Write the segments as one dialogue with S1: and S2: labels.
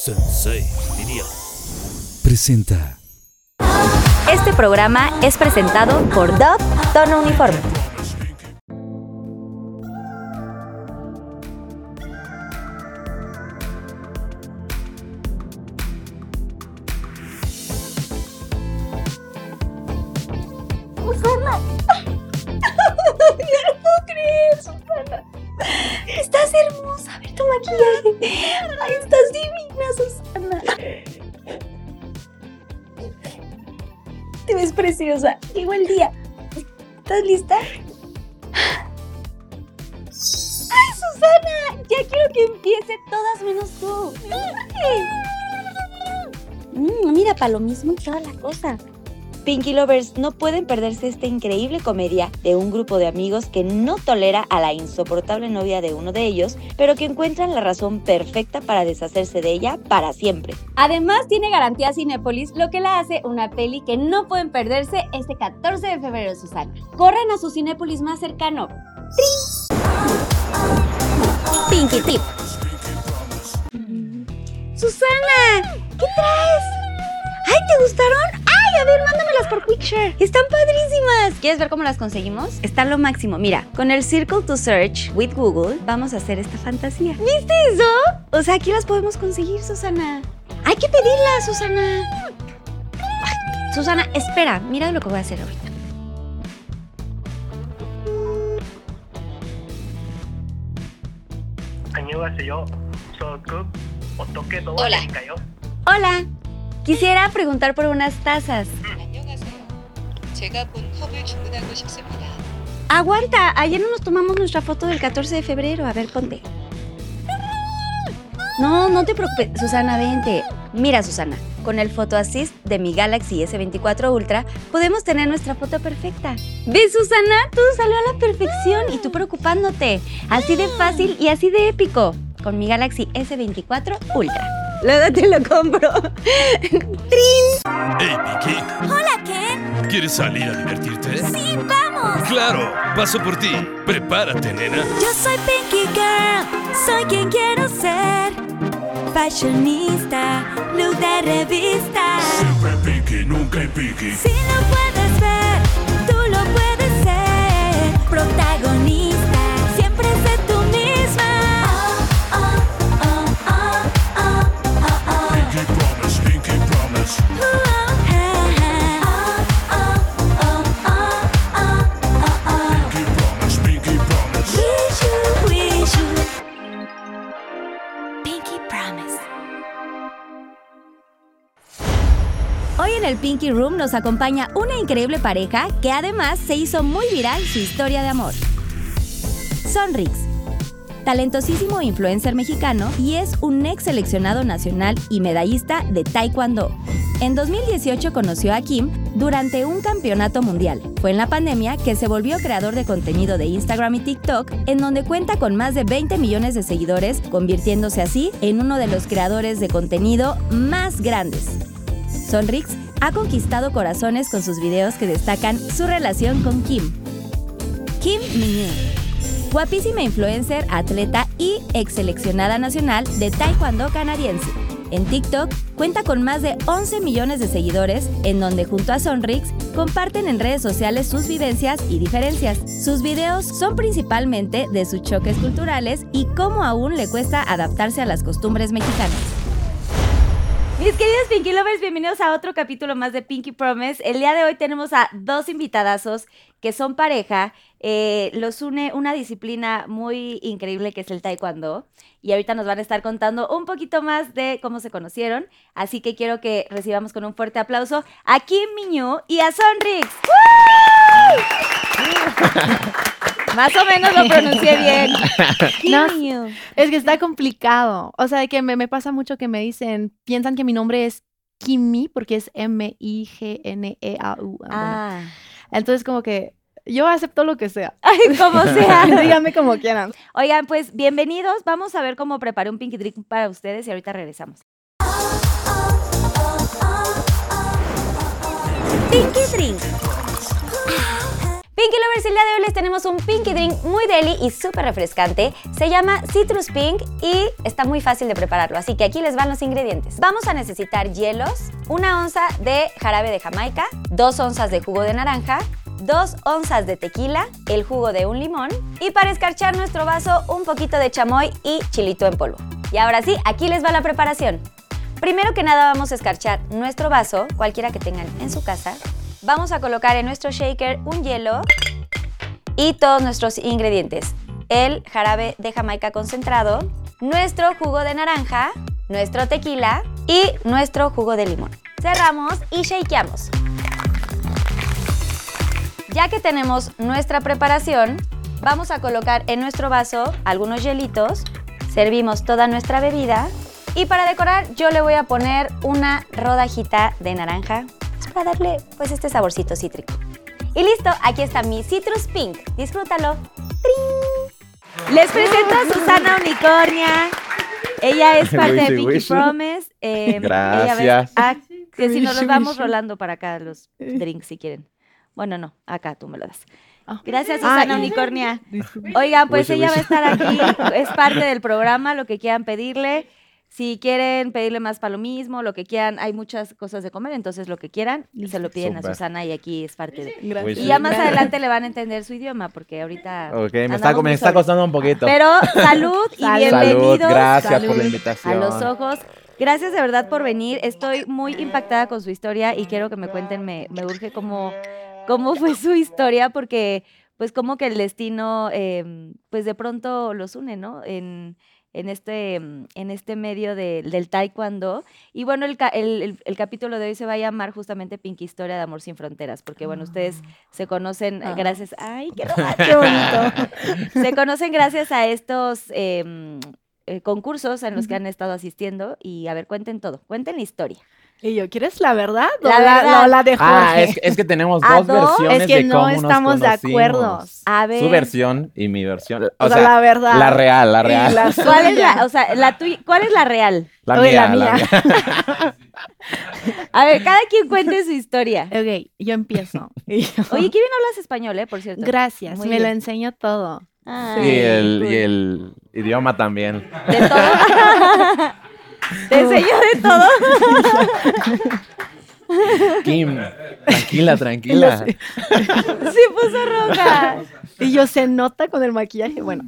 S1: Sensei, diría. Presenta.
S2: Este programa es presentado por Dove Tono Uniforme.
S3: Susana. No lo puedo creer, Susana. Estás hermosa. A ver tu maquillaje. Ay, estás divina, Susana. Te ves preciosa. Llegó el día. ¿Estás lista? ¡Ay, Susana! Ya quiero que empiece todas menos tú. Mm, mira, para lo mismo y toda la cosa. Pinky Lovers no pueden perderse esta increíble comedia de un grupo de amigos que no tolera a la insoportable novia de uno de ellos, pero que encuentran la razón perfecta para deshacerse de ella para siempre.
S4: Además, tiene garantía Cinépolis, lo que la hace una peli que no pueden perderse este 14 de febrero, Susana. Corran a su Cinépolis más cercano.
S2: Pinky Tip.
S3: Susana, ¿qué traes? Ay, ¿te gustaron? Ay, a ver, mándamelas por Quickshare. Están padrísimas.
S2: ¿Quieres ver cómo las conseguimos? Está lo máximo. Mira, con el Circle to Search with Google vamos a hacer esta fantasía.
S3: ¿Viste eso?
S2: O sea, aquí las podemos conseguir, Susana.
S3: Hay que pedirlas, Susana.
S2: Susana, espera, mira lo que voy a hacer ahorita.
S5: 안녕하세요. 저그 어떻게 넣어
S3: 올라.
S5: 드릴까요?
S2: Hola. Quisiera preguntar por unas tazas.
S6: 안녕하세요. 제가 본 컵을 주문하고 싶습니다.
S2: Aguanta, ayer no nos tomamos nuestra foto del 14 de febrero. A ver, ponte. No, no te preocupes. Susana, vente. Mira, Susana, con el Photo Assist de mi Galaxy S24 Ultra podemos tener nuestra foto perfecta. ¿Ves, Susana? Todo salió a la perfección y tú preocupándote. Así de fácil y así de épico. Con mi Galaxy S24 Ultra. Luego te lo compro.
S1: Hey, Vicky.
S3: Hola, Ken.
S1: ¿Quieres salir a divertirte?
S3: Sí, vamos.
S1: Claro, paso por ti. Prepárate, nena.
S3: Yo soy Pinky Girl. Soy quien quiero ser. Fashionista, look de revista.
S1: Siempre piqui, nunca piqui.
S3: Si lo puedes ver, tú lo puedes ser. Protagonista, siempre sé tú misma. Oh, oh, oh, oh, oh, oh, oh.
S1: Pinky promise, pinky promise.
S3: Uh, oh, eh, eh. Oh, oh, oh, oh, oh, oh, oh.
S1: Pinky promise, pinky promise.
S3: Wish you, wish you. Pinky Promise.
S2: Hoy en el Pinky Room nos acompaña una increíble pareja que además se hizo muy viral su historia de amor. Sonrix, talentosísimo influencer mexicano y es un ex seleccionado nacional y medallista de Taekwondo. En 2018 conoció a Kim durante un campeonato mundial. Fue en la pandemia que se volvió creador de contenido de Instagram y TikTok, en donde cuenta con más de 20 millones de seguidores, convirtiéndose así en uno de los creadores de contenido más grandes. Sonrix ha conquistado corazones con sus videos que destacan su relación con Kim. Kim Min-Yoon, guapísima influencer, atleta y ex seleccionada nacional de Taekwondo canadiense. En TikTok cuenta con más de 11 millones de seguidores, en donde junto a Sonrix comparten en redes sociales sus vivencias y diferencias. Sus videos son principalmente de sus choques culturales y cómo aún le cuesta adaptarse a las costumbres mexicanas.
S4: Mis queridos Pinky Lovers, bienvenidos a otro capítulo más de Pinky Promise. El día de hoy tenemos a dos invitadazos que son pareja. Eh, los une una disciplina muy increíble que es el taekwondo. Y ahorita nos van a estar contando un poquito más de cómo se conocieron. Así que quiero que recibamos con un fuerte aplauso a Kim Miñu y a Sonrix. ¡Woo! Más o menos lo pronuncié bien. Kim
S7: No.
S4: Miñu.
S7: Es que está complicado. O sea, que me, me pasa mucho que me dicen, piensan que mi nombre es Kimi porque es M-I-G-N-E-A-U. Ah,
S4: Ah.
S7: bueno. Entonces, como que yo acepto lo que sea.
S4: Ay, como sea.
S7: Díganme como quieran.
S4: Oigan, pues bienvenidos. Vamos a ver cómo preparé un Pinky Drink para ustedes y ahorita regresamos.
S2: Pinky Drink. Pinky Lovers, el día de hoy les tenemos un Pinky Drink muy deli y súper refrescante. Se llama Citrus Pink y está muy fácil de prepararlo, así que aquí les van los ingredientes. Vamos a necesitar hielos, una onza de jarabe de jamaica, dos onzas de jugo de naranja, dos onzas de tequila, el jugo de un limón y para escarchar nuestro vaso un poquito de chamoy y chilito en polvo. Y ahora sí, aquí les va la preparación. Primero que nada vamos a escarchar nuestro vaso, cualquiera que tengan en su casa. Vamos a colocar en nuestro shaker un hielo y todos nuestros ingredientes. El jarabe de jamaica concentrado, nuestro jugo de naranja, nuestro tequila y nuestro jugo de limón. Cerramos y shakeamos. Ya que tenemos nuestra preparación, vamos a colocar en nuestro vaso algunos hielitos, servimos toda nuestra bebida y para decorar yo le voy a poner una rodajita de naranja es para darle pues este saborcito cítrico. Y listo, aquí está mi Citrus Pink. Disfrútalo. ¡Trin! Les presento a Susana Unicornia. Ella es parte de
S8: Wishy,
S2: Pinky
S8: wishy.
S2: Promise. Eh, ella va-
S8: Gracias.
S2: ah, que si no nos
S7: Wishy,
S2: vamos
S7: wishy.
S2: rolando para acá los
S7: Eh.
S2: drinks si quieren. Bueno, no, acá tú me lo das.
S7: Ah.
S2: Gracias, Susana
S7: Ah, y-
S2: Unicornia. Oigan, pues
S8: Wishy,
S2: ella va a
S8: wishy.
S2: estar aquí, es parte del programa, lo que quieran pedirle. Si quieren pedirle más palomismo, lo que quieran, hay muchas cosas de comer, entonces lo que quieran, se lo piden a
S8: Súper.
S2: Susana y aquí es parte de.
S7: Gracias.
S8: Wishy.
S2: Y ya más
S7: Gracias.
S2: adelante le van a entender su idioma, porque ahorita.
S8: Ok, me está,
S2: andamos
S8: me
S2: muy
S8: está
S2: solos.
S8: costando un poquito.
S2: Pero salud y
S7: Salud.
S8: Salud,
S2: bienvenidos
S8: gracias por
S7: Salud.
S8: la
S2: a
S8: invitación.
S2: los ojos. Gracias de verdad por venir. Estoy muy impactada con su historia y quiero que me cuenten, me, me urge cómo, cómo fue su historia, porque pues como que el destino, eh, pues de pronto los une, ¿no? En, en este, mm, en este medio de- del taekwondo. Y bueno, el, ca- el- el- el capítulo de hoy se va a llamar justamente Pinky Historia de Amor Sin Fronteras, porque bueno, ustedes se conocen eh,
S7: Ah.
S2: gracias... ¡Ay, qué, rosa- qué bonito! se conocen gracias a estos... em, eh, concursos en los que han estado asistiendo y a ver, cuenten todo, cuenten la historia.
S7: Y yo, ¿quieres la verdad? o
S2: La
S7: la,
S2: verdad.
S7: la- la de Jorge.
S8: Ah, es, que- es que tenemos
S2: ¿A
S8: dos
S2: dos?
S8: versiones
S7: Es que
S8: de
S7: no
S8: cómo nos
S7: estamos de acuerdo.
S8: conocimos.
S2: A ver,
S8: Su versión y mi versión. O,
S7: O sea,
S8: sea,
S7: la verdad.
S8: la real, la
S7: Y
S8: real.
S7: la
S2: ¿cuál es
S7: suya.
S2: la, o sea, la tuya- cuál es la real?
S8: La
S7: Oye,
S8: mía,
S7: la
S8: la
S7: mía.
S8: mía.
S2: A ver, cada quien cuente su historia.
S7: Ok, yo empiezo. Y yo-
S2: Oye, qué bien hablas español, ¿eh? Por cierto.
S7: Gracias,
S2: Muy
S7: me lo
S2: bien.
S7: enseño todo.
S2: Ay,
S8: Y el,
S2: cool.
S8: y el idioma también.
S2: pues, De todo. Te enseño de todo.
S8: Kim, tranquila, tranquila.
S2: Sí, puso roja.
S7: Y yo se nota con el maquillaje. Bueno,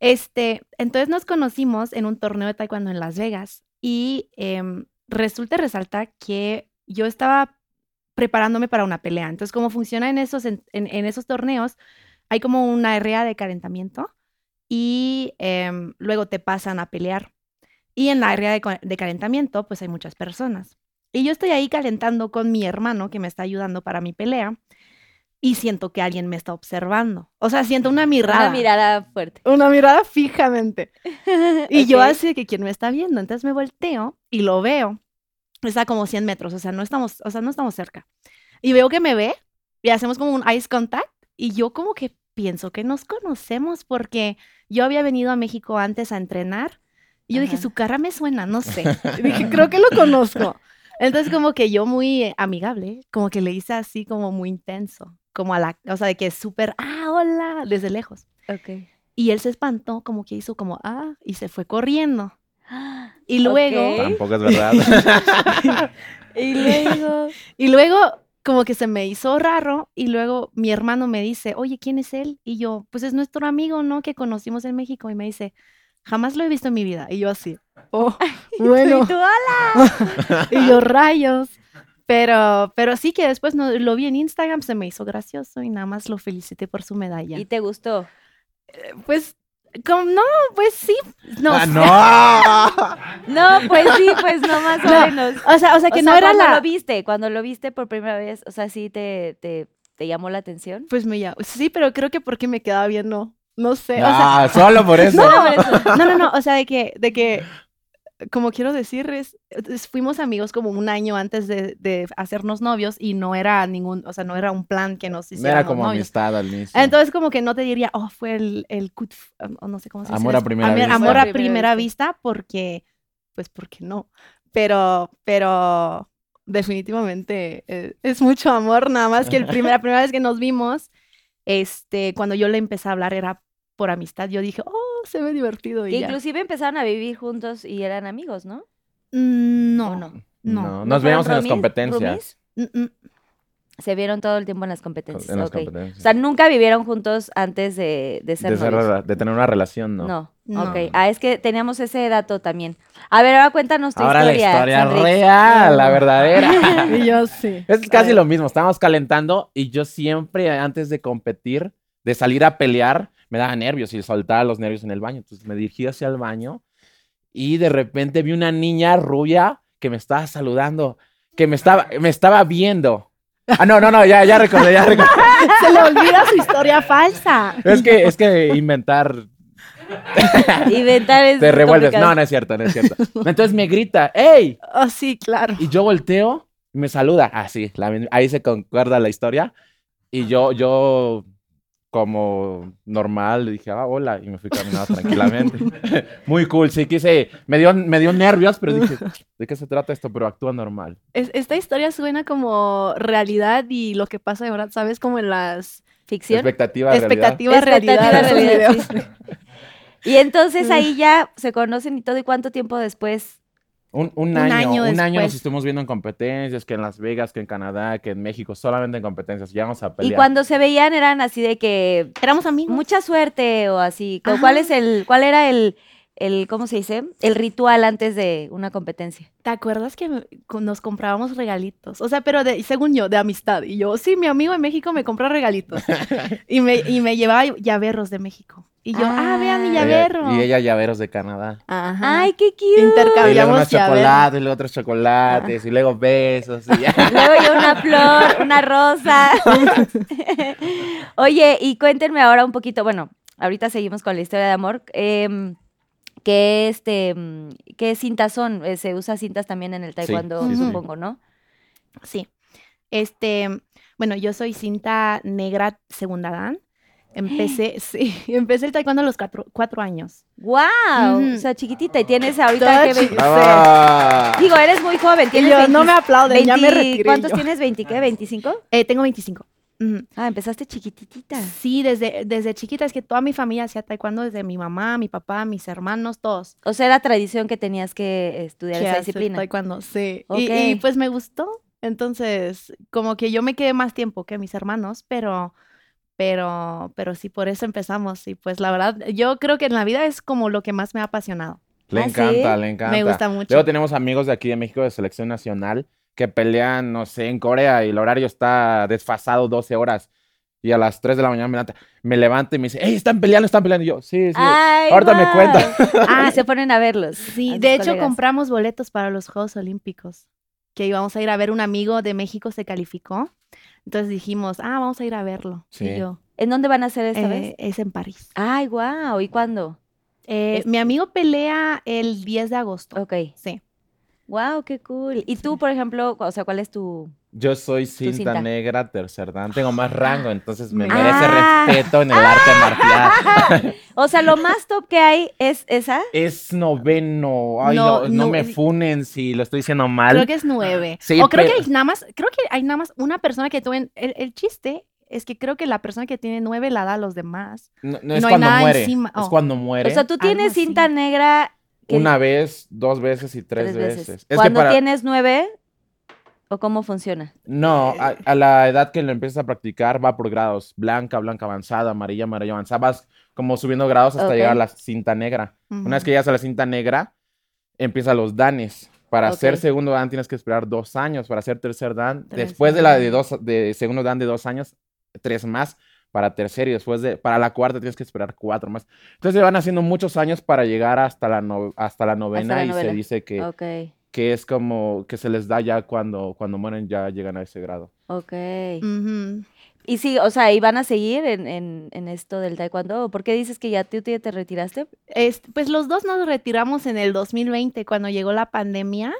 S7: este, entonces nos conocimos en un torneo de taekwondo en Las Vegas y em, resulta y resalta que yo estaba preparándome para una pelea. Entonces, como funciona en esos, en, en- en esos torneos, hay como una herrea de calentamiento y em, luego te pasan a pelear. Y en la área de, ca- de calentamiento, pues hay muchas personas. Y yo estoy ahí calentando con mi hermano que me está ayudando para mi pelea y siento que alguien me está observando. O sea, siento una mirada.
S2: Una mirada fuerte.
S7: Una mirada fijamente. Y yo
S2: Ok.
S7: así de que quién me está viendo. Entonces me volteo y lo veo. Está como 100 metros, o sea, no estamos, o sea, no estamos cerca. Y veo que me ve y hacemos como un eyes contact y yo como que pienso que nos conocemos porque yo había venido a México antes a entrenar. Y yo dije,
S2: Ajá.
S7: su cara me suena, no sé. Y dije, creo que lo conozco. Entonces como que yo muy eh, amigable, como que le hice así como muy intenso, como a la, o sea, de que súper, ah, hola, desde lejos.
S2: Ok.
S7: Y él se espantó, como que hizo como, ah, y se fue corriendo. Y luego,
S8: Tampoco es verdad.
S2: Y luego.
S7: y luego como que se me hizo raro y luego mi hermano me dice, oye, ¿quién es él? Y yo, pues es nuestro amigo, ¿no? Que conocimos en México. Y me dice, jamás lo he visto en mi vida. Y yo así, oh, bueno.
S2: Y tú, hola.
S7: y yo, rayos. Pero, pero sí que después no, lo vi en Instagram, se me hizo gracioso y nada más lo felicité por su medalla.
S2: Y te gustó.
S7: pues, como, no, pues sí. No,
S8: Ah,
S7: sí.
S8: no.
S2: No, pues sí, pues no más o
S7: No,
S2: menos.
S7: O sea, o sea, que
S2: O
S7: no
S2: sea,
S7: era
S2: cuando
S7: la...
S2: lo viste, cuando lo viste por primera vez, o sea, sí te, te, te llamó la atención.
S7: Pues me llamó. Sí, pero creo que porque me quedaba bien, no. No sé. O sea,
S8: Ah, solo por eso.
S7: no, no, no. O sea, de que, de que, como quiero decir, es- es- fuimos amigos como un año antes de, de hacernos novios y no era ningún, o sea, no era un plan que nos
S8: No
S7: hiciéramos
S8: era como
S7: novios.
S8: amistad al inicio.
S7: Entonces, como que no te diría, oh, fue el, el cut, o no sé cómo se dice.
S8: Amor
S7: en
S8: a
S7: espa-
S8: primera
S7: ami-
S8: vista.
S7: Amor a
S2: Amor a primera
S7: primera vista, porque, pues, porque no. Pero, pero, definitivamente eh, es mucho amor, nada más que el primer- la primera vez que nos vimos Este, cuando yo le empecé a hablar era por amistad. Yo dije, oh, se ve divertido. Y
S2: Que
S7: ya.
S2: inclusive empezaron a vivir juntos y eran amigos, ¿no?
S7: Mm, No,
S2: ¿O
S7: no.
S2: no?
S7: No.
S2: fueron
S8: nos veíamos en las
S2: roomies?
S8: competencias.
S2: ¿Roomies?
S7: Mm, mm.
S2: Se vieron todo el tiempo en las competencias.
S8: En las
S2: ok. O
S8: competencias.
S2: sea, nunca vivieron juntos antes de, de ser
S8: de, ser
S2: novios.
S8: rela- de tener una relación, ¿no?
S2: No.
S7: No.
S2: Ok. Ah, es que teníamos ese dato también. A ver, ahora cuéntanos tu
S8: Ahora la
S2: historia.
S8: Ah, historia
S2: Sanrix.
S8: real, la verdadera.
S7: Y yo sí.
S8: Es casi lo mismo, estábamos calentando y yo siempre antes de competir, de salir a pelear, me daba nervios y soltaba los nervios en el baño. Entonces me dirigí hacia el baño y de repente vi una niña rubia que me estaba saludando, que me estaba, me estaba viendo. Ah, no, no, no, ya, ya recordé, ya recordé.
S7: Se le olvida su historia falsa.
S8: Es que, es que inventar
S2: Inventar es
S8: te revuelves.
S2: complicado.
S8: No, no es cierto, no es cierto. Entonces me grita, ¡Ey!
S7: Oh, sí, claro.
S8: Y yo volteo y me saluda. Así, la misma- ahí se concuerda la historia. Y yo, yo como normal, dije, ah, hola, y me fui caminando tranquilamente. Muy cool, sí, quise, me dio, me dio nervios, pero dije, ¿de qué se trata esto? Pero actúa normal.
S7: Es- esta historia suena como realidad y lo que pasa de verdad, ¿sabes? Como en las
S2: Ficción.
S8: Expectativa, realidad.
S7: expectativas realidad.
S2: Expectativa,
S7: esos
S2: realidad,
S7: videos.
S2: sí. Y entonces ahí ya se conocen y todo. ¿Y cuánto tiempo después?
S8: Un, un año,
S7: año
S8: un año nos
S7: después.
S8: estuvimos viendo en competencias, que en Las Vegas, que en Canadá, que en México, solamente en competencias, ya vamos a pelear.
S2: Y cuando se veían eran así de que
S7: Éramos amigos.
S2: mucha suerte o así. ¿Cu-
S7: Ajá.
S2: ¿Cuál es el, cuál era el, el, ¿cómo se dice? El ritual antes de una competencia.
S7: ¿Te acuerdas que me- co- nos comprábamos regalitos? O sea, pero de, según yo, de amistad. Y yo, sí, mi amigo en México me compró regalitos. y, me, y me llevaba llaverros de México. Y yo, ah, vea
S2: Ah.
S7: mi
S8: Ella-
S7: llavero.
S8: y ella llaveros de Canadá.
S7: Ajá.
S2: Ay, qué cute.
S8: Y luego unos
S7: Intercambiamos llaveros.
S8: chocolates, y luego otros chocolates, y luego besos, y ya.
S2: Luego ya una flor, una rosa. Oye, y cuéntenme ahora un poquito, bueno, ahorita seguimos con la historia de amor. em, ¿Qué este, em, qué cintas son? Eh, se usa cintas también en el taekwondo,
S7: sí, sí.
S2: supongo, ¿no?
S7: Sí. Este, bueno, yo soy cinta negra segunda dan. Empecé, sí, empecé el taekwondo a los cuatro, cuatro años.
S2: ¡Wow!
S7: Ujú.
S2: O sea, chiquitita, y tienes ahorita que... ve-
S8: ¡Bravo!
S2: Digo, eres muy joven,
S7: Y
S2: tienes
S7: yo, no me
S2: 20
S7: aplauden, ya me
S2: 20
S7: retiré
S2: ¿Cuántos
S7: yo.
S2: tienes? ¿20 qué? ¿25?
S7: Eh, tengo 25. Ujú.
S2: Ah, empezaste chiquititita.
S7: Sí, desde, desde chiquita, es que toda mi familia hacía taekwondo, desde mi mamá, mi papá, mis hermanos, todos.
S2: O sea, era tradición que tenías que estudiar
S7: que
S2: esa
S7: hacer
S2: disciplina.
S7: Taekwondo, sí. Y- Y,
S2: Ok.
S7: pues me gustó. Entonces, como que yo me quedé más tiempo que mis hermanos, pero, pero, pero sí, por eso empezamos. Y pues la verdad, yo creo que en la vida es como lo que más me ha apasionado.
S8: Le
S2: ¿Ah, sí?
S8: encanta, le encanta.
S7: Me gusta mucho.
S8: Luego tenemos amigos de aquí de México de selección nacional que pelean, no sé, en Corea y el horario está desfasado 12 horas. Y a las 3 de la mañana me, levanta- me levanto y me dice, ¡Ey, están peleando, están peleando! Y yo, sí, sí.
S2: Ay,
S8: Ahorita me
S2: guau.
S8: cuentas.
S2: y se ponen a verlos. a
S7: Sí,
S2: tus
S7: de hecho
S2: colegas.
S7: compramos boletos para los Juegos Olímpicos, que íbamos a ir a ver un amigo de México, se calificó. Entonces dijimos, ah, vamos a ir a verlo. Y
S8: Sí. Ah,
S7: yo,
S2: ¿En dónde van a hacer esta
S7: "Eh,
S2: vez?
S7: es en París.
S2: Ay, wow. ¿Y cuándo?
S7: Eh, mi amigo pelea el 10 de agosto.
S2: Ok.
S7: Sí.
S2: Wow, qué cool. ¿Y tú, por ejemplo, cu- o sea, cuál es tu.
S8: Yo soy cinta,
S2: cinta.
S8: negra, tercer dan. Tengo más rango, entonces me
S7: Me-
S8: merece
S2: Ah.
S8: respeto en el arte marcial.
S2: O sea, lo más top que hay es esa.
S8: es noveno. Ay,
S7: No,
S8: no, no
S7: no-
S8: me funen si lo estoy diciendo mal.
S7: Creo que es nueve.
S8: Ah, Sí,
S7: o creo que
S8: pero-
S7: hay nada más, creo que hay nada más una persona que tuve. El, el chiste es que creo que la persona que tiene nueve la da a los demás.
S8: No, no es
S7: no hay
S8: cuando
S7: nada
S8: muere.
S7: encima.
S8: Es
S7: Oh.
S8: cuando muere.
S2: O sea, tú
S7: Algo
S2: tienes
S7: así.
S2: cinta negra. que-
S8: Una vez, dos veces y tres, veces. Es que
S2: Cuando
S8: para-
S2: tienes nueve, ¿o cómo funciona?
S8: No, a, a la edad que lo empiezas a practicar va por grados. Blanca, blanca avanzada, amarilla, amarilla avanzada. Vas como subiendo grados hasta llegar a
S2: Ok.
S8: la cinta negra.
S7: Ujú.
S8: Una vez que llegas a la cinta negra, empiezan los danes. Para ser
S2: Ok.
S8: segundo dan tienes que esperar dos años. Para ser tercer dan,
S7: Tres
S8: después de la de
S7: años.
S8: dos, de segundo dan de dos años, tres más para tercero y después de para la cuarta tienes que esperar cuatro más. Entonces van haciendo muchos años para llegar hasta la no- hasta la novena y se
S2: novena.
S8: dice que,
S2: Ok,
S8: que es como que se les da ya cuando cuando mueren ya llegan a ese grado.
S2: ok.
S7: Ujú.
S2: Y sí, o sea, ¿y van a seguir en, en- en esto del taekwondo? ¿Por qué dices que ya tú te te retiraste?
S7: Este, pues los dos nos retiramos en el 2020 cuando llegó la pandemia.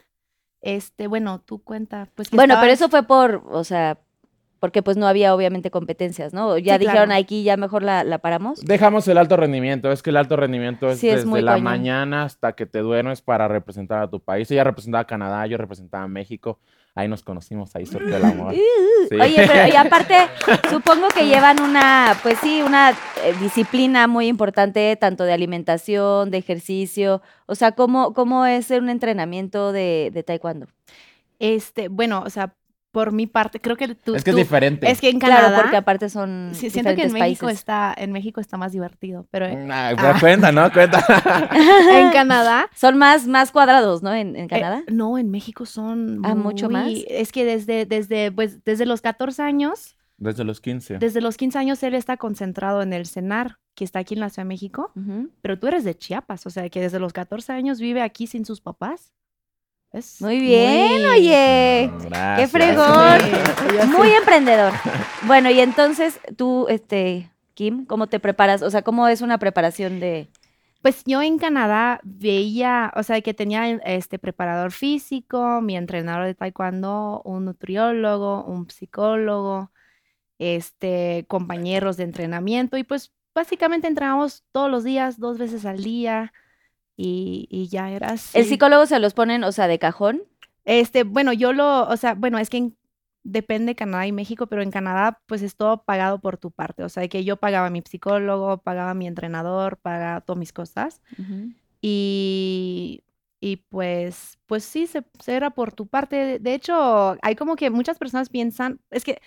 S7: Este, bueno, tú cuenta. Pues que
S2: Bueno, pero eso
S7: estabas-
S2: fue por, o sea, porque pues no había obviamente competencias, ¿no? Ya
S7: Sí, claro.
S2: dijeron aquí, ya mejor la, la paramos.
S8: Dejamos el alto rendimiento. Es que el alto rendimiento es
S2: Sí, es
S8: desde
S2: muy
S8: la
S2: cañón.
S8: mañana hasta que te duermes para representar a tu país. Ella representaba a Canadá, yo representaba a México. Ahí nos conocimos, ahí surgió el amor. Sí.
S2: Uh, Oye, pero y aparte, supongo que llevan una, pues sí, una eh, disciplina muy importante, tanto de alimentación, de ejercicio. O sea, ¿cómo, cómo es un entrenamiento de, de taekwondo?
S7: Este, bueno, o sea, por mi parte, creo que tú...
S8: es que es
S7: tú-
S8: diferente.
S7: es que en Canadá...
S2: Claro, porque aparte son
S7: sí, siento que
S2: diferentes
S7: en México,
S2: países.
S7: está, en México está más divertido, pero en
S8: Ah, pues, Cuenta, ¿no? Cuenta.
S7: en Canadá...
S2: Son más, más cuadrados, ¿no? En, en
S7: eh,
S2: Canadá.
S7: no, en México son
S2: Ah, mucho más.
S7: muy- Es que desde, desde, pues, desde los 14 años
S8: Desde los 15.
S7: Desde los 15 años él está concentrado en el CENAR, que está aquí en la Ciudad de México,
S2: Ujú.
S7: pero tú eres de Chiapas, o sea, que desde los 14 años vive aquí sin sus papás. Es
S2: Muy bien,
S7: muy-
S2: oye.
S8: Ah, Gracias.
S2: fregón.
S7: Sí, sí, Ah, ya
S2: Muy
S7: sé.
S2: emprendedor. Bueno, y entonces tú, este, Kim, ¿cómo te preparas? O sea, ¿cómo es una preparación de...?
S7: Pues yo en Canadá veía, o sea, que tenía este preparador físico, mi entrenador de taekwondo, un nutriólogo, un psicólogo, este, compañeros de entrenamiento y pues básicamente entrenamos todos los días, dos veces al día y, y ya era
S2: El
S7: así.
S2: psicólogo se los ponen, o sea, de cajón.
S7: Este, bueno, yo lo, o sea, bueno, es que en- depende Canadá y México, pero en Canadá pues es todo pagado por tu parte, o sea, que yo pagaba a mi psicólogo, pagaba a mi entrenador, pagaba todas mis cosas y, y pues, pues sí, se, se era por tu parte. De hecho, hay como que muchas personas piensan, es que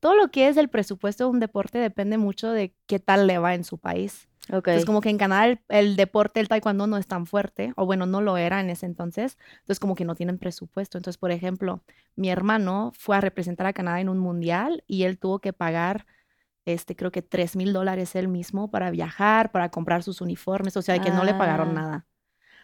S7: todo lo que es el presupuesto de un deporte depende mucho de qué tal le va en su país.
S2: Ok.
S7: Entonces, como que en Canadá el, el deporte, el taekwondo no es tan fuerte, o bueno, no lo era en ese entonces, entonces como que no tienen presupuesto. Entonces, por ejemplo, mi hermano fue a representar a Canadá en un mundial y él tuvo que pagar, este, creo que 3 mil dólares él mismo para viajar, para comprar sus uniformes, o sea, que no le
S2: Ah.
S7: pagaron nada.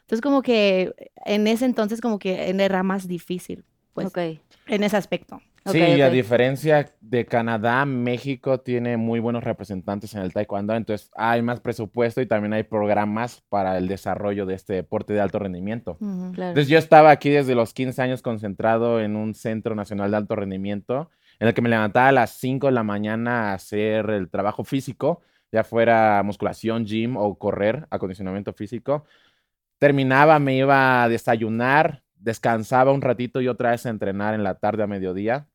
S7: Entonces, como que en ese entonces, como que era más difícil, pues,
S2: ok.
S7: en ese aspecto.
S2: ok,
S8: Sí, y a
S2: ok.
S8: diferencia de Canadá, México tiene muy buenos representantes en el taekwondo, entonces hay más presupuesto y también hay programas para el desarrollo de este deporte de alto rendimiento.
S7: Ujú.
S2: Claro.
S8: Entonces yo estaba aquí desde los 15 años concentrado en un centro nacional de alto rendimiento, en el que me levantaba a las 5 de la mañana a hacer el trabajo físico, ya fuera musculación, gym o correr, acondicionamiento físico. Terminaba, me iba a desayunar, descansaba un ratito y otra vez a entrenar en la tarde a mediodía.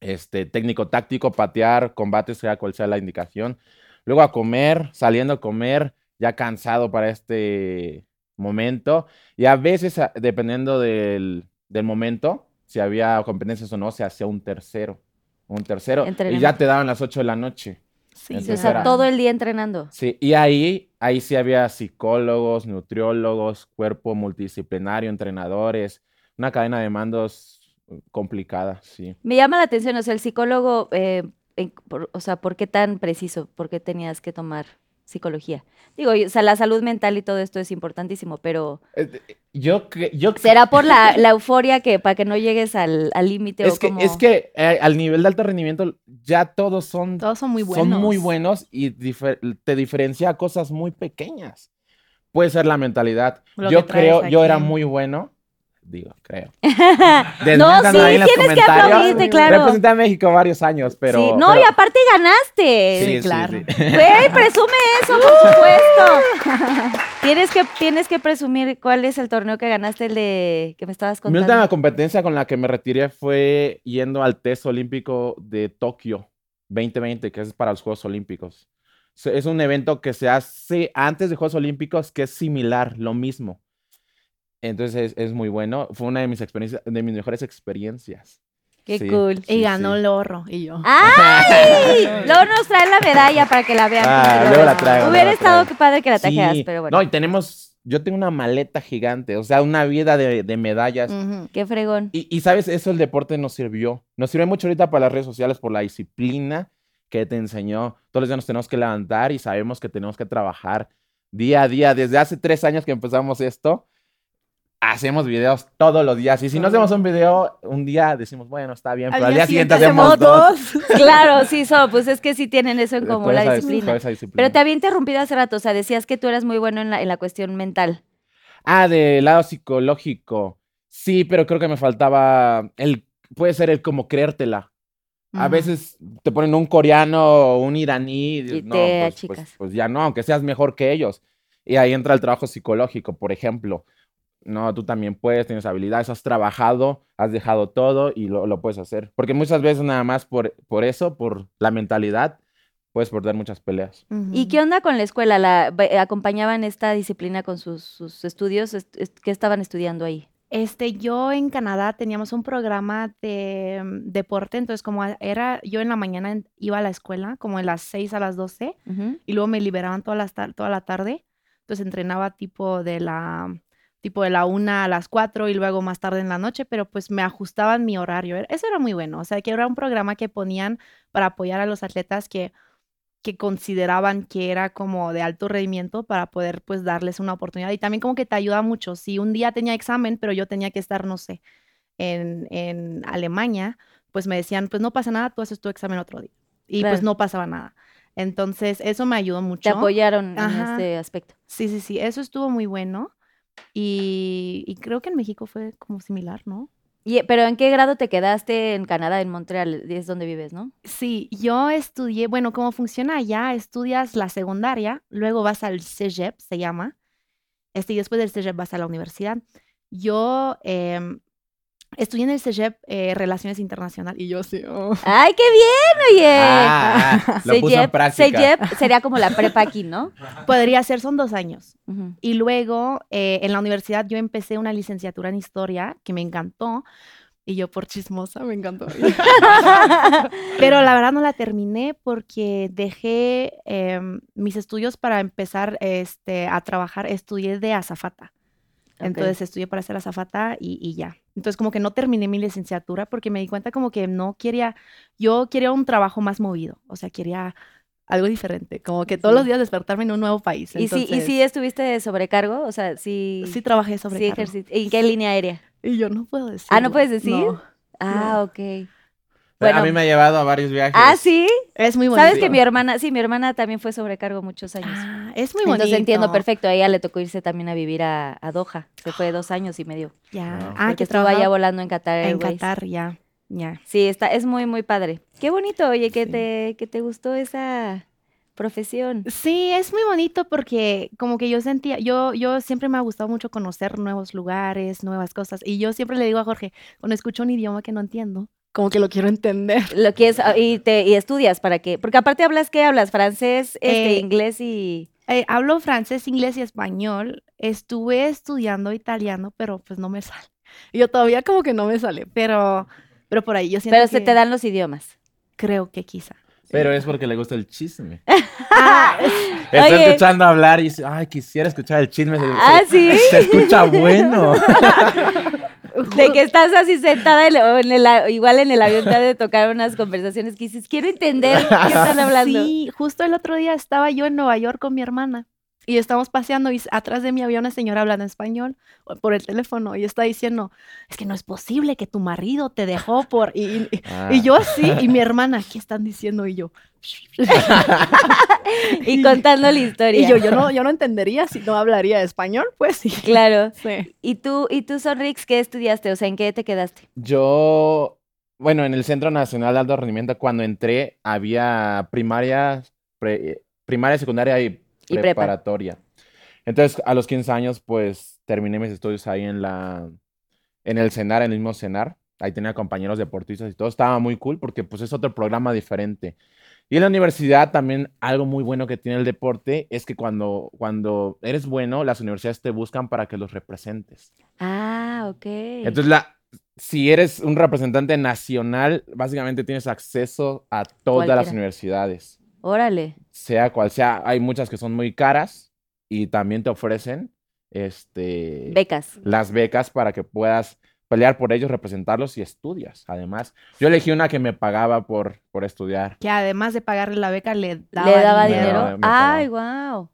S8: Este, técnico táctico, patear, combate, sea cual sea la indicación. Luego a comer, saliendo a comer, ya cansado para este momento. Y a veces, a- dependiendo del, del momento, si había competencias o no, se hacía un tercero. Un tercero. Y ya
S2: Entrenamiento.
S8: te daban las 8 de la noche.
S2: Sí, o
S8: Entonces
S2: sea,
S8: era-
S2: todo el día entrenando.
S8: Sí, y ahí, ahí sí había psicólogos, nutriólogos, cuerpo multidisciplinario, entrenadores, una cadena de mandos eh, complicada, sí.
S2: Me llama la atención, o sea, el psicólogo, eh, en- por- o sea, ¿por qué tan preciso? ¿Por qué tenías que tomar psicología? Digo, y- o sea, la salud mental y todo esto es importantísimo, pero
S8: Eh, eh, Yo, cre- yo cre-
S2: ¿será por la, la euforia que para que no llegues al al límite o
S8: es que,
S2: como...
S8: es que eh, al nivel de alto rendimiento ya todos son
S7: Todos son muy buenos.
S8: son muy buenos y difer- te diferencia a cosas muy pequeñas. Puede ser la mentalidad.
S7: Lo
S8: yo
S7: que traes
S8: creo, yo era
S7: aquí.
S8: muy bueno. Digo, creo.
S2: no,
S8: Desmiéntanme
S2: sí,
S8: ahí en los
S2: tienes que
S8: comentarios.
S2: aplaudirte, claro.
S8: Representé a México varios años, pero.
S2: Sí, No,
S8: pero-
S2: y aparte ganaste.
S8: sí, sí,
S7: claro.
S8: sí.
S2: Güey, presume eso, por supuesto. tienes, que, tienes que presumir cuál es el torneo que ganaste, el de que me estabas
S8: Mi última
S2: contando.
S8: competencia con la que me retiré fue yendo al test olímpico de Tokio 2020, que es para los Juegos Olímpicos. Se- Es un evento que se hace antes de Juegos Olímpicos que es similar, lo mismo. Entonces es, es muy bueno. Fue una de mis experiencias, de mis mejores experiencias.
S2: Qué
S8: Sí,
S2: cool.
S7: Y
S8: sí,
S7: ganó
S8: sí.
S7: el oro y yo.
S2: ¡Ay! Luego nos traen la medalla para que la vean.
S8: Ah,
S2: Pero
S8: luego la
S2: bueno,
S8: traigo, luego
S2: Hubiera
S8: la
S2: estado
S8: traigo.
S2: que padre que la trajeras,
S8: Sí.
S2: pero bueno.
S8: No, y tenemos, yo tengo una maleta gigante, o sea, una vida de, de medallas.
S7: Ujú.
S2: Qué fregón.
S8: Y, y, sabes, eso el deporte nos sirvió. Nos sirve mucho ahorita para las redes sociales, por la disciplina que te enseñó. Todos los días nos tenemos que levantar y sabemos que tenemos que trabajar día a día. Desde hace tres años que empezamos esto, hacemos videos todos los días. Y si no hacemos un video, un día decimos, bueno, está bien, pero al día siguiente hacemos dos.
S2: Claro, sí, so, pues es que sí tienen eso en común,
S8: Toda
S2: la
S8: Eh, esa-
S2: disciplina.
S8: toda esa disciplina.
S2: Pero te había interrumpido hace rato, o sea, decías que tú eras muy bueno en la, en la cuestión mental.
S8: Ah, del lado psicológico. Sí, pero creo que me faltaba el, puede ser el como creértela. A veces te ponen un coreano o un iraní y, dices,
S2: Y
S8: no,
S2: te
S8: pues, pues-
S2: achicas.
S8: pues ya no, aunque seas mejor que ellos. Y ahí entra el trabajo psicológico, por ejemplo. No, tú también puedes, tienes habilidades, has trabajado, has dejado todo y lo, lo puedes hacer. Porque muchas veces nada más por, por eso, por la mentalidad, puedes perder muchas peleas.
S2: ¿Y qué onda con la escuela? ¿La, ba- ¿Acompañaban esta disciplina con sus, sus estudios? Est- est- ¿Qué estaban estudiando ahí?
S7: Este, yo en Canadá teníamos un programa de mm, deporte, entonces como a- era, yo en la mañana en- iba a la escuela, como de las 6 a las 12, y luego me liberaban toda la, toda la tarde, entonces entrenaba tipo de la, tipo de la 1 a las 4 y luego más tarde en la noche, pero pues me ajustaban mi horario, era- eso era muy bueno, o sea, que era un programa que ponían para apoyar a los atletas que, que consideraban que era como de alto rendimiento para poder pues darles una oportunidad y también como que te ayuda mucho. Si un día tenía examen, pero yo tenía que estar, no sé, en, en Alemania, pues me decían, pues no pasa nada, tú haces tu examen otro día. Y
S2: Claro.
S7: pues no pasaba nada. Entonces, eso me ayudó
S2: ¿Te
S7: mucho.
S2: apoyaron en
S7: Ajá.
S2: este aspecto?
S7: Sí, sí, sí, eso estuvo muy bueno. Y, y creo que en México fue como similar, ¿no?
S2: Y- ¿Pero en qué grado te quedaste en Canadá, en Montreal? Es donde vives, ¿no?
S7: Sí, yo estudié, bueno, como funciona allá, estudias la secundaria, luego vas al CEGEP, se llama, este, y después del CEGEP vas a la universidad. Yo em, estudié en el CEGEP eh, Relaciones Internacionales y yo sí, oh,
S2: ¡Ay, qué bien, oye!
S8: Ah, ah, lo puso en
S2: Seyep-
S8: práctica.
S2: Seyep sería como la prepa aquí, ¿no?
S7: podría ser, son dos años.
S2: Ujú.
S7: Y luego eh, en la universidad yo empecé una licenciatura en historia que me encantó y yo por chismosa me encantó. Pero la verdad no la terminé porque dejé em, mis estudios para empezar este, a trabajar. Estudié de azafata. Entonces estudié para ser azafata y, y ya. Entonces como que no terminé mi licenciatura porque me di cuenta como que no quería, yo quería un trabajo más movido. O sea, quería algo diferente. Como que todos los días despertarme en un nuevo país.
S2: ¿Y, si, ¿Y
S7: Entonces,
S2: si estuviste de sobrecargo? O sea, sí.
S7: sí trabajé sobre
S2: sí ejerci- ¿En qué línea aérea?
S7: Y yo no puedo decir.
S2: Ah, ¿no puedes decir? Ah, ok.
S8: a
S2: Bueno.
S8: mí me ha llevado a varios viajes.
S2: Ah, sí.
S7: Es muy bonito.
S2: ¿Sabes que mi hermana, sí, mi hermana también fue sobrecargo muchos años?
S7: Ah, es muy bonito.
S2: Entonces entiendo perfecto, a ella le tocó irse también a vivir a, a Doha, se fue dos años y medio.
S7: Ya.
S8: Wow.
S7: Ah,
S2: porque
S7: que
S2: estaba
S7: trabajaba
S2: ya volando en Qatar
S7: En
S2: Airways.
S7: Qatar, ya. Ya.
S2: Sí, está, es muy, muy padre. Qué bonito, oye, que,
S7: Sí.
S2: te, que te gustó esa profesión.
S7: Sí, es muy bonito porque como que yo sentía, yo, yo siempre me ha gustado mucho conocer nuevos lugares, nuevas cosas. Y yo siempre le digo a Jorge, cuando escucho un idioma que no entiendo, como que lo quiero entender.
S2: Lo que es, y, te, y estudias para qué, porque aparte hablas, ¿qué hablas? Francés, este,
S7: Eh,
S2: inglés y...
S7: Eh, hablo francés, inglés y español. Estuve estudiando italiano, pero pues no me sale. Yo todavía como que no me sale, pero, pero por ahí yo siento
S2: Pero se
S7: que-
S2: te dan los idiomas.
S7: Creo que quizá.
S8: Pero es porque le gusta el chisme.
S7: Ah,
S8: Está
S2: Oye.
S8: escuchando hablar y dice, ay, quisiera escuchar el chisme. Se,
S2: Ah, ¿sí?
S8: se escucha bueno.
S2: De que estás así sentada, en el- o en el a- igual en el avión te ha de tocar unas conversaciones que dices, quiero entender qué están hablando.
S7: Sí, justo el otro día estaba yo en Nueva York con mi hermana y estamos paseando y s- atrás de mí había una señora hablando español o- por el teléfono y está diciendo, es que no es posible que tu marido te dejó por... Y, y- y- y yo así, y mi hermana, ¿qué están diciendo? Y yo...
S2: Y contando la historia.
S7: Y yo, yo no, yo no entendería si no hablaría español, pues sí.
S2: Claro.
S7: Sí.
S2: ¿Y tú, y tú Sonrix, qué estudiaste? O sea, ¿en qué te quedaste?
S8: Yo, bueno, en el Centro Nacional de Alto Rendimiento, cuando entré, había primaria, pre- primaria, secundaria y
S2: Y prepa.
S8: preparatoria. Entonces, a los 15 años, pues terminé mis estudios ahí en la, en el CENAR, en el mismo CENAR. Ahí tenía compañeros deportistas y todo. Estaba muy cool porque, pues, es otro programa diferente. Y en la universidad también algo muy bueno que tiene el deporte es que cuando, cuando eres bueno, las universidades te buscan para que los representes.
S2: Ah, ok.
S8: Entonces, la, si eres un representante nacional, básicamente tienes acceso a todas las
S2: Cualquiera.
S8: universidades,
S2: Órale.
S8: sea cual sea. Hay muchas que son muy caras y también te ofrecen este,
S2: Becas.
S8: las becas para que puedas pelear por ellos, representarlos y estudias. Además, yo elegí una que me pagaba por, por estudiar.
S7: Que además de pagarle la beca, le daba,
S2: ¿Le daba
S8: dinero.
S2: dinero?
S8: Me daba- me
S2: Ay, wow.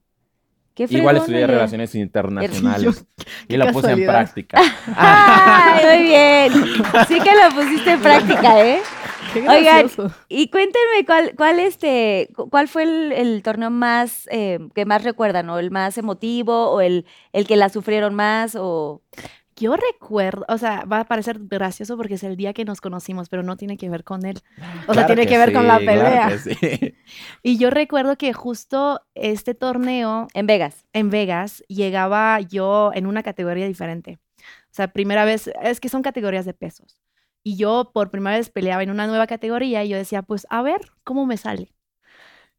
S2: Qué
S8: Igual
S2: fregón,
S8: estudié
S2: oye.
S8: relaciones internacionales y
S7: qué
S8: lo puse en
S7: casualidad.
S8: práctica.
S2: Ay, muy bien. Sí que lo pusiste en práctica, ¿eh?
S7: Qué
S2: Oigan,
S7: gracioso.
S2: Y cuéntenme cuál, cuál este, cu- cuál fue el, el torneo más eh, que más recuerdan, o el más emotivo, o el, el que la sufrieron más, o
S7: yo recuerdo, o sea, va a parecer gracioso porque es el día que nos conocimos, pero no tiene que ver con él. O sea,
S8: Ah, Claro
S7: tiene que, ver con la
S8: sí, claro
S7: pelea.
S8: que sí.
S7: Y yo recuerdo que justo este torneo
S2: En Vegas.
S7: en Vegas llegaba yo en una categoría diferente. O sea, primera vez, es que son categorías de pesos. Y yo por primera vez peleaba en una nueva categoría y yo decía, pues a ver cómo me sale.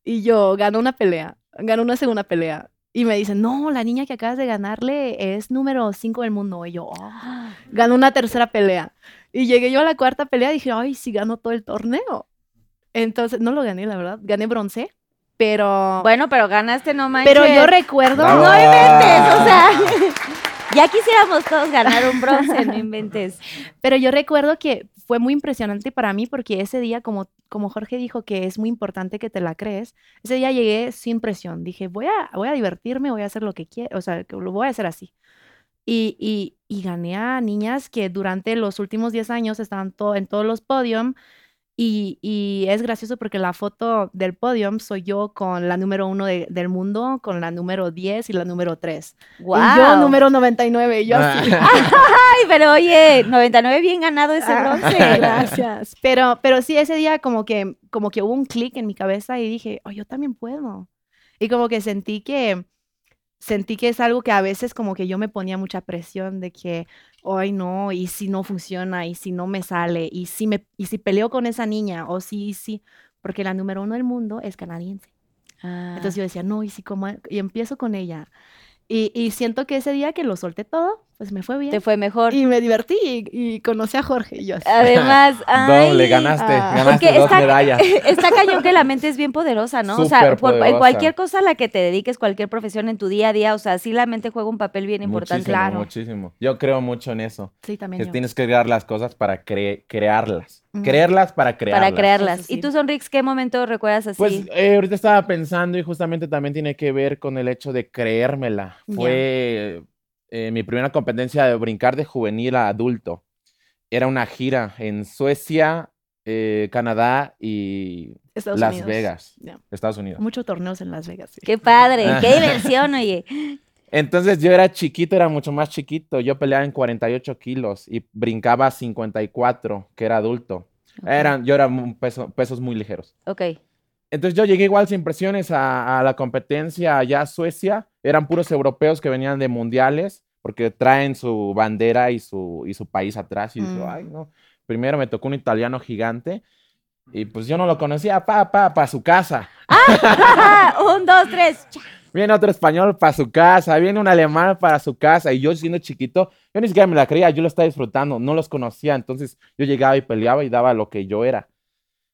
S7: Y yo gano una pelea, gano una segunda pelea. Y me dicen, no, la niña que acabas de ganarle es número 5 del mundo. Y yo, "Ah". gano una tercera pelea. Y llegué yo a la cuarta pelea y dije, ay, sí gano todo el torneo. Entonces, no lo gané, la verdad. Gané bronce, pero...
S2: Bueno, pero ganaste, no manches.
S7: pero yo recuerdo...
S8: Bravo.
S2: No inventes, o sea. Ya quisiéramos todos ganar un bronce, no inventes.
S7: Pero yo recuerdo que fue muy impresionante para mí porque ese día, como, como Jorge dijo que es muy importante que te la crees, ese día llegué sin presión. Dije, voy a, voy a divertirme, voy a hacer lo que quiero, o sea, que lo voy a hacer así. Y, y, y gané a niñas que durante los últimos 10 años estaban to- en todos los podium. Y, y es gracioso porque la foto del podium soy yo con la número uno de- del mundo, con la número 10 y la número 3.
S2: Wow.
S7: Y yo número 99, y yo así.
S8: Ah.
S2: Ay, pero oye, 99 bien ganado ese
S7: Ah,
S2: bronce.
S7: gracias. Pero, pero sí, ese día como que, como que hubo un clic en mi cabeza y dije, oh, yo también puedo. Y como que sentí que, sentí que es algo que a veces como que yo me ponía mucha presión de que, ay no, y si no funciona, y si no me sale, y si me, y si peleo con esa niña, o sí, y sí, porque la número uno del mundo es canadiense.
S2: Ah,
S7: Entonces yo decía, no, y si como, y empiezo con ella. Y, y siento que ese día que lo solté todo, pues me fue bien.
S2: te fue mejor.
S7: Y me divertí y, y conocí a Jorge y yo así.
S2: Ah, Además, ay,
S8: Doble, ganaste,
S7: ah.
S8: ganaste
S2: Porque
S8: dos
S2: está-
S8: medallas.
S2: Está cañón que la mente es bien poderosa, ¿no? o sea,
S8: Súper
S2: por- en
S8: poderosa.
S2: cualquier cosa a la que te dediques, cualquier profesión en tu día a día, o sea, sí la mente juega un papel bien importante.
S8: Muchísimo,
S7: claro.
S8: muchísimo. Yo creo mucho en eso.
S7: Sí, también
S8: Que
S7: yo.
S8: tienes que crear las cosas para cre- crearlas.
S7: Ujú.
S8: Creerlas para crearlas.
S2: Para crearlas.
S7: Eso sí.
S2: ¿Y tú, Sonrix, qué momento recuerdas así?
S8: Pues eh, ahorita estaba pensando y justamente también tiene que ver con el hecho de creérmela.
S7: Ya.
S8: Fue eh, mi primera competencia de brincar de juvenil a adulto. Era una gira en Suecia, eh, Canadá y
S7: Estados
S8: Las
S7: Unidos.
S8: Vegas,
S7: Ya.
S8: Estados Unidos.
S7: Muchos torneos en Las Vegas. sí.
S2: Qué padre,
S8: ah.
S2: qué diversión, oye.
S8: Entonces yo era chiquito, era mucho más chiquito. Yo peleaba en 48 kilos y brincaba a 54, que era adulto. Eran, yo era un peso- pesos muy ligeros.
S2: Ok.
S8: Entonces yo llegué igual sin presiones a, a la competencia allá a Suecia. Eran puros europeos que venían de mundiales porque traen su bandera y su, y su país atrás. Y yo,
S7: Mm.
S8: ay, no. Primero me tocó un italiano gigante y pues yo no lo conocía. Pa, pa, pa su casa.
S2: un, dos, tres.
S8: Viene otro español para su casa. Viene un alemán para su casa. Y yo siendo chiquito, yo ni siquiera me la creía. Yo lo estaba disfrutando. No los conocía. Entonces yo llegaba y peleaba y daba lo que yo era.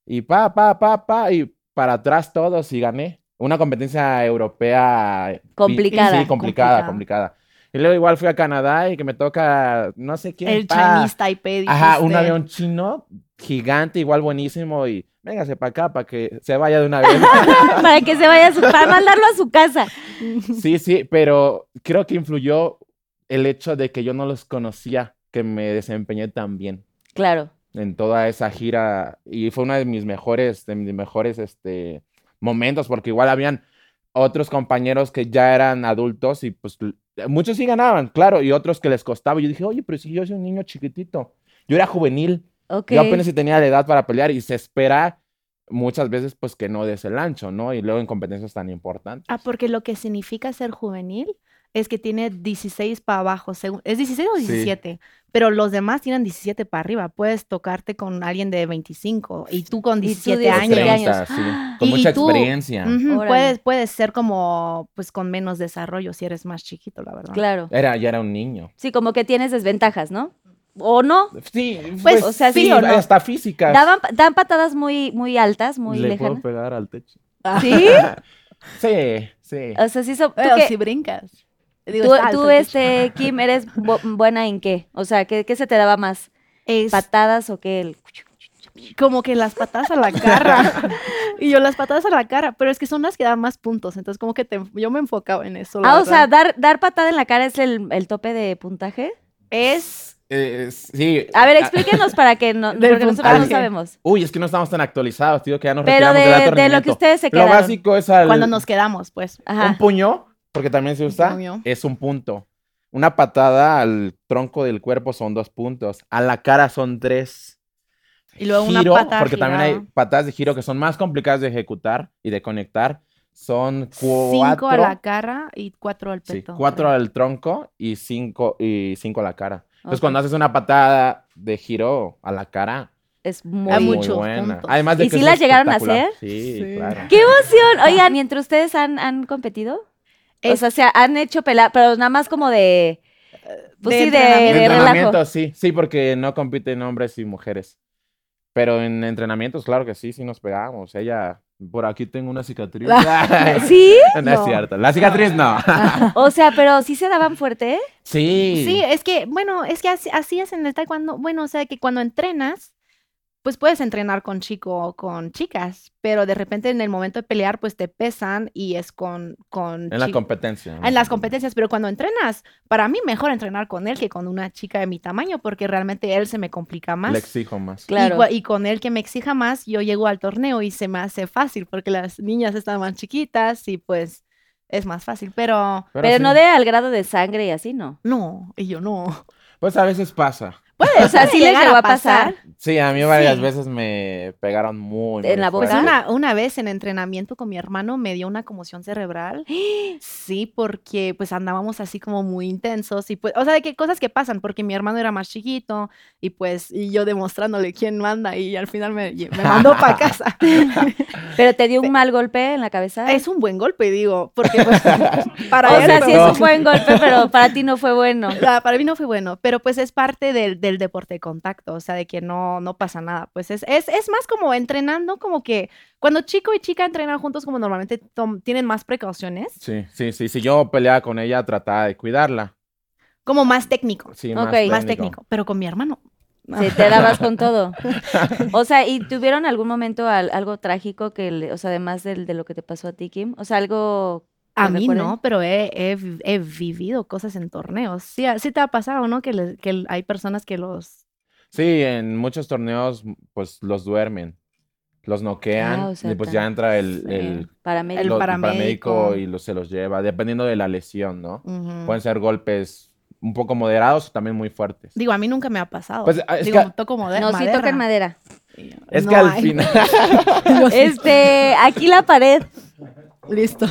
S8: Y pa, pa, pa, pa. Y para atrás todos y gané. Una competencia europea. eh,
S2: Complicada.
S8: Sí,
S7: Complicada.
S8: complicada, complicada. Y luego igual fui a Canadá y que me toca, no sé quién.
S7: El
S8: pa.
S7: Chinese Taipei.
S8: Ajá, Ah, un
S7: dijiste.
S8: avión chino gigante, igual buenísimo. Y véngase para acá para que se vaya de una vez.
S2: Para que se vaya a su, para mandarlo a su casa.
S8: Sí, sí, pero creo que influyó el hecho de que yo no los conocía, que me desempeñé tan bien
S2: Claro.
S8: en toda esa gira y fue uno de mis mejores, de mis mejores este, momentos, porque igual habían otros compañeros que ya eran adultos y pues l- muchos sí ganaban, claro, y otros que les costaba. Yo dije, oye, pero si yo soy un niño chiquitito, yo era juvenil,
S2: Ok.
S8: yo apenas si tenía la edad para pelear y se espera muchas veces pues que no des el ancho, ¿no? Y luego en competencias tan importantes.
S7: Ah, porque lo que significa ser juvenil es que tiene 16 para abajo. según- Es 16 o
S8: Sí.
S7: 17. Pero los demás tienen 17 para arriba. Puedes tocarte con alguien de 25 y tú con
S2: Y tú
S7: 17
S2: de
S7: años.
S2: 17
S8: 30, sí, con
S7: Y- y
S8: mucha
S7: tú,
S8: experiencia.
S7: Ujú,
S2: Órale.
S7: puedes, puedes ser como, pues con menos desarrollo si eres más chiquito, la verdad.
S2: Claro.
S8: Era, ya era un niño.
S2: Sí, como que tienes desventajas, ¿no? ¿O no?
S8: Sí,
S2: Pues, o sea, sí o no.
S8: hasta física.
S2: Daban, dan patadas muy, muy altas, muy
S8: Le
S2: lejanas.
S8: puedo pegar al techo.
S2: ¿Sí?
S8: Sí, sí.
S2: O sea, sí, so- ¿tú,
S7: Pero
S2: qué-
S7: si brincas.
S2: tú,
S7: Digo, está
S2: tú,
S7: alto el techo.
S2: este, Kim, eres bu- buena en qué? O sea, ¿qué, qué se te daba más?
S7: Es-
S2: ¿Patadas o qué? El-
S7: como que las patadas a la cara. y yo las patadas a la cara, pero es que son las que dan más puntos, entonces como que te- yo me enfocaba en eso. la
S2: Ah, o sea,
S7: verdad.
S2: dar, dar patada en la cara es el, el tope de puntaje.
S7: es...
S8: Eh, sí.
S2: A ver, explíquenos para que no,
S7: Del
S2: porque nosotros no
S8: puntaje.
S2: sabemos.
S8: Uy, es que no estamos tan actualizados, tío, que ya nos
S2: Pero
S8: retiramos del
S2: de,
S8: alto
S2: de lo que
S8: rendimiento.
S2: ustedes se
S8: Lo
S2: quedaron.
S8: básico es al-
S7: Cuando nos quedamos, pues.
S2: Ajá.
S8: un puño, porque también se usa,
S7: puño.
S8: es un punto. Una patada al tronco del cuerpo son dos puntos, a la cara son tres.
S7: Y luego una
S8: Giro,
S7: pata
S8: porque también hay
S7: girada.
S8: patadas de giro que son más complicadas de ejecutar y de conectar. Son cuatro,
S7: Cinco a la cara y cuatro al
S8: sí,
S7: peto.
S8: cuatro
S7: al
S8: al tronco y cinco, y cinco a la cara. Entonces,
S2: Ok.
S8: cuando haces una patada de giro a la cara,
S2: Es
S8: es
S2: muy...
S7: Hay
S8: muy
S7: muchos
S8: buena.
S7: puntos.
S8: Además de
S2: ¿Y
S8: que
S2: sí
S8: es
S2: las llegaron a
S8: espectacular.
S2: hacer?
S8: Sí,
S7: Sí.
S8: claro.
S2: ¡Qué emoción! Oigan, ¿y entre ustedes han, han competido? O sea, se han hecho pelar, pero nada más como de... Pues
S7: de
S2: sí, de,
S7: entrenamiento.
S8: En
S2: de relajo.
S8: entrenamiento, sí, sí, porque no compiten hombres y mujeres. Pero en entrenamientos, claro que sí, sí nos pegamos. Ella, por aquí tengo una cicatriz. no,
S2: ¿Sí?
S8: es cierto. La cicatriz no.
S2: O sea, pero sí se daban fuerte. ¿eh?
S8: sí.
S7: Sí, es que, bueno, es que así, así es en el taekwondo. Bueno, o sea, que cuando entrenas, pues puedes entrenar con chico o con chicas, pero de repente en el momento de pelear, pues te pesan y es con, con
S8: En la
S7: chi-
S8: competencia.
S7: en las competencias, pero cuando entrenas, para mí mejor entrenar con él que con una chica de mi tamaño, porque realmente él se me complica más.
S8: Le exijo más.
S7: Y
S2: Claro.
S7: gua- Y, con él que me exija más, yo llego al torneo y se me hace fácil, porque las niñas están más chiquitas y pues es más fácil, pero
S2: Pero
S8: sí.
S2: no de al grado de sangre y así, ¿no?
S7: no, y yo no.
S8: Pues a veces pasa.
S7: Puede,
S2: Pues, O sea, sí les
S7: llegar
S2: llegó a pasar.
S8: Sí, a mí varias
S7: Sí.
S8: veces me pegaron muy.
S2: ¿En
S8: muy
S2: la boca?
S7: Pues
S8: fuerte.
S7: una, una vez en entrenamiento con mi hermano me dio una conmoción cerebral. Sí, porque pues andábamos así como muy intensos y pues, o sea, de qué cosas que pasan, porque mi hermano era más chiquito y pues, y yo demostrándole quién manda y al final me, me mandó para casa.
S2: Pero te dio un mal golpe en la cabeza.
S7: es un buen golpe, digo, porque pues para
S2: o
S7: él
S2: sea,
S7: no.
S2: sí es un buen golpe, pero para ti no fue bueno.
S7: Ah, para mí no fue bueno, pero pues es parte del, del deporte de contacto, o sea, de que no, no pasa nada. Pues es, es, es más como entrenando, como que cuando chico y chica entrenan juntos, como normalmente tom- tienen más precauciones,
S8: Sí, sí, sí. Si yo peleaba con ella, trataba de cuidarla.
S7: como más técnico,
S8: Sí, Ah.
S2: Ok,
S7: más técnico, pero con mi hermano.
S2: Sí, te dabas con todo. O sea, ¿y tuvieron algún momento al- algo trágico que, le- o sea, además del- de lo que te pasó a ti, Kim? O sea, algo...
S7: A
S2: ¿Lo
S7: mí
S2: recuerdan?
S7: no, pero he, he vi- he vivido cosas en torneos. Sí, a- sí te ha pasado, ¿no? Que, le- que hay personas que los...
S8: Sí, en muchos torneos, m- pues los duermen, los noquean
S2: Ah, o sea,
S8: y pues
S2: tan
S8: ya entra el, el,
S2: eh, Para
S8: lo- el
S7: El
S8: paramédico
S7: paramédico.
S8: y los- se los lleva, dependiendo de la lesión, ¿no?
S7: Ujú.
S8: Pueden ser golpes un poco moderados o también muy fuertes.
S7: Digo, a mí nunca me ha pasado.
S8: Pues, ah, es
S7: Digo,
S8: que-
S7: toco moder-
S2: No, sí
S7: madera.
S2: tocan madera.
S8: Es
S7: No
S8: que al
S7: hay.
S8: final,
S2: Este, aquí la pared,
S7: Listo.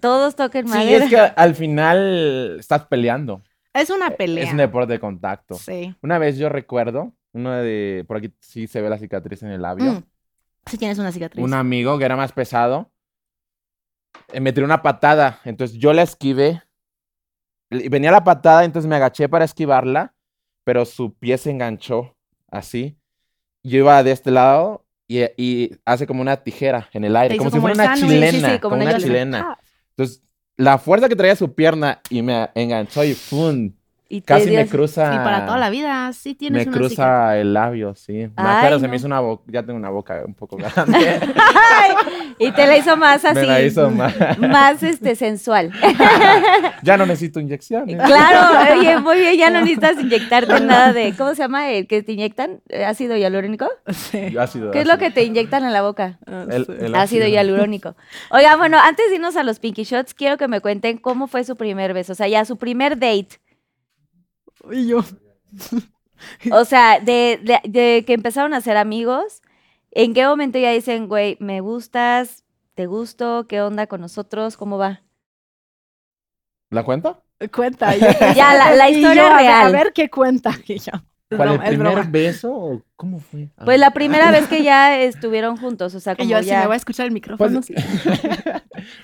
S2: todos toquen
S8: sí,
S2: madera.
S8: es que al final estás peleando.
S7: Es una pelea.
S8: E, Es un deporte de contacto.
S7: Sí.
S8: Una vez yo recuerdo, uno de, por aquí sí se ve la cicatriz en el labio.
S7: Mm. Si tienes una cicatriz.
S8: un amigo que era más pesado eh, me tiró una patada, entonces yo la esquivé. L- Venía la patada, entonces me agaché para esquivarla, pero su pie se enganchó así. Yo iba de este lado y, y hace como una tijera en el aire,
S7: hizo
S8: como si
S7: como
S8: fuera
S7: el
S8: una
S7: sándwich. Sí, sí,
S8: chilena,
S7: sí,
S8: como,
S2: como
S8: una
S2: una
S7: Entonces,
S8: chilena.
S7: ah,
S8: Entonces la fuerza que traía su pierna y me enganchó y ¡fum!
S2: Y te
S8: Casi me
S2: dio-
S8: cruza.
S7: Y para toda la vida sí tienes
S8: Me
S7: una
S8: cruza
S7: cicatriz.
S8: el labio, sí. Me
S2: Ay,
S8: acuerdo, se me
S2: no.
S8: hizo una boca, ya tengo una boca un poco grande.
S2: Y te la hizo más así.
S8: me la hizo mal.
S2: Más este sensual.
S8: Ya no necesito ¿eh? inyecciones.
S2: Claro, oye, muy bien, ya no necesitas inyectarte nada de, ¿cómo se llama? El que te inyectan, Eh, ácido hialurónico.
S8: Yo ácido,
S2: ¿Qué es lo
S8: ácido.
S2: que te inyectan en la boca?
S8: El- el
S2: Ácido hialurónico. Oiga, bueno, antes de irnos a los Pinky Shots, quiero que me cuenten cómo fue su primer beso, o sea, ya su primer date.
S7: Y yo.
S2: O sea, de, de- de que empezaron a ser amigos, ¿en qué momento ya dicen, güey, me gustas, te gusto, qué onda con nosotros, cómo va?
S8: ¿La cuenta?
S7: eh, Cuenta. y yo-
S2: Ya, la- la
S7: y yo,
S2: historia
S7: a ver-
S2: real.
S7: A ver qué cuenta. y yo, es
S8: ¿Cuál, el
S7: broma, es
S8: primer
S7: broma.
S8: beso o cómo fue? Ah.
S2: Pues la primera vez que ya estuvieron juntos, o sea,
S7: Y
S2: como
S7: yo así me
S2: ya...
S7: voy a escuchar el micrófono. sí.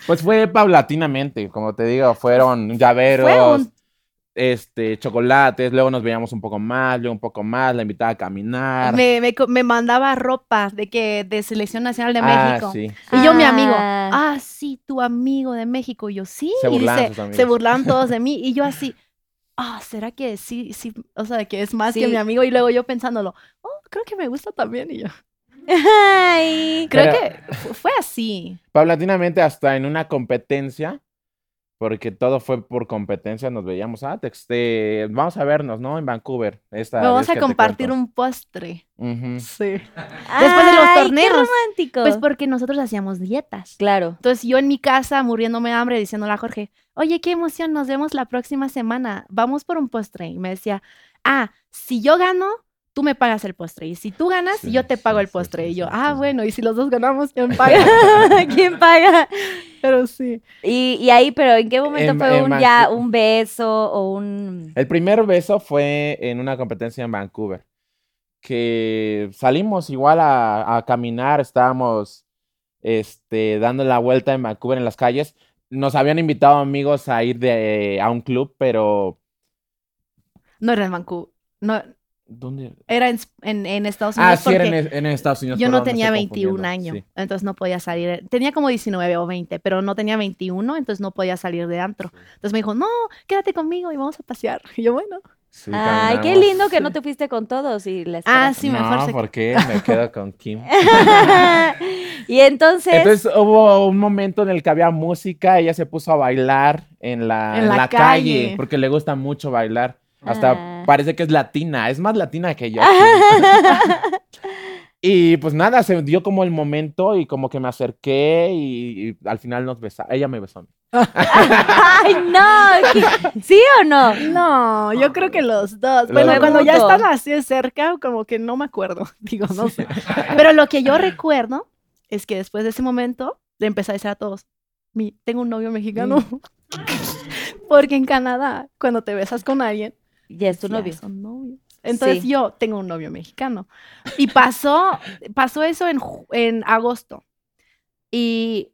S8: Pues fue paulatinamente, como te digo, fueron llaveros,
S7: Fue un-
S8: este, chocolates, luego nos veíamos un poco más, luego un poco más, la invitaba a caminar.
S7: me, me, co- me mandaba ropa de que de Selección Nacional de México.
S8: Ah, sí.
S7: Y yo, mi amigo,
S2: Ah.
S7: ah, sí, tu amigo de México. Y yo, sí.
S8: Se
S7: y
S8: burlaban
S7: dice-
S8: sus amigos.
S7: se burlaban todos de mí. Y yo así, ah, ¿será que sí, sí? O sea, que es más que
S2: Sí.
S7: mi amigo. Y luego yo pensándolo, oh, creo que me gusta también. Y yo,
S2: Ay.
S7: creo
S8: Pero-
S7: que fu- fue así.
S8: Paulatinamente hasta en una competencia porque todo fue por competencia, nos veíamos, ah, te- este, vamos a vernos, ¿no? En Vancouver. Esta
S7: Vamos a compartir un postre.
S8: un...
S7: Sí. Después de los
S2: Ay, qué
S7: torneos.
S2: romántico.
S7: Pues porque nosotros hacíamos dietas.
S2: claro.
S7: Entonces yo en mi casa muriéndome de hambre diciéndole a Jorge, oye, qué emoción, nos vemos la próxima semana, vamos por un postre. Y me decía, ah, si yo gano, tú me pagas el postre. Y si tú ganas,
S8: Sí,
S7: yo te pago
S8: sí,
S7: el
S8: sí,
S7: postre.
S8: sí,
S7: y yo,
S8: sí,
S7: ah,
S8: sí,
S7: bueno, y si los dos ganamos, ¿quién paga?
S2: ¿Quién paga?
S7: Pero sí.
S2: Y, y ahí, pero ¿en qué momento
S8: En-
S2: fue
S8: en
S2: un ya
S8: Vancouver.
S2: un beso o un
S8: El primer beso fue en una competencia en Vancouver, que salimos igual a, a caminar, estábamos este, dando la vuelta en Vancouver en las calles. Nos habían invitado amigos a ir de, a un club, pero...
S7: No era en Vancouver, no,
S8: ¿Dónde?
S7: era en, en- en Estados Unidos.
S8: Ah, sí, era en,
S7: porque
S8: en Estados Unidos.
S7: Yo no
S8: perdón, me
S7: tenía
S8: estoy
S7: 21
S8: este, confundiendo,
S7: años,
S8: sí.
S7: entonces no podía salir. Tenía como 19 o 20, pero no tenía 21, entonces no podía salir de antro. Entonces me dijo, no, quédate conmigo y vamos a pasear. Y yo, bueno.
S8: Sí,
S2: Ay, qué
S8: caminamos.
S2: lindo que no te fuiste con todos y la
S7: Ah,
S2: esperaste.
S7: sí, mejor
S8: no,
S7: se-
S8: ¿por qué? Me quedo con Kim.
S2: y entonces,
S8: Entonces hubo un momento en el que había música, ella se puso a bailar en la,
S7: En
S8: en
S7: la
S8: la calle,
S7: calle.
S8: porque le gusta mucho bailar. Hasta
S2: Ah.
S8: parece que es latina, es más latina que yo. y pues nada, se dio como el momento y como que me acerqué y, y al final nos besamos. Ella me besó. a mí.
S2: ay, no, ¿qué- ¿sí o no?
S7: No, yo creo que los dos.
S8: Ah, Los
S7: Bueno,
S8: dos.
S7: cuando ya
S2: Remoto.
S7: están así de cerca, como que no me acuerdo. Digo, no sé. Pero lo que yo recuerdo es que después de ese momento le empecé a decir a todos, "Mi- tengo un novio mexicano.
S8: Mm.
S7: Porque en Canadá, cuando te besas con alguien,
S2: Ya es tu
S7: ya
S2: novio.
S7: son novios. Entonces
S2: Sí.
S7: yo tengo un novio mexicano. Y pasó, pasó eso en, ju- en agosto. Y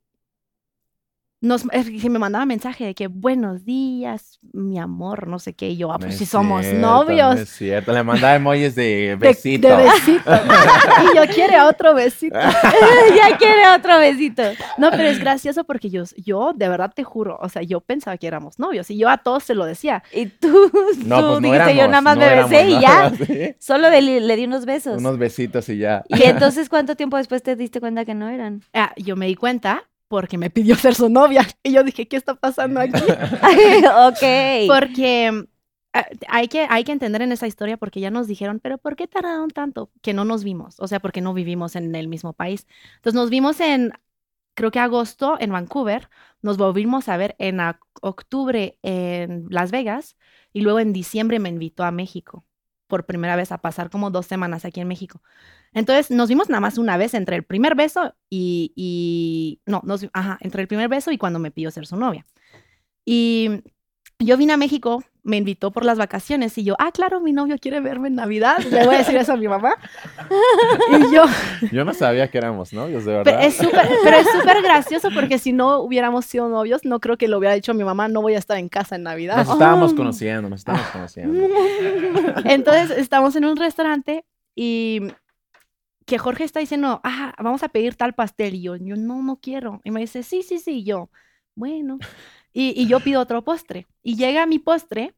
S7: nos, es que me mandaba mensaje de que buenos días, mi amor, no sé qué. Y yo, ah,
S8: No
S7: pues
S8: es
S7: si somos
S8: cierto,
S7: novios.
S8: No es cierto, le mandaba emojis de
S7: De-
S8: besito.
S7: De, besito. y yo quiere a otro besito.
S2: ya quiere otro besito.
S7: No, pero es gracioso porque yo, yo de verdad te juro, o sea, yo pensaba que éramos novios y yo a todos se lo decía.
S2: Y tú,
S8: no,
S2: tú
S8: pues no
S2: dijiste,
S8: éramos,
S2: yo nada más
S8: no
S2: me besé
S8: éramos
S2: y ya.
S8: nada, sí.
S2: Solo de- le di unos besos.
S8: Unos besitos y ya.
S2: Y entonces, ¿cuánto tiempo después te diste cuenta que no eran?
S7: Ah, yo me di cuenta porque me pidió ser su novia. Y yo dije, ¿qué está pasando aquí?
S2: ok.
S7: Porque mm, ah, hay que, hay que entender en esa historia porque ya nos dijeron, pero ¿por qué tardaron tanto? Que no nos vimos, o sea, porque no vivimos en el mismo país. Entonces nos vimos en, creo que agosto en Vancouver, nos volvimos a ver en ac- octubre en Las Vegas y luego en diciembre me invitó a México por primera vez a pasar como dos semanas aquí en México. Entonces nos vimos nada más una vez entre el primer beso y, y no, nos, ajá, entre el primer beso y cuando me pidió ser su novia. Y yo vine a México, me invitó por las vacaciones y yo, ah, claro, mi novio quiere verme en Navidad, le voy a decir eso a mi mamá. y yo,
S8: Yo no sabía que éramos novios, de
S7: pero
S8: verdad.
S7: es súper, pero es súper gracioso porque si no hubiéramos sido novios, no creo que lo hubiera dicho a mi mamá, no voy a estar en casa en Navidad. Oh,
S8: Nos
S2: Ah, um.
S8: estábamos conociendo, nos estábamos conociendo.
S7: Entonces estamos en un restaurante y que Jorge está diciendo, ah, vamos a pedir tal pastel. Y yo, yo no, no quiero. Y me dice, sí, sí, sí. Y yo, bueno. Y, y yo pido otro postre. Y llega mi postre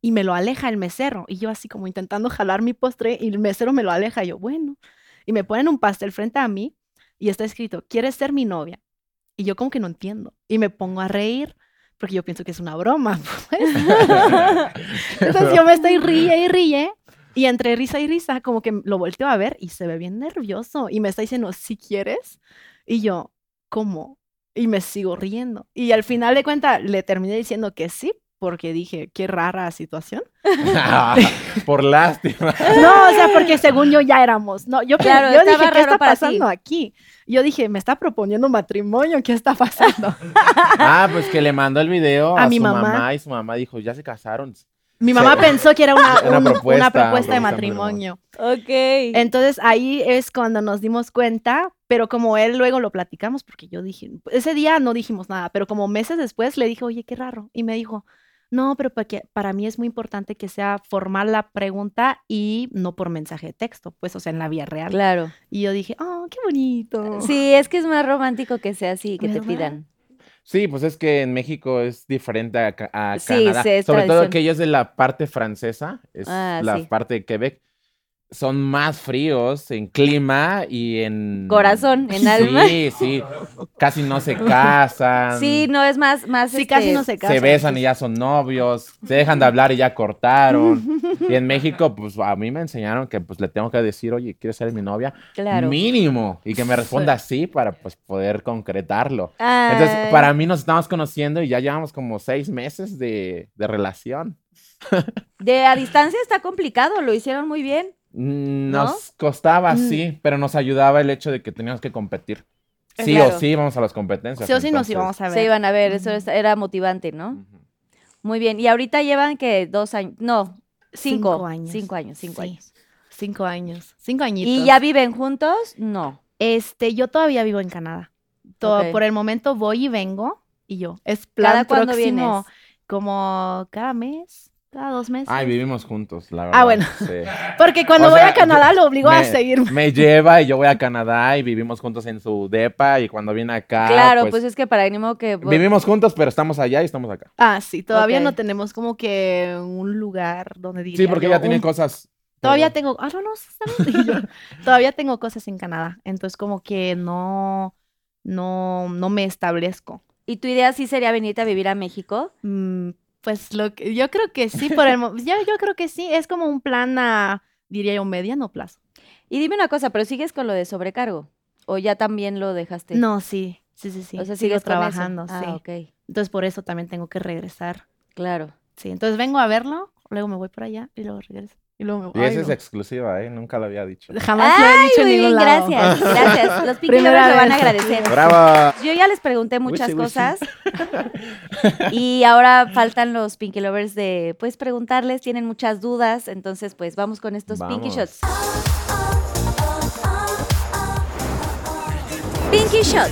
S7: y me lo aleja el mesero. Y yo así como intentando jalar mi postre y el mesero me lo aleja. Y yo, bueno. Y me ponen un pastel frente a mí y está escrito, ¿quieres ser mi novia? Y yo como que no entiendo. Y me pongo a reír porque yo pienso que es una broma. pues. Entonces yo me estoy ríe y ríe. Y entre risa y risa, como que lo volteo a ver y se ve bien nervioso. Y me está diciendo, si quieres. Y yo, ¿cómo? Y me sigo riendo. Y al final de cuenta le terminé diciendo que sí, porque dije, qué rara situación.
S8: Por lástima.
S7: No, o sea, porque según yo ya éramos. No, yo, pe-
S2: Claro,
S7: yo dije,
S2: estaba
S7: ¿qué
S2: raro
S7: está
S2: para ti".
S7: pasando aquí? Yo dije, me está proponiendo matrimonio, ¿qué está pasando?
S8: Ah, pues que le mandó el video
S7: A
S8: a,
S7: mi
S8: su
S7: mamá.
S8: mamá. y su mamá dijo, ya se casaron.
S7: Mi mamá
S8: Sí.
S7: pensó que era una,
S8: Una
S7: un- una propuesta, de
S8: propuesta, propuesta,
S7: matrimonio.
S2: ok.
S7: Entonces ahí es cuando nos dimos cuenta, pero como él luego lo platicamos, porque yo dije, ese día no dijimos nada, pero como meses después le dije, oye, qué raro. Y me dijo, no, pero pa- que- para mí es muy importante que sea formal la pregunta y no por mensaje de texto, pues, o sea, en la vida real.
S2: claro.
S7: Y yo dije, oh, qué bonito.
S2: Sí, es que es más romántico que sea así, que
S7: ¿Verdad?
S2: te pidan.
S8: Sí, pues es que en México es diferente a, Ca- a
S2: Sí,
S8: Canadá.
S2: sí, es
S8: Sobre todo
S2: tradición.
S8: que ella es de la parte francesa, es
S2: Ah,
S8: la
S2: sí.
S8: parte de Quebec. son más fríos en clima y en...
S2: Corazón, en alma.
S8: Sí, sí. Casi no se casan.
S2: Sí, no es más, más.
S7: Sí, casi
S2: este,
S7: no se casan.
S8: Se besan y ya son novios, se dejan de hablar y ya cortaron. Y en México, pues a mí me enseñaron que pues le tengo que decir, oye, ¿quieres ser mi novia?
S2: Claro.
S8: Mínimo. Y que me responda sí para pues poder concretarlo.
S2: Ay,
S8: Entonces, para mí nos estamos conociendo y ya llevamos como seis meses de, de relación.
S2: De a distancia está complicado, lo hicieron muy bien.
S8: Nos costaba, sí, pero nos ayudaba el hecho de que teníamos que competir.
S2: Eh,
S8: Sí
S2: claro.
S8: o sí, vamos a las competencias.
S7: Sí o sí nos
S8: entonces.
S7: íbamos a ver.
S2: Se iban a ver, eso es- era motivante, ¿no?
S8: Ujú.
S2: Muy bien. Y ahorita llevan que dos años, no, cinco,
S7: Cinco años.
S2: Cinco años, cinco
S7: Sí.
S2: años.
S7: Cinco años. Cinco añitos.
S2: ¿Y ya viven juntos? No.
S7: Este, yo todavía vivo en Canadá. To-
S2: Ok.
S7: Por el momento voy y vengo y yo. Es
S2: ¿Cada
S7: plan
S2: cuándo
S7: próximo,
S2: vienes?
S7: como cada mes, cada dos meses.
S8: Ay, vivimos juntos, la verdad.
S7: Ah, bueno.
S8: sí.
S7: Porque cuando
S8: O
S7: voy
S8: sea,
S7: a Canadá lo obligo a
S8: me-
S7: seguirme.
S8: Me lleva y yo voy a Canadá y vivimos juntos en su depa y cuando viene acá.
S2: claro, pues, es que para ánimo que... pues,
S8: Vivimos juntos, pero estamos allá y estamos acá.
S7: Ah, sí, todavía no
S2: Ok.
S7: tenemos como que un lugar donde diría
S8: Sí, porque
S7: yo,
S8: ella tiene
S7: un-
S8: cosas.
S7: Todavía tengo,
S8: Perdón.
S7: ah, no, no, sí está bien. Y yo, todavía tengo cosas en Canadá, entonces como que no, no, no me establezco.
S2: ¿Y tu idea sí sería venirte a vivir a México?
S7: Mm, pues lo que, yo creo que sí, por el, mo- yo, yo creo que sí, es como un plan a, diría yo, mediano plazo.
S2: Y dime una cosa, ¿pero sigues con lo de sobrecargo? ¿O ya también lo dejaste?
S7: No, sí, sí, sí, sí,
S2: O sea,
S7: sigo
S2: sigues con eso?
S7: trabajando, sí.
S2: Ah, ok,
S7: Entonces por eso también tengo que regresar,
S2: claro.
S7: sí. Entonces vengo a verlo, luego me voy por allá y luego regreso. Y luego me
S8: Y
S7: ay,
S8: esa es
S7: no.
S8: exclusiva, ¿eh? Nunca la había dicho.
S7: Jamás lo he dicho en
S2: Muy
S7: ningún
S2: bien,
S7: lado.
S2: gracias, gracias. Los Pinky
S7: Primera
S2: Lovers lo van a
S7: vez.
S2: agradecer.
S8: ¡Brava!
S2: Yo ya les pregunté muchas
S8: Wishy, wishy.
S2: cosas y ahora faltan los Pinky Lovers de pues preguntarles, tienen muchas dudas, entonces pues vamos con estos Pinky
S8: Vamos.
S2: Shots.
S9: Pinky Shot.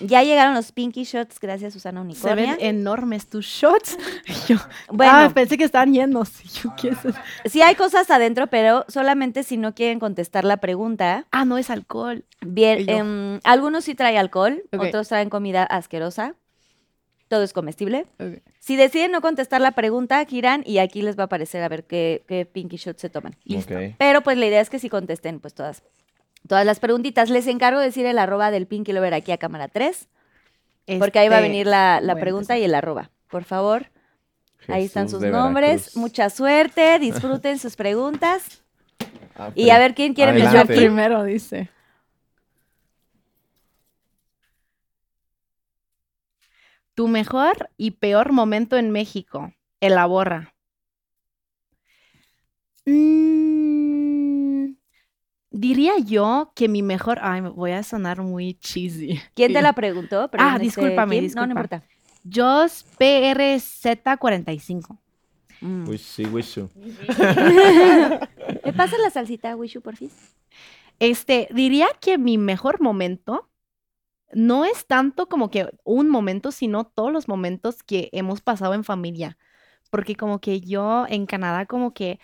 S2: Ya llegaron los Pinky Shots, gracias Susana
S7: Se
S2: Unicornia.
S7: ven enormes tus shots. Y yo,
S2: Bueno,
S7: ah, pensé que estaban llenos. Y yo, ¿qué es eso?
S2: sí hay cosas adentro, pero solamente si no quieren contestar la pregunta.
S7: Ah, no es alcohol.
S2: Bien,
S7: Y yo.
S2: em, algunos sí traen alcohol,
S7: Ok.
S2: otros traen comida asquerosa. Todo es comestible. Si deciden no contestar la pregunta, giran y aquí les va a aparecer a ver qué, qué pinky shots se toman.
S8: Ok.
S2: Pero pues la idea es que si contesten pues todas, todas las preguntitas. Les encargo de decir el arroba del pinky lover aquí a cámara 3,
S7: Este
S2: porque ahí va a venir la, la
S7: voy a
S2: pregunta
S7: empezar.
S2: y el arroba. Por favor, ahí están
S8: Jesús
S2: sus
S8: de
S2: nombres.
S8: Veracruz.
S2: Mucha suerte, disfruten sus preguntas.
S8: Ah,
S2: Y
S8: pero-
S2: a ver quién quiere
S8: Adelante.
S2: empezar.
S8: Yo
S2: ¿Quién?
S7: primero, dice. Tu mejor y peor momento en México. Elabora. Mm, diría yo que mi mejor. Ay, me voy a sonar muy cheesy.
S2: ¿Quién te
S7: Sí.
S2: la preguntó? Perdón, este,
S7: Ah, discúlpame,
S2: ¿quién? No, no
S7: disculpa.
S2: importa.
S7: Jos PRZ45.
S2: Mm.
S8: Wishy, wishy.
S2: ¿Me pasas la salsita, Wishu, por fin?
S7: Este, diría que mi mejor momento no es tanto como que un momento, sino todos los momentos que hemos pasado en familia. Porque como que yo en Canadá, como que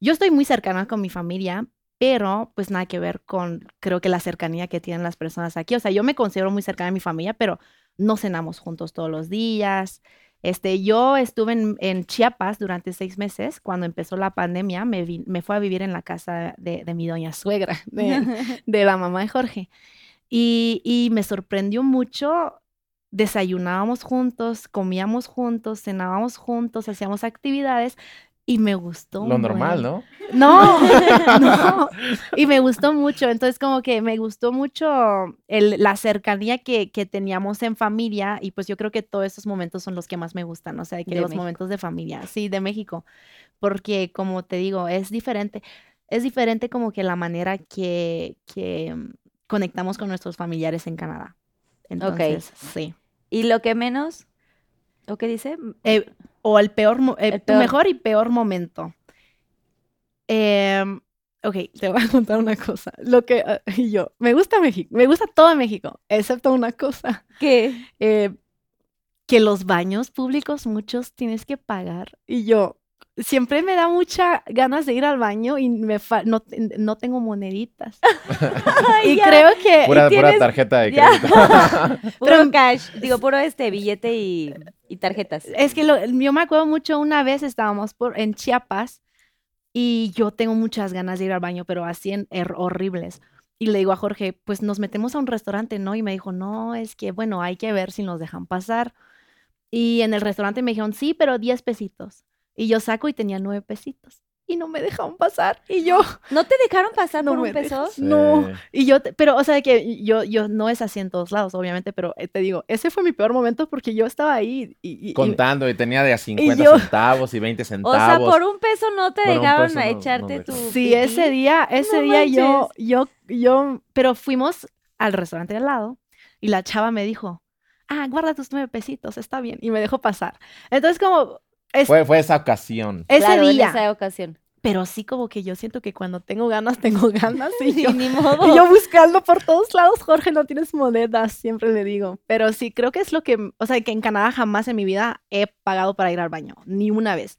S7: yo estoy muy cercana con mi familia, pero pues nada que ver con, creo que la cercanía que tienen las personas aquí. O sea, yo me considero muy cercana a mi familia, pero no cenamos juntos todos los días. Este, yo estuve en, en Chiapas durante seis meses. Cuando empezó la pandemia, me, vi- me fue a vivir en la casa de, de mi doña suegra, de, de la mamá de Jorge. Y, y me sorprendió mucho. Desayunábamos juntos, comíamos juntos, cenábamos juntos, hacíamos actividades y me gustó.
S8: Lo
S7: un
S8: normal,
S7: buen.
S8: ¿no?
S7: No, no. Y me gustó mucho. Entonces, como que me gustó mucho el- la cercanía que, que teníamos en familia. Y pues yo creo que todos esos momentos son los que más me gustan. O sea, que
S2: De
S7: los
S2: México.
S7: momentos de familia, sí, de México. Porque, como te digo, es diferente. Es diferente como que la manera que, que mm, conectamos con nuestros familiares en Canadá. Entonces, sí.
S2: ¿Y lo que menos? ¿O qué dice?
S7: Eh, o el peor, mo- eh,
S2: El
S7: tu
S2: peor.
S7: mejor y peor momento. Em, ok, te voy a contar una cosa. Lo que ah, y yo, me gusta México, me gusta todo México, excepto una cosa.
S2: ¿Qué?
S7: eh, que los baños públicos muchos tienes que pagar. Y yo, siempre me da mucha ganas de ir al baño y me fa- no, no tengo moneditas. y
S2: ya.
S7: creo que...
S8: Pura, pura
S2: tienes-
S8: tarjeta de
S2: ya.
S8: crédito.
S2: Puro
S7: Pero-
S2: cash. Digo, puro este billete y, y tarjetas.
S7: Eh, Es que lo- yo me acuerdo mucho una vez estábamos por, en Chiapas Y yo tengo muchas ganas de ir al baño, pero así en er- horribles. Y le digo a Jorge, pues nos metemos a un restaurante, ¿no? Y me dijo, no, es que, bueno, hay que ver si nos dejan pasar. Y en el restaurante me dijeron, sí, pero 10 pesitos. Y yo saco y tenía 9 pesitos. Y no me dejaron pasar. Y yo, "Ah,
S2: ¿No te dejaron pasar
S7: No
S2: por
S7: me
S2: un peso?
S7: No.
S8: Sí.
S7: Y yo, te- pero, o sea, que yo, yo no es así en todos lados, obviamente, pero eh, te digo, ese fue mi peor momento porque yo estaba ahí y, y- y-
S8: Contando, y tenía de a 50
S7: yo-
S8: centavos y 20
S2: O
S8: centavos.
S2: sea, por un peso no te
S8: Por un
S2: dejaron
S8: peso no-
S2: a
S8: no
S2: echarte
S8: me
S2: tu.
S8: dejaron.
S7: sí, ese
S2: pipí.
S7: día, ese
S2: No
S7: día yo, yo, yo, pero fuimos al restaurante de al lado y la chava me dijo, ah, guarda tus nueve pesitos, está bien, y me dejó pasar. Entonces, como, es-
S8: fue, fue esa ocasión.
S7: ese
S2: Claro, en
S7: día,
S2: esa ocasión.
S7: pero sí como que yo siento que cuando tengo ganas, tengo ganas y yo,
S2: Ni
S7: Y
S2: modo.
S7: yo buscando por todos lados, Jorge, no tienes monedas, siempre le digo. Pero sí, creo que es lo que, o sea, que en Canadá jamás en mi vida he pagado para ir al baño, ni una vez.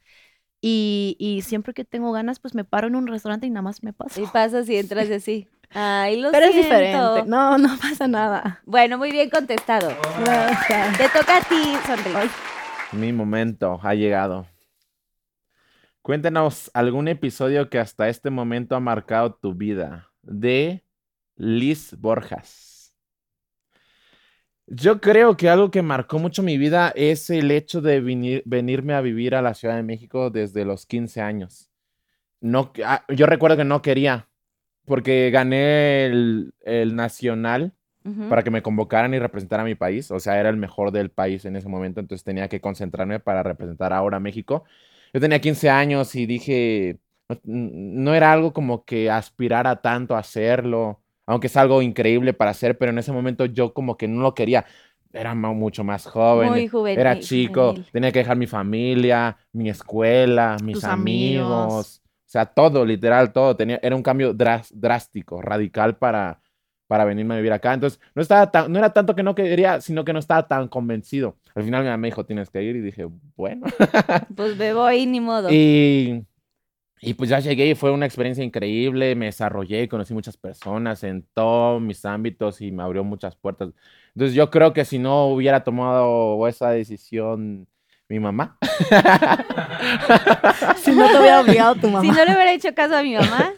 S7: Y, y siempre que tengo ganas, pues me paro en un restaurante y nada más me paso.
S2: Y pasas y entras y así. Ay, lo
S7: Pero es
S2: siento.
S7: diferente. No, no pasa nada.
S2: Bueno, muy bien contestado.
S7: Gracias.
S2: Te toca a ti, sonreír.
S8: Mi momento ha llegado. Cuéntanos algún episodio que hasta este momento ha marcado tu vida. De Liz Borjas. Yo creo que algo que marcó mucho mi vida es el hecho de venir- venirme a vivir a la Ciudad de México desde los 15 años. No, que- ah, yo recuerdo que no quería, porque gané el- el nacional para que me convocaran y representar a mi país. O sea, era el mejor del país en ese momento, entonces tenía que concentrarme para representar ahora a México. Yo tenía 15 años y dije, no, no era algo como que aspirara tanto a hacerlo, aunque es algo increíble para hacer, pero en ese momento yo como que no lo quería. Era ma- mucho más joven,
S2: Muy juvenil.
S8: era chico,
S2: juvenil.
S8: tenía que dejar mi familia, mi escuela, mis
S7: Tus amigos.
S8: amigos. o sea, todo, literal, todo. Tenía, era un cambio dras- drástico, radical para, para venirme a vivir acá. Entonces, no, estaba tan- no era tanto que no quería, sino que no estaba tan convencido. Al final mi mamá me dijo, tienes que ir, y dije, bueno.
S2: Pues me voy, ni modo.
S8: Y, y pues ya llegué y fue una experiencia increíble, me desarrollé, conocí muchas personas en todos mis ámbitos y me abrió muchas puertas. Entonces yo creo que si no hubiera tomado esa decisión mi mamá,
S7: Si no te hubiera obligado
S2: Si
S7: tu mamá.
S2: no le hubiera hecho caso a mi mamá,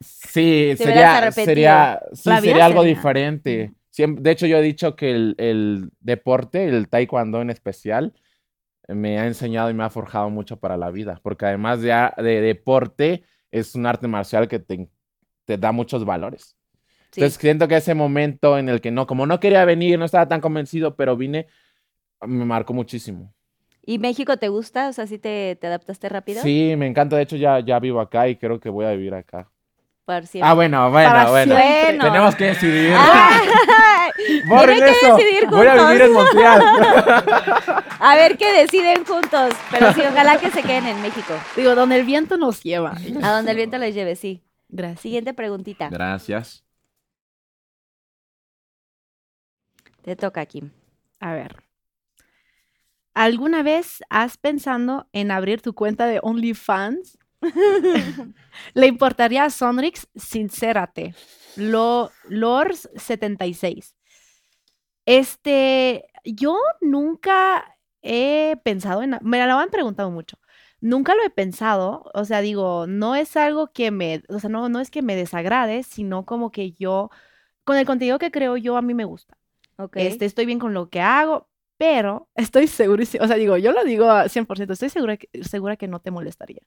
S8: sí,
S2: Te hubieras
S8: sería, sería, sí,
S7: La vida
S8: sería algo
S7: sería-
S8: diferente. Siem- de hecho yo he dicho que el, el deporte, el taekwondo en especial, me ha enseñado y me ha forjado mucho para la vida, porque además de, a- de deporte, es un arte marcial que te, te da muchos valores.
S2: Sí.
S8: Entonces siento que ese momento en el que no, como no quería venir, no estaba tan convencido, pero vine, me marcó muchísimo.
S2: ¿y México te gusta? O sea, ¿sí te, te adaptaste rápido?
S8: Sí, me encanta. De hecho, ya, ya vivo acá y creo que voy a vivir acá.
S2: Por siempre.
S8: Ah, bueno, bueno,
S7: Para
S8: bueno.
S7: siempre.
S2: Bueno.
S8: Tenemos que decidir.
S2: Ay,
S8: Borren
S2: tienen que
S8: eso.
S2: decidir
S8: Voy a vivir en Montreal.
S2: A ver qué deciden juntos. Pero sí, ojalá que se queden en México.
S7: Digo, donde el viento nos lleva.
S2: A donde el viento les lleve, sí.
S7: Gracias.
S2: Siguiente preguntita.
S8: Gracias.
S2: Te toca, Kim.
S7: A ver. ¿Alguna vez has pensado en abrir tu cuenta de OnlyFans? ¿Le importaría a Sonrix? Sincérate. Lo, Lors76. Este, yo nunca he pensado en... Me lo han preguntado mucho. Nunca lo he pensado. O sea, digo, no es algo que me... O sea, no, no es que me desagrade, sino como que yo... Con el contenido que creo yo, a mí me gusta.
S2: Ok.
S7: Este, estoy bien con lo que hago, pero estoy segurísima, o sea, digo, yo lo digo a 100%, estoy segura que, segura que no te molestaría.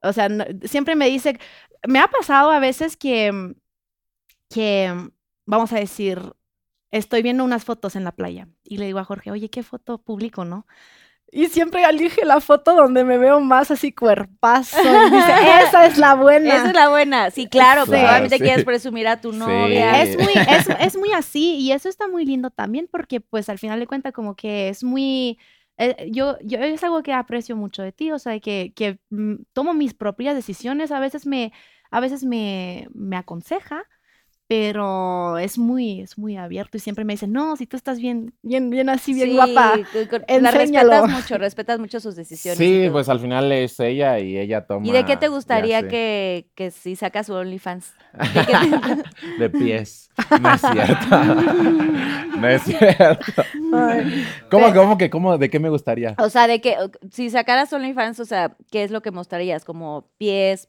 S7: O sea, no- siempre me dice, me ha pasado a veces que, mm, que, mm, vamos a decir, estoy viendo unas fotos en la playa y le digo a Jorge, oye, ¿qué foto publico, no? Y siempre elige la foto donde me veo más así cuerpazo. Y dice, esa es la buena.
S2: Esa es la buena. Sí, claro,
S8: Sí.
S2: pero obviamente
S8: Sí.
S2: quieres presumir a tu
S8: Sí.
S2: novia.
S7: Es muy, es, es muy así y eso está muy lindo también porque pues al final de cuentas como que es muy, eh, yo, yo es algo que aprecio mucho de ti, o sea, que, que mm, tomo mis propias decisiones, a veces me, a veces me, me aconseja, pero es muy, es muy abierto y siempre me dicen, no, si tú estás bien, bien, bien así, bien guapa.
S2: con- con- la
S7: enséñalo.
S2: respetas mucho, respetas mucho sus decisiones. y
S8: Sí,
S2: todo.
S8: pues al final es ella y ella toma.
S2: ¿Y de qué te
S8: ya
S2: gustaría
S8: sé,
S2: que, que si saca su OnlyFans? ¿De qué te-
S8: De pies. No es cierto. no es cierto. ¿Cómo, cómo que, cómo, de qué me gustaría?
S2: o sea, de que o- si sacaras OnlyFans, o sea, ¿qué es lo que mostrarías? Como pies,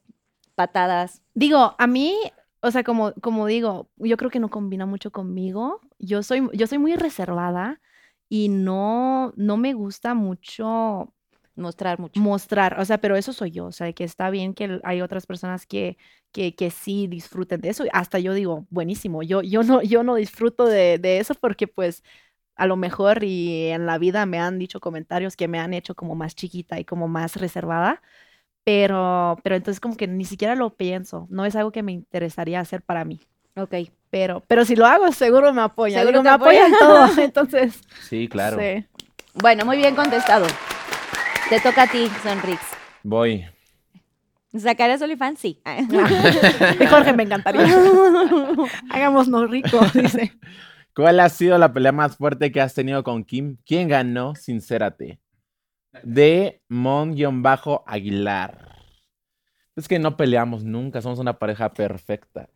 S2: patadas.
S7: Digo, a mí, o sea, como, como digo, yo creo que no combina mucho conmigo. Yo soy, yo soy muy reservada y no, no me gusta mucho
S2: Mostrar mucho.
S7: mostrar, o sea, pero eso soy yo, o sea, que está bien que el- hay otras personas que, que, que sí disfruten de eso, hasta yo digo, buenísimo, yo, yo, no, yo no disfruto de, de eso porque pues a lo mejor y en la vida me han dicho comentarios que me han hecho como más chiquita y como más reservada, pero, pero entonces como que ni siquiera lo pienso, no es algo que me interesaría hacer para mí.
S2: Ok.
S7: Pero, pero si lo hago, seguro me apoya.
S2: Seguro te
S7: digo, me apoya en
S2: apoya.
S7: todo. Entonces,
S8: Sí, claro.
S7: sí.
S2: Bueno, muy bien contestado. Te toca a ti, Sonrix.
S8: Voy.
S2: ¿Sacarías OnlyFans? Sí. Ah.
S7: Y Jorge, me encantaría. Hagámonos ricos, dice.
S8: ¿Cuál ha sido la pelea más fuerte que has tenido con Kim? ¿Quién ganó? Sincérate. De Mon-Aguilar. Es que no peleamos nunca, somos una pareja perfecta.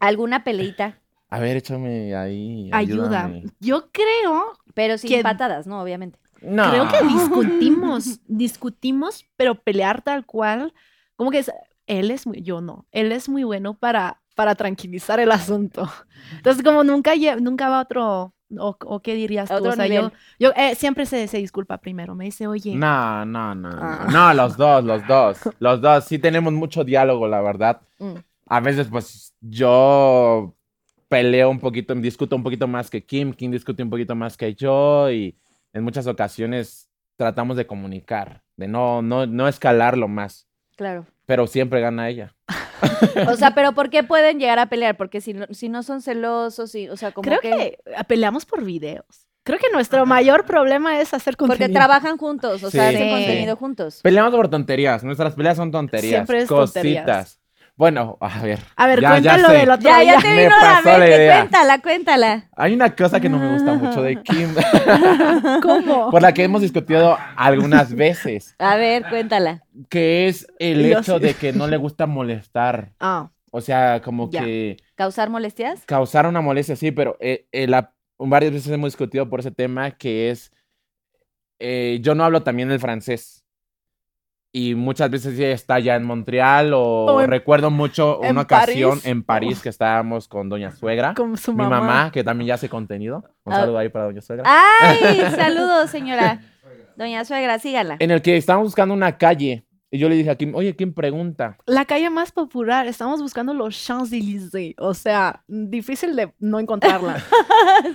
S2: ¿Alguna peleita?
S8: A ver, échame ahí.
S7: Ayuda.
S8: ayúdame.
S7: Yo creo,
S2: Pero sin
S7: ¿Quién?
S2: patadas, ¿no? Obviamente.
S8: No.
S7: creo que discutimos, discutimos, pero pelear tal cual, como que es, él es muy, yo no, él es muy bueno para, para tranquilizar el asunto. Entonces, como nunca, lle- nunca va a otro, o, o qué dirías tú,
S2: A otro
S7: o sea,
S2: nivel.
S7: yo, yo eh, siempre se, se disculpa primero, me dice, oye,
S8: No, no, no, no.
S7: Ah.
S8: No, los dos, los dos. Los dos. Sí tenemos mucho diálogo, la verdad.
S2: Mm.
S8: A veces, pues, yo peleo un poquito, discuto un poquito más que Kim, Kim discute un poquito más que yo y en muchas ocasiones tratamos de comunicar, de no, no, no escalarlo más,
S2: Claro.
S8: pero siempre gana ella.
S2: O sea, pero ¿por qué pueden llegar a pelear? Porque si no, si no son celosos, y, o sea, como
S7: creo que... eh, peleamos por videos. Creo que nuestro mayor problema es hacer
S2: Porque
S7: contenido.
S2: trabajan juntos, o sea,
S8: Sí,
S2: hacen
S7: sí.
S2: contenido juntos.
S8: Peleamos por tonterías, nuestras peleas son tonterías,
S7: Siempre es
S8: cositas.
S7: tonterías.
S8: Bueno, a ver.
S7: A ver,
S8: ya- ya
S7: cuéntalo
S8: sé.
S7: del otro
S2: Ya,
S7: día.
S2: ya te
S8: Me
S2: vino la
S8: pasó la
S2: mente,
S8: idea.
S2: cuéntala, cuéntala.
S8: Hay una cosa que no me gusta mucho
S7: Ah.
S8: de Kim.
S7: ¿Cómo?
S8: por la que hemos discutido algunas veces,
S2: A ver, cuéntala.
S8: que es el
S7: Yo
S8: hecho
S7: sí.
S8: de que no le gusta molestar.
S7: Ah,
S8: O sea, como
S7: Ya.
S8: que
S2: ¿Causar molestias?
S8: causar una molestia, sí, pero eh, eh, la- varias veces hemos discutido por ese tema que es, eh, yo no hablo también el francés. Y muchas veces ella está ya en Montreal o,
S7: O en-
S8: recuerdo mucho
S7: en
S8: una ocasión
S7: París.
S8: en París que estábamos con doña suegra,
S7: con su
S8: mi mamá, que también ya hace contenido. Un
S2: Ah.
S8: saludo ahí para doña suegra.
S2: ¡Ay! Saludos, señora. Doña Suegra, sígala.
S8: En el que estábamos buscando una calle y yo le dije a Kim, oye, ¿quién pregunta?
S7: La calle más popular, estamos buscando los Champs-Élysées, o sea, difícil de no encontrarla.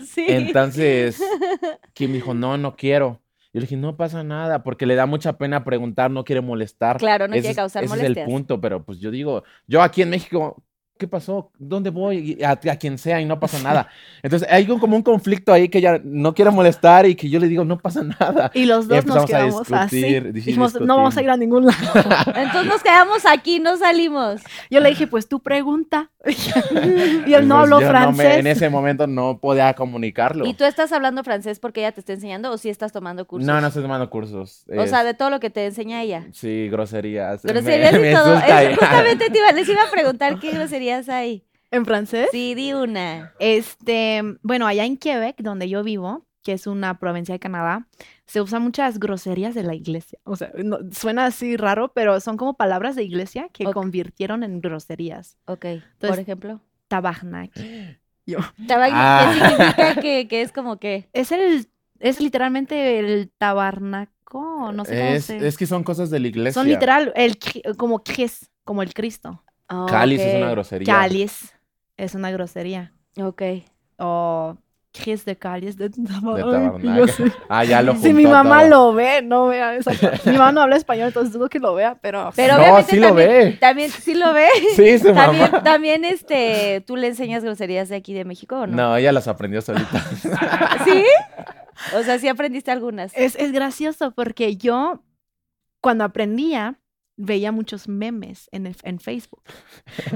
S2: Sí.
S8: Entonces, Kim dijo, no, no quiero. Yo le dije, no pasa nada, porque le da mucha pena preguntar, no quiere molestar.
S2: Claro, no
S8: Ese
S2: quiere
S8: es-
S2: causar
S8: ese es
S2: molestias.
S8: el punto, pero pues yo digo, yo aquí en México, ¿qué pasó? ¿Dónde voy? Y A, a quien sea y no pasa nada. Entonces, hay un- como un conflicto ahí que ella no quiere molestar y que yo le digo, no pasa nada.
S7: Y los dos nos
S8: Empezamos a
S7: quedamos así.
S8: discutir, dije,
S7: Dijimos, no vamos a ir a ningún lado.
S2: Entonces nos quedamos aquí, no salimos.
S7: Yo le dije, pues tú pregunta. y él no
S8: Pues,
S7: habló
S8: yo no me-
S7: francés.
S8: en ese momento no podía comunicarlo.
S2: ¿Y tú estás hablando francés porque ella te está enseñando o si sí estás tomando cursos?
S8: No, no estoy tomando cursos.
S2: O sea,
S8: es-
S2: de todo lo que te enseña ella.
S8: Sí, groserías. me-
S2: Groserías
S8: me
S2: y todo.
S8: insulta
S2: Es-
S8: ella.
S2: justamente te iba, les iba a preguntar qué groserías hay.
S7: ¿En francés?
S2: Sí, di una.
S7: Este, bueno, allá en Quebec, donde yo vivo, que es una provincia de Canadá, se usan muchas groserías de la iglesia. O sea, no- suena así raro, pero son como palabras de iglesia que
S2: Ok.
S7: convirtieron en groserías.
S2: Ok, por
S7: Entonces-
S2: ejemplo.
S7: Tabarnak.
S2: Tabagui,
S8: Ah.
S2: ¿Qué significa que, que es como que?
S7: Es el, es literalmente el tabernaco, no sé cómo
S8: Es,
S7: se-
S8: es que son cosas de la iglesia.
S7: Son literal, el, cri- como Chris, como el Cristo.
S2: Ah,
S8: Cáliz es
S2: ok,
S8: una grosería.
S7: Cáliz es una grosería.
S2: Ok.
S7: O Chris de cáliz de
S8: De
S7: tabernaco.
S8: Tabarnak. Ah, ya lo
S7: Si mi
S8: juntó
S7: mamá
S8: todo.
S7: lo ve, no vea esa parte. Mi mamá no habla español, entonces dudo que lo vea, pero...
S2: Pero
S8: No,
S2: obviamente
S8: sí lo
S2: también,
S8: ve.
S2: también sí lo ve.
S8: Sí, su mamá.
S2: También, también este, ¿tú le enseñas groserías de aquí de México o no?
S8: No, ella las aprendió solita.
S2: ¿Sí? O sea, sí aprendiste algunas.
S7: Es, es gracioso porque yo, cuando aprendía, veía muchos memes en, el- en Facebook.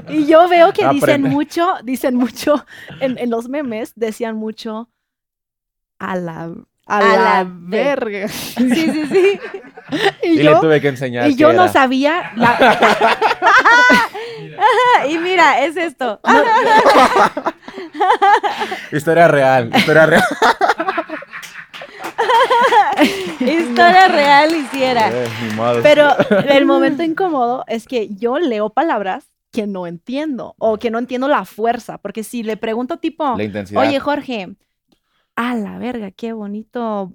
S7: Y yo veo que dicen
S8: Aprende.
S7: mucho, dicen mucho, en, en los memes decían mucho a la, a
S2: A
S7: la,
S2: la ver-
S7: verga.
S2: Sí, sí, sí.
S7: Y,
S8: Y, le
S7: yo,
S8: tuve que enseñar.
S7: y
S8: qué
S7: yo no
S8: era.
S7: sabía, la-
S2: Ah, Y mira, es esto.
S8: Historia real, historia real.
S2: Historia real hiciera.
S8: Eh, ni modo.
S7: pero el momento incómodo es que yo leo palabras que no entiendo o que no entiendo la fuerza, porque si le pregunto tipo,
S8: La intensidad.
S7: Oye, Jorge, a la verga, qué bonito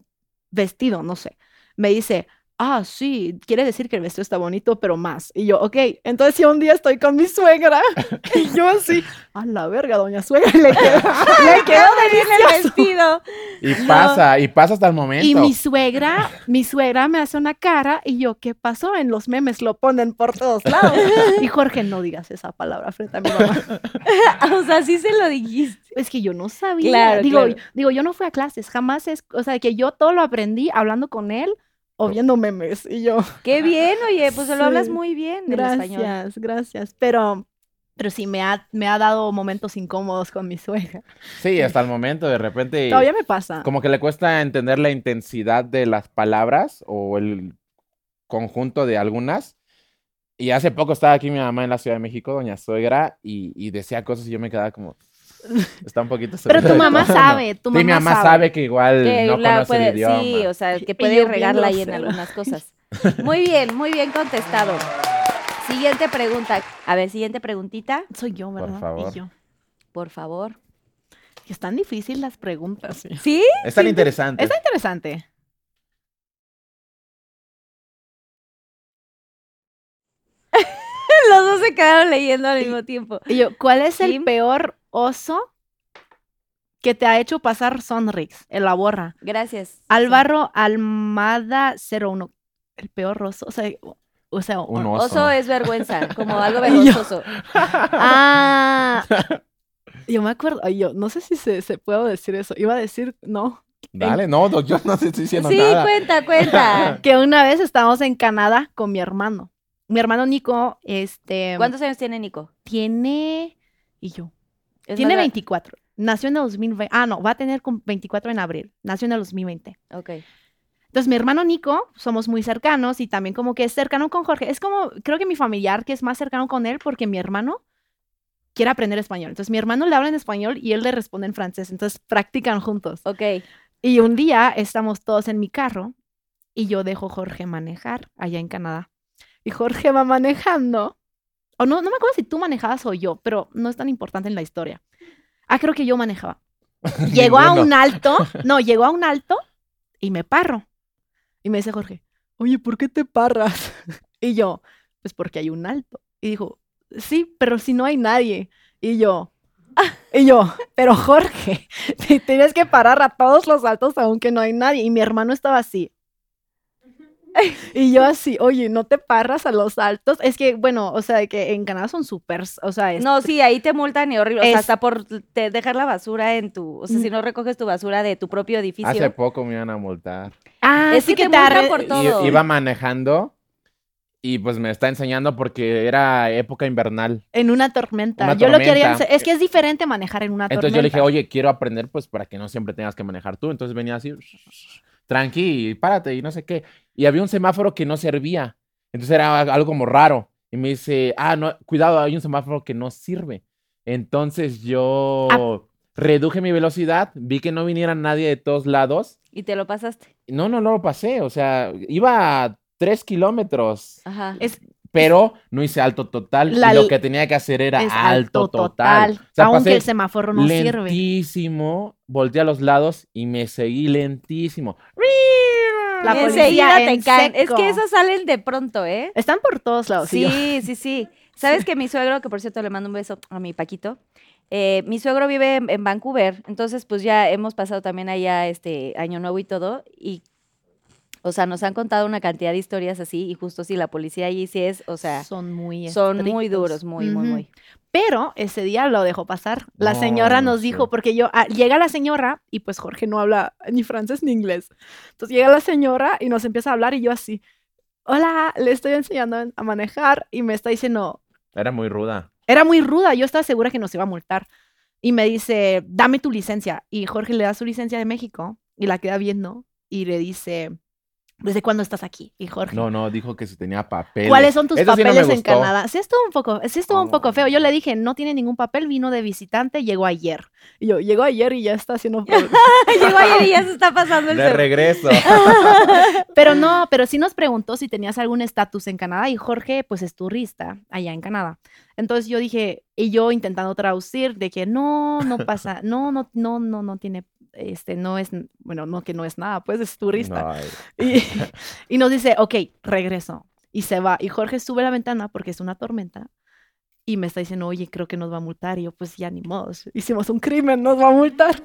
S7: vestido, no sé. Me dice, ah, sí, quiere decir que el vestido está bonito, pero más. Y yo, ok, entonces si un día estoy con mi suegra y yo así, a la verga, doña suegra, y le quedó, le quedó
S2: Tiene el
S7: delicioso.
S2: vestido.
S8: y pasa, y pasa hasta el momento.
S7: Y mi suegra, mi suegra me hace una cara y yo, ¿qué pasó? En los memes lo ponen por todos lados. Y Jorge, no digas esa palabra frente a mi mamá.
S2: O sea, sí se lo dijiste.
S7: Es que yo no sabía.
S2: Claro,
S7: digo,
S2: claro.
S7: digo, yo no fui a clases, jamás es, o sea, que yo todo lo aprendí hablando con él o viendo memes y yo.
S2: Qué bien, oye, pues lo hablas
S7: Sí.
S2: muy bien del español.
S7: Gracias, gracias, pero pero sí me ha me ha dado momentos incómodos con mi suegra.
S8: Sí, hasta el momento, de repente.
S7: Todavía me pasa.
S8: Como que le cuesta entender la intensidad de las palabras o el conjunto de algunas. Y hace poco estaba aquí mi mamá en la Ciudad de México, doña suegra, y, y decía cosas y yo me quedaba como. Está un poquito.
S7: Pero
S8: subida
S7: tu
S8: de
S7: mamá
S8: tono".
S7: sabe, tu
S8: Sí, mi
S7: mamá
S8: mamá sabe.
S7: sabe.
S8: que igual
S2: Que
S8: no
S2: la
S8: conoce
S2: puede-
S8: el idioma.
S2: sí, o sea,
S7: Y
S2: que
S7: yo
S2: puede
S7: bien
S2: regarla ahí en
S7: grosera.
S2: algunas cosas. Muy bien, muy bien contestado. Siguiente pregunta. A ver, siguiente preguntita,
S7: Soy yo, ¿verdad? Y
S8: favor.
S7: yo.
S2: por favor.
S7: Que están difíciles las preguntas.
S2: ¿Sí?
S8: es tan
S7: sí,
S8: interesante.
S7: Está interesante.
S2: Los dos se quedaron leyendo al mismo tiempo.
S7: Y yo, ¿cuál es el
S2: Kim.
S7: peor oso que te ha hecho pasar Sonrix? Elabora.
S2: Gracias.
S7: Álvaro Almada 01. El peor oso. O sea, o- o sea, o-
S8: Un
S2: Oso.
S8: oso.
S2: es vergüenza, como algo
S7: Y yo-
S2: vergonzoso.
S7: Ah. Yo me acuerdo, ay, yo no sé si se, se puedo decir eso. Iba a decir, no.
S8: Dale, no, doc, yo no te estoy
S2: Sí,
S8: diciendo nada.
S2: cuenta, cuenta.
S7: Que una vez estábamos en Canadá con mi hermano. Mi hermano Nico, este,
S2: ¿Cuántos años tiene Nico?
S7: tiene? Y yo.
S2: Es
S7: Tiene
S2: más
S7: 24. Nació en el 2020. Ah, no, va a tener cum- 24 en abril. Nació en el 2020.
S2: gra- Ok.
S7: Entonces, mi hermano Nico, somos muy cercanos y también como que es cercano con Jorge. Es como, creo que mi familiar que es más cercano con él porque mi hermano quiere aprender español. Entonces, mi hermano le habla en español y él le responde en francés. Entonces, practican juntos.
S2: Ok.
S7: Y un día estamos todos en mi carro y yo dejo a Jorge manejar allá en Canadá. Y Jorge va manejando. O no, no me acuerdo si tú manejabas o yo, pero no es tan importante en la historia. Ah, creo que yo manejaba. pues, Llegó a
S8: Ninguno.
S7: un alto, no, llegó a un alto y me parro. Y me dice Jorge, oye, ¿por qué te parras? Y yo, pues porque hay un alto. Y dijo, sí, pero si no hay nadie. Y yo, "Ah". y yo, pero Jorge, te tienes que parar a todos los altos aunque no hay nadie. Y mi hermano estaba así. Y yo así, oye, no te parras a los altos. Es que, bueno, o sea, de que en Canadá son súper, o sea, este, es-
S2: No, sí, ahí te multan y horrible. O sea,
S7: Es-
S2: hasta por te- dejar la basura en tu. O sea, si no recoges tu basura de tu propio
S8: Hace
S2: edificio.
S8: poco me iban a multar.
S7: Ah,
S2: es
S7: sí
S2: que te
S7: arre-
S2: multan por
S8: Y-
S2: todo.
S8: iba manejando y pues me está enseñando porque era época invernal.
S7: En una tormenta.
S8: Una
S7: yo lo quería.
S8: tormenta.
S7: hacer- Es que es diferente manejar en una
S8: Entonces
S7: tormenta.
S8: yo le dije, oye, quiero aprender pues para que no siempre tengas que manejar tú. Entonces venía así, tranqui, y párate y no sé qué. Y había un semáforo que no servía. Entonces era a- algo como raro. Y me dice, ah, no, cuidado, hay un semáforo que no sirve. Entonces yo
S7: Ah.
S8: reduje mi velocidad, vi que no viniera nadie de todos lados.
S2: Y te lo pasaste.
S8: No, no, no lo pasé. O sea, iba a tres kilómetros,
S2: Ajá.
S7: Ah, Es
S8: pero no hice alto total. y
S7: La
S8: lo
S7: l-
S8: que tenía que hacer era
S7: es
S8: alto total. O sea,
S7: aunque
S8: pasé
S7: el semáforo no sirve.
S8: lentísimo, volteé a los lados y me seguí lentísimo.
S7: La
S2: Y
S7: policía
S2: enseguida
S7: en
S2: te caen. Es
S7: seco.
S2: que esos salen de pronto, ¿eh?
S7: Están por todos lados. y yo,
S2: Sí, sí, sí. ¿Sabes que mi suegro, que por cierto le mando un beso a mi Paquito, eh, mi suegro vive en, en Vancouver, entonces pues ya hemos pasado también allá este año nuevo y todo, y o sea, nos han contado una cantidad de historias así, y justo si la policía allí sí es, o sea,
S7: son muy
S2: son muy
S7: estrictos.
S2: duros, muy, muy,
S7: Ujú.
S2: muy.
S7: Pero ese día lo dejó pasar. La
S8: No,
S7: señora nos
S8: sí.
S7: dijo, porque yo, ah, llega la señora y pues Jorge no habla ni francés ni inglés. Entonces llega la señora y nos empieza a hablar y yo así, hola, le estoy enseñando a manejar y me está diciendo,
S8: Era muy ruda.
S7: era muy ruda, yo estaba segura que nos iba a multar. Y me dice, dame tu licencia. Y Jorge le da su licencia de México y la queda viendo y le dice, ¿desde cuándo estás aquí? Y Jorge,
S8: No, no, dijo que si tenía papel.
S7: ¿Cuáles son tus
S8: Eso sí no me
S7: papeles en
S8: gustó.
S7: Canadá? Sí estuvo un poco, sí estuvo un poco
S8: Oh.
S7: feo. Yo le dije, no tiene ningún papel, vino de visitante, llegó ayer. Y yo, llegó ayer y ya está haciendo... pro-
S2: Llegó ayer y ya se está pasando el
S8: De
S2: segundo.
S8: regreso.
S7: pero no, pero sí nos preguntó si tenías algún estatus en Canadá y Jorge, pues es turista allá en Canadá. Entonces yo dije, y yo intentando traducir de que no, no pasa, no, no, no, no, no tiene, este, no es, bueno, no que no es nada, pues es turista.
S8: No, ay.
S7: Y, y nos dice, ok, regreso. Y se va. Y Jorge sube a la ventana porque es una tormenta. Y me está diciendo, oye, creo que nos va a multar. Y yo, pues ya ni modo. Hicimos un crimen, nos va a multar.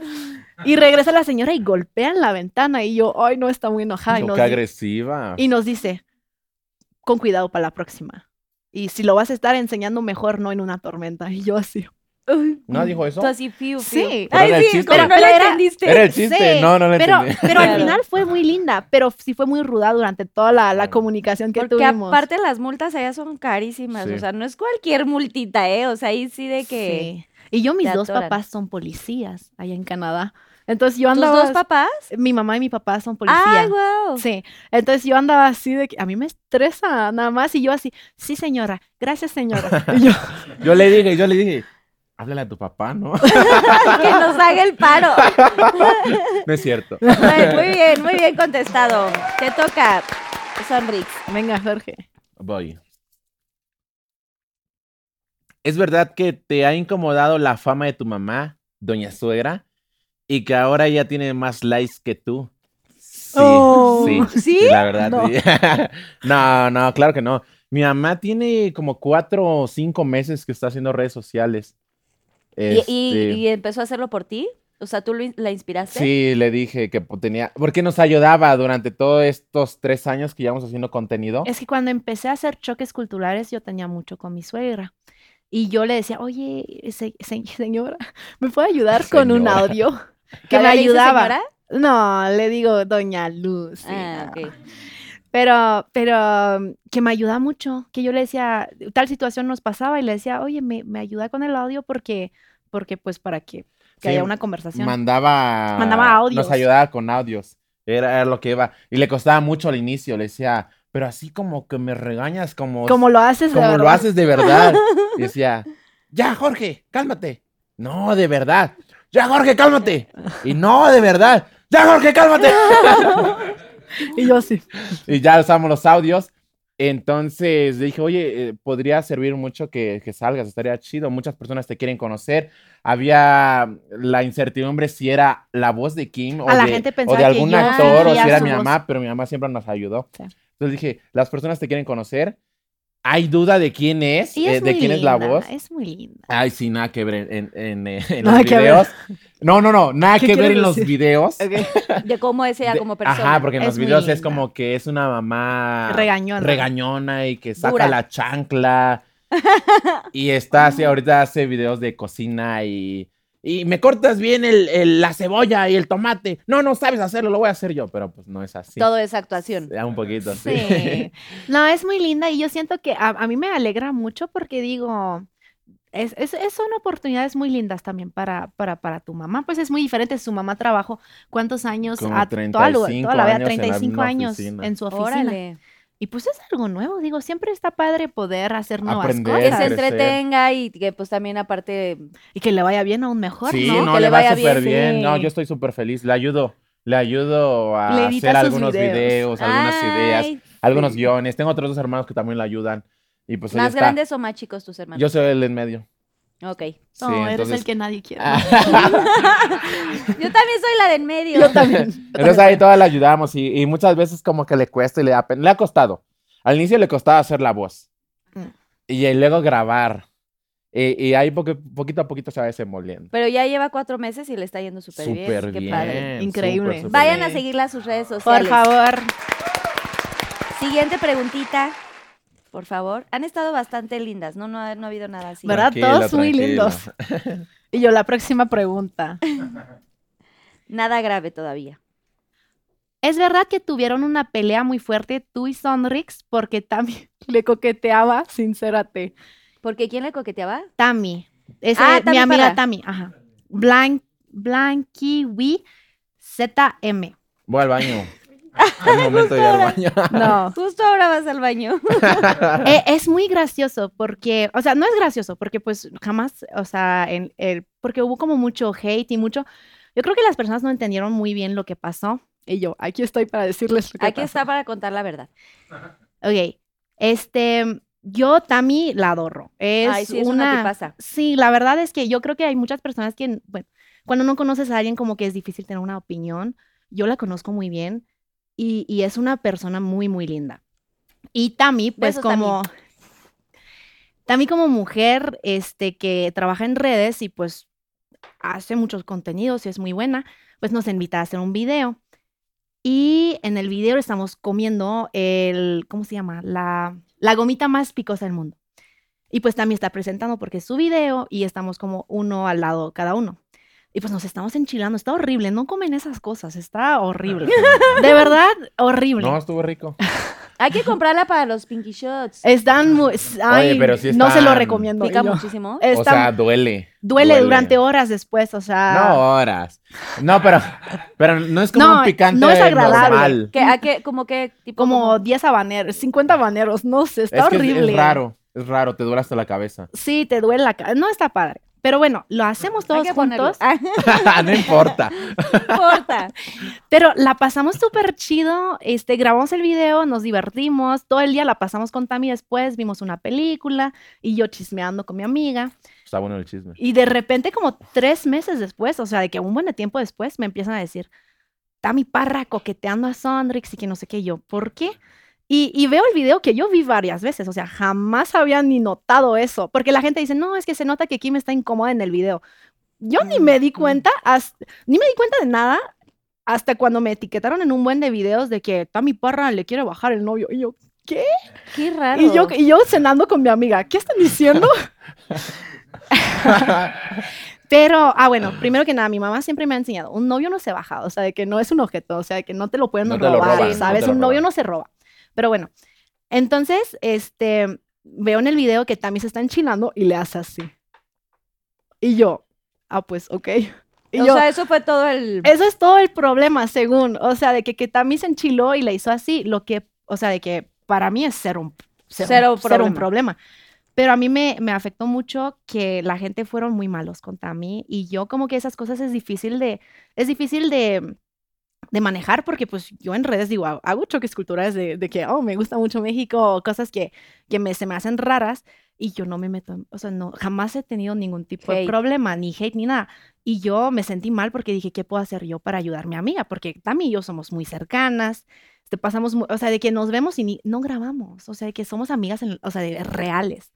S7: Y regresa la señora y golpea en la ventana. Y yo, ay, no, está muy enojada. Y
S8: No,
S7: nos,
S8: qué
S7: di-
S8: agresiva.
S7: y nos dice, con cuidado para la próxima. Y si lo vas a estar enseñando mejor, no en una tormenta. Y yo así. "Ay".
S8: ¿No dijo eso?
S2: Tú así, fiu, fiu.
S7: Sí.
S8: Pero era
S2: Ay,
S8: el
S2: sí,
S8: chiste.
S2: pero no
S7: Pero
S2: la
S7: era-
S2: entendiste.
S8: Era el chiste.
S7: pues, Sí,
S8: No, no lo
S7: Pero,
S8: entendí.
S7: pero al
S2: Claro.
S7: final fue muy linda, pero sí fue muy ruda durante toda la, la
S8: Claro.
S7: comunicación que
S2: Porque
S7: tuvimos.
S2: aparte las multas allá son carísimas.
S8: Sí.
S2: O sea, no es cualquier multita, ¿eh? O sea, ahí sí de que...
S7: Sí. Y yo, mis
S2: te
S7: dos
S2: atoran.
S7: papás son policías allá en Canadá. Entonces yo
S2: ¿Tus
S7: andaba.
S2: dos papás?
S7: Mi mamá y mi papá son policías.
S2: ¡Ay, wow!
S7: Sí. Entonces yo andaba así de que a mí me estresa nada más. Y yo así, sí, señora, gracias, señora. Y yo,
S8: Yo le dije, yo le dije, háblale a tu papá, ¿no?
S2: Que nos haga el paro.
S8: no es cierto.
S2: Bueno, muy bien, muy bien contestado. Te toca, Sonrix.
S7: venga, Jorge.
S8: Voy. ¿Es verdad que te ha incomodado la fama de tu mamá, doña suegra, y que ahora ella tiene más likes que tú? Sí,
S7: Oh.
S8: sí,
S2: Uh,
S7: ¿Sí?
S8: La verdad,
S7: No.
S8: sí. no, no, claro que no. Mi mamá tiene como cuatro o cinco meses que está haciendo redes sociales.
S2: ¿Y, y-
S8: Este-
S2: y empezó a hacerlo por ti? O sea, ¿tú lo in- la
S7: este?
S2: inspiraste?
S8: Sí, le dije que po- tenía, porque nos ayudaba durante todos estos tres años que llevamos haciendo contenido.
S7: Es que cuando empecé a hacer choques culturales, yo tenía mucho con mi suegra. Y yo le decía, oye, se- se- señora, ¿me puede ayudar con un
S8: Señora.
S7: audio? Que me
S2: ¿Todavía le dices
S7: ayudaba.
S2: señora?
S7: No, le digo, doña Luz. sí,
S2: Ah,
S7: no.
S2: ok.
S7: Pero, pero mm, que me ayuda mucho, que yo le decía, tal situación nos pasaba y le decía, oye, me, me ayuda con el audio porque, porque pues para que, que haya
S8: Sí,
S7: una conversación.
S8: Mandaba,
S7: Mandaba audios.
S8: Nos ayudaba con audios. Era, era lo que iba. Y le costaba mucho al inicio. Le decía, pero así como que me regañas, como,
S7: Como lo haces, de
S8: como lo
S7: verdad".
S8: haces de verdad. Y decía, ya, Jorge, cálmate. No, de verdad. Ya, Jorge, cálmate. Y no, de verdad. Ya, Jorge, cálmate.
S7: Y yo sí.
S8: y ya usamos los audios. Entonces dije, oye, eh, podría servir mucho que, que salgas, estaría chido, muchas personas te quieren conocer. Había la incertidumbre si era la voz de Kim o,
S7: A Ah, la
S8: de,
S7: gente
S8: o de
S7: pensaba que
S8: algún
S7: yo
S8: actor o si
S7: fingía
S8: era
S7: su
S8: mi
S7: voz.
S8: mamá, pero mi mamá siempre nos ayudó.
S7: Sí.
S8: Entonces dije, las personas te quieren conocer, hay duda de quién es,
S7: Y
S8: eh,
S7: es
S8: de
S7: muy
S8: quién es la
S7: linda,
S8: voz.
S7: Es muy linda.
S8: Ay, sí, nada que ver en, en, eh, en
S7: Nada
S8: los
S7: que ver.
S8: videos. No, no, no, nada
S7: ¿Qué
S8: que ver
S7: quieres
S8: en los
S7: decir?
S8: videos.
S2: De cómo es ella
S8: De-
S2: como persona.
S8: Ajá, porque en
S7: Es
S8: los
S7: muy
S8: videos es
S7: linda.
S8: como que es una mamá
S7: Regañona.
S8: regañona y que saca
S2: Dura.
S8: la chancla. y está así, ahorita hace videos de cocina y. Y me cortas bien el, el- la cebolla y el tomate. No, no sabes hacerlo, lo voy a hacer yo, pero pues no es así.
S2: Todo es actuación.
S8: Ya, Un poquito, sí.
S7: Sí. No, es muy linda y yo siento que a, a mí me alegra mucho porque digo, es, es- es- son oportunidades muy lindas también para, para, para tu mamá. Pues es muy diferente, su mamá trabajó cuántos años,
S8: Como
S7: Ah, toda, lo-
S8: 35
S7: toda la vida,
S8: años en la
S7: 35
S8: misma
S7: años
S8: oficina.
S7: en su oficina.
S2: Órale.
S7: Y pues es algo nuevo, digo, siempre está padre poder hacer nuevas
S8: Aprender,
S2: Que
S7: cosas
S2: se
S8: crecer.
S2: entretenga y que pues también aparte...
S7: y que le vaya bien aún mejor,
S8: Sí,
S7: ¿no?
S8: no,
S2: Que
S8: le
S2: le
S8: va
S2: vaya
S8: súper
S7: bien,
S8: bien. No,
S7: sí.
S8: yo estoy súper feliz. Le ayudo. Le ayudo a
S7: Le edita
S8: hacer
S7: sus
S8: algunos
S7: videos.
S8: videos, Pues, algunas ideas,
S2: Ay,
S8: algunos
S7: sí.
S8: guiones. Tengo otros dos hermanos que también le ayudan. Y pues ahí
S2: ¿Más
S8: está.
S2: grandes o más chicos tus hermanos?
S8: Yo soy el en medio.
S2: Ok.
S8: Sí,
S7: No, eres
S8: entonces... Ah.
S7: el que nadie quiere.
S2: Yo también soy la del medio.
S7: Yo también.
S8: Entonces ahí todas la ayudamos y, y muchas veces como que le cuesta y le da pena. Le ha costado. Al inicio le costaba hacer la voz
S7: Mm.
S8: y, eh, luego grabar. Y, y ahí poque- poquito a poquito se va desenvolviendo.
S2: Pero ya lleva cuatro meses y le está yendo súper bien.
S8: Súper
S2: Qué
S8: bien.
S2: padre.
S7: Increíble.
S8: súper, súper
S2: Vayan
S8: bien.
S2: a seguirla a sus redes sociales.
S7: Por favor.
S2: Siguiente preguntita. Por favor. Han estado bastante lindas, ¿no? No ha, no ha habido nada así.
S7: ¿Verdad?
S8: Tranquila,
S7: Todos muy
S8: tranquila.
S7: lindos. Y yo la próxima pregunta.
S2: Nada grave todavía.
S7: Es verdad que tuvieron una pelea muy fuerte tú y Sonrix porque Tami le coqueteaba, sincérate.
S2: Porque ¿quién le coqueteaba?
S7: Tami. Ese-
S2: Ah, Tami
S7: mi amiga
S2: Parra.
S7: Tami, ajá. Blank, Blanquiwi ZM.
S8: Voy al baño. Es momento de ir al baño.
S7: No.
S2: Justo ahora vas al baño.
S7: Eh, es muy gracioso porque, o sea, no es gracioso porque pues jamás, o sea, en el, porque hubo como mucho hate y mucho, yo creo que las personas no entendieron muy bien lo que pasó. Y yo, aquí estoy para decirles lo que
S2: Aquí
S7: pasó.
S2: está para contar la verdad.
S7: Ok, este, yo Tami la adoro. Es
S2: Ay, sí, es una
S7: una...
S2: tipaza.
S7: sí, la verdad es que yo creo que hay muchas personas que, bueno, cuando no conoces a alguien como que es difícil tener una opinión. Yo la conozco muy bien y, y es una persona muy, muy linda. Y Tami, pues
S2: Besos, Tami.
S7: como... Tami como mujer, este, que trabaja en redes y pues hace muchos contenidos y es muy buena, pues nos invita a hacer un video. Y en el video estamos comiendo el, ¿cómo se llama? La, la gomita más picosa del mundo. Y pues también está presentando porque es su video y estamos como uno al lado cada uno. Y pues nos estamos enchilando, está horrible, no comen esas cosas, está horrible. De verdad, horrible.
S8: No, estuvo rico.
S2: Hay que comprarla para los Pinky Shots.
S7: Están muy... ay,
S8: pero sí
S7: Eh, No se lo
S8: están-
S7: recomiendo.
S2: Pica
S7: y yo-
S2: muchísimo.
S8: O
S7: está-
S8: sea, duele.
S7: duele, durante horas después, o sea...
S8: No, horas. No, pero, pero no es como
S7: No,
S8: un picante
S7: no es agradable.
S8: normal.
S2: ¿Qué, a qué, como que tipo
S7: Como 10 habaneros, 50 habaneros, no sé, está
S8: es que es-
S7: horrible.
S8: Es raro, es raro, te duele hasta la cabeza.
S7: Sí, te duele la cara. No está padre. Pero bueno, lo hacemos
S2: Hay
S7: todos
S2: que ponerlo.
S7: juntos.
S2: Ah,
S8: no importa.
S2: no importa.
S7: Pero la pasamos súper chido. Este, grabamos el video, nos divertimos. Todo el día la pasamos con Tami después. Vimos una película y yo chismeando con mi amiga.
S8: Está bueno el chisme.
S7: Y de repente, como tres meses después, o sea, de que un buen tiempo después, me empiezan a decir, Tami Parra coqueteando a Sondrix y que no sé qué yo, ¿por qué? Y, y veo el video que yo vi varias veces, o sea, jamás había ni notado eso, porque la gente dice, no, es que se nota que Kim está incómoda en el video. Yo ni me di cuenta, has- ni me di cuenta de nada hasta cuando me etiquetaron en un buen de videos de que Tami Parra le quiere bajar el novio. Y yo,
S2: Qué raro.
S7: y yo, y yo cenando con mi amiga, ¿qué están diciendo? Pero, ah, bueno, primero que nada, mi mamá siempre me ha enseñado, un novio no se baja, o sea, de que no es un objeto, o sea, de que no te lo pueden
S8: No te lo
S7: robar,
S8: roban, no
S7: ¿sabes?
S8: te lo
S7: un novio
S8: roban.
S7: no se roba. Pero bueno, entonces, este, veo en el video que Tami se está enchilando y le hace así. Y yo, ah, pues, ok. Y
S2: o
S7: yo,
S2: sea, eso fue todo el.
S7: eso es todo el problema, según. O sea, de que, que Tami se enchiló y le hizo así, lo que, o sea, de que para mí es ser un, ser
S2: Cero
S7: un, ser
S2: problema.
S7: un problema. Pero a mí me, me afectó mucho que la gente fueron muy malos con Tami y yo como que esas cosas es difícil de, es difícil de, de manejar porque pues yo en redes digo, hago, hago choques culturales de, de que, oh, me gusta mucho México, o cosas que, que me, se me hacen raras y yo no me meto, en- o sea, no, jamás he tenido ningún tipo de
S2: Hate.
S7: problema, ni hate, ni nada. Y yo me sentí mal porque dije, ¿qué puedo hacer yo para ayudar a mi amiga? Porque Tami y yo somos muy cercanas, te pasamos, mu- o sea, de que nos vemos y ni- no grabamos, o sea, de que somos amigas, en- o sea, de reales.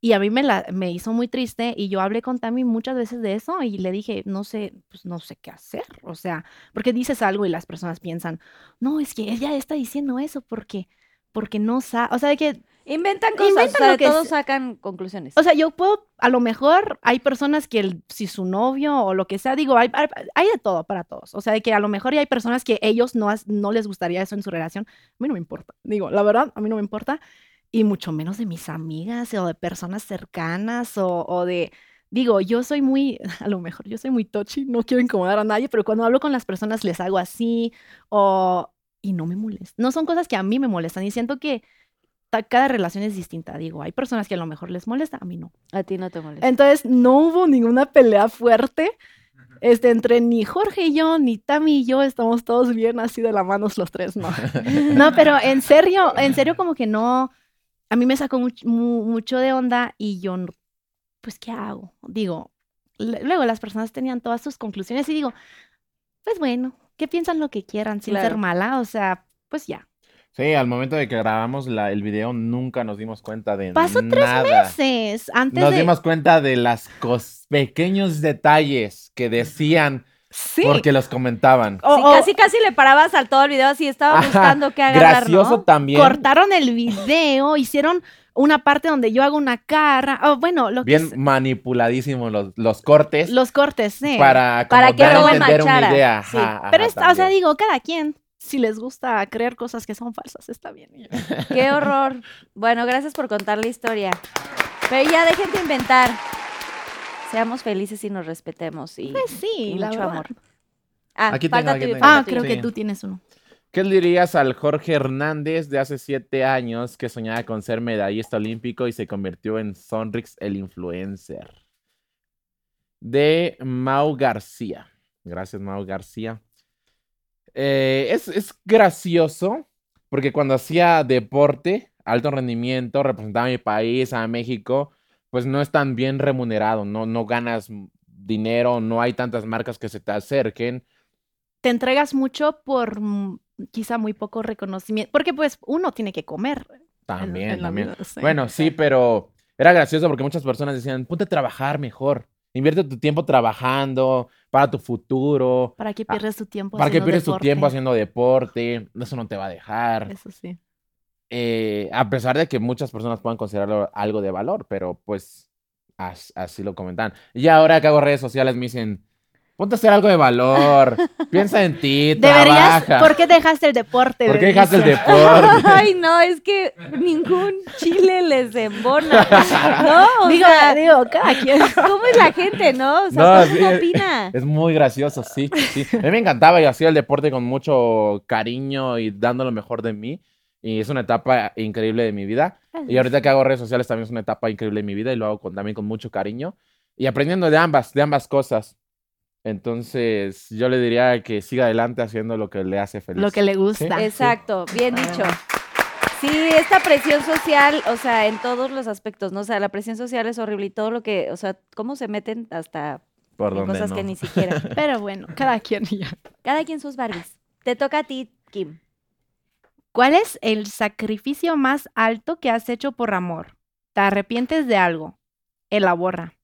S7: Y a mí me, la, me hizo muy triste y yo hablé con Tami muchas veces de eso y le dije, no sé, pues no sé qué hacer, o sea, porque dices algo y las personas piensan, no, es que ella está diciendo eso porque, porque no sabe, o sea, de que
S2: Inventan cosas.
S7: Inventan
S2: o sea,
S7: lo que
S2: todos
S7: es-
S2: sacan conclusiones.
S7: o sea, yo puedo, a lo mejor hay personas que el- si su novio o lo que sea, digo, hay, hay- hay de todo para todos. O sea, de que a lo mejor y hay personas que ellos no, has- no les gustaría eso en su relación. A mí no me importa. Digo, la verdad, a mí no me importa. Y mucho menos de mis amigas o de personas cercanas o, o de... Digo, yo soy muy, a lo mejor yo soy muy touchy, no quiero incomodar a nadie, pero cuando hablo con las personas les hago así o... Y no me molesta. No son cosas que a mí me molestan y siento que ta- cada relación es distinta. Digo, hay personas que a lo mejor les molesta, a mí no.
S2: a ti no te molesta.
S7: Entonces no hubo ninguna pelea fuerte. Este, entre ni Jorge y yo, ni Tami y yo, estamos todos bien así de la mano los tres, no. No, pero en serio, en serio como que no, a mí me sacó much- mu- mucho de onda y yo, no- pues, ¿qué hago? Digo, l- luego las personas tenían todas sus conclusiones y digo, pues bueno, que piensan lo que quieran sin ser
S2: Claro.
S7: mala, o sea, pues ya.
S8: Sí, al momento de que grabamos la- el video nunca nos dimos cuenta de
S7: Pasó tres
S8: nada.
S7: Entonces, antes
S8: Nos
S7: de...
S8: dimos cuenta de las cos- pequeños detalles que decían
S7: Sí.
S8: porque los comentaban.
S7: O-
S2: Sí,
S7: o-
S2: casi, casi le parabas al todo el video así. Estaba
S8: Ajá,
S2: buscando qué agarrar,
S8: Gracioso
S2: ¿no?
S8: también.
S7: cortaron el video, hicieron una parte donde yo hago una cara, o bueno, lo que
S8: Bien
S7: es-
S8: manipuladísimos los, los cortes
S7: los cortes, sí.
S8: para, como
S2: Para que
S8: dar a
S2: luego
S8: entender una
S2: machara.
S8: idea.
S7: Sí,
S8: Ajá,
S7: pero
S8: ajá,
S7: esta- o sea,
S8: también.
S7: digo, cada quien si les gusta creer cosas que son falsas, está bien. Y yo,
S2: Qué horror. Bueno, gracias por contar la historia. Pero ya dejen de inventar. Seamos felices y nos respetemos y
S7: Pues sí,
S2: y
S7: la
S2: mucho
S7: verdad.
S2: amor. Ah,
S10: Aquí tengo,
S2: falta
S10: aquí
S2: tuyo,
S10: tengo.
S2: falta
S7: Ah,
S2: tuyo.
S7: creo que
S10: Sí.
S7: tú tienes uno.
S8: ¿Qué le dirías al Jorge Hernández de hace siete años que soñaba con ser medallista olímpico y se convirtió en Sonrix el influencer? De Mau García. Gracias, Mau García. Eh, es, es gracioso porque cuando hacía deporte, alto rendimiento, representaba a mi país, a México, pues no es tan bien remunerado, no, no ganas dinero, no hay tantas marcas que se te acerquen.
S7: Te entregas mucho por mm, quizá muy poco reconocimiento, porque pues uno tiene que comer. en-
S8: También,
S7: en la
S8: también.
S7: vida, sí.
S8: Bueno, sí, pero era gracioso porque muchas personas decían, ponte a trabajar mejor, invierte tu tiempo trabajando para tu futuro,
S7: ¿Para qué
S8: Ah,
S7: pierdes tu tiempo?
S8: para que
S7: haciendo
S8: pierdes tu
S7: deporte?
S8: tiempo haciendo deporte, eso no te va a dejar.
S7: Eso sí.
S8: Eh, a pesar de que muchas personas puedan considerarlo algo de valor, pero pues as- así lo comentan. Y ahora que hago redes sociales me dicen, ponte a hacer algo de valor, piensa en ti,
S7: Deberías,
S8: trabaja.
S7: ¿por qué dejaste el deporte?
S8: ¿Por qué
S7: Me
S8: dejaste el
S7: dicen.
S8: deporte?
S2: Ay, no, es que ningún chile les embona. No, o
S7: Digo,
S2: sea,
S7: digo, cada quien.
S2: ¿cómo es la gente, no? O sea,
S8: No,
S2: todo el
S8: sí,
S2: mundo
S8: eh,
S2: opina.
S8: Es muy gracioso, sí, sí. A mí me encantaba y hacía el deporte con mucho cariño y dando lo mejor de mí. Y es una etapa increíble de mi vida. Y ahorita que hago redes sociales también es una etapa increíble de mi vida y lo hago con, también con mucho cariño. Y aprendiendo de ambas, de ambas cosas. Entonces, yo le diría que siga adelante haciendo lo que le hace feliz.
S7: Lo que le gusta.
S8: sí.
S2: Exacto, bien dicho. Sí, esta presión social, o sea, en todos los aspectos, ¿no? O sea, la presión social es horrible y todo lo que, o sea, cómo se meten hasta
S10: Por
S2: en
S10: donde
S2: cosas que
S10: no.
S2: ni siquiera.
S7: Pero bueno, cada quien y ya.
S2: Cada quien sus Barbies. Te toca a ti, Kim.
S7: ¿Cuál es el sacrificio más alto que has hecho por amor? ¿Te arrepientes de algo? Elabora.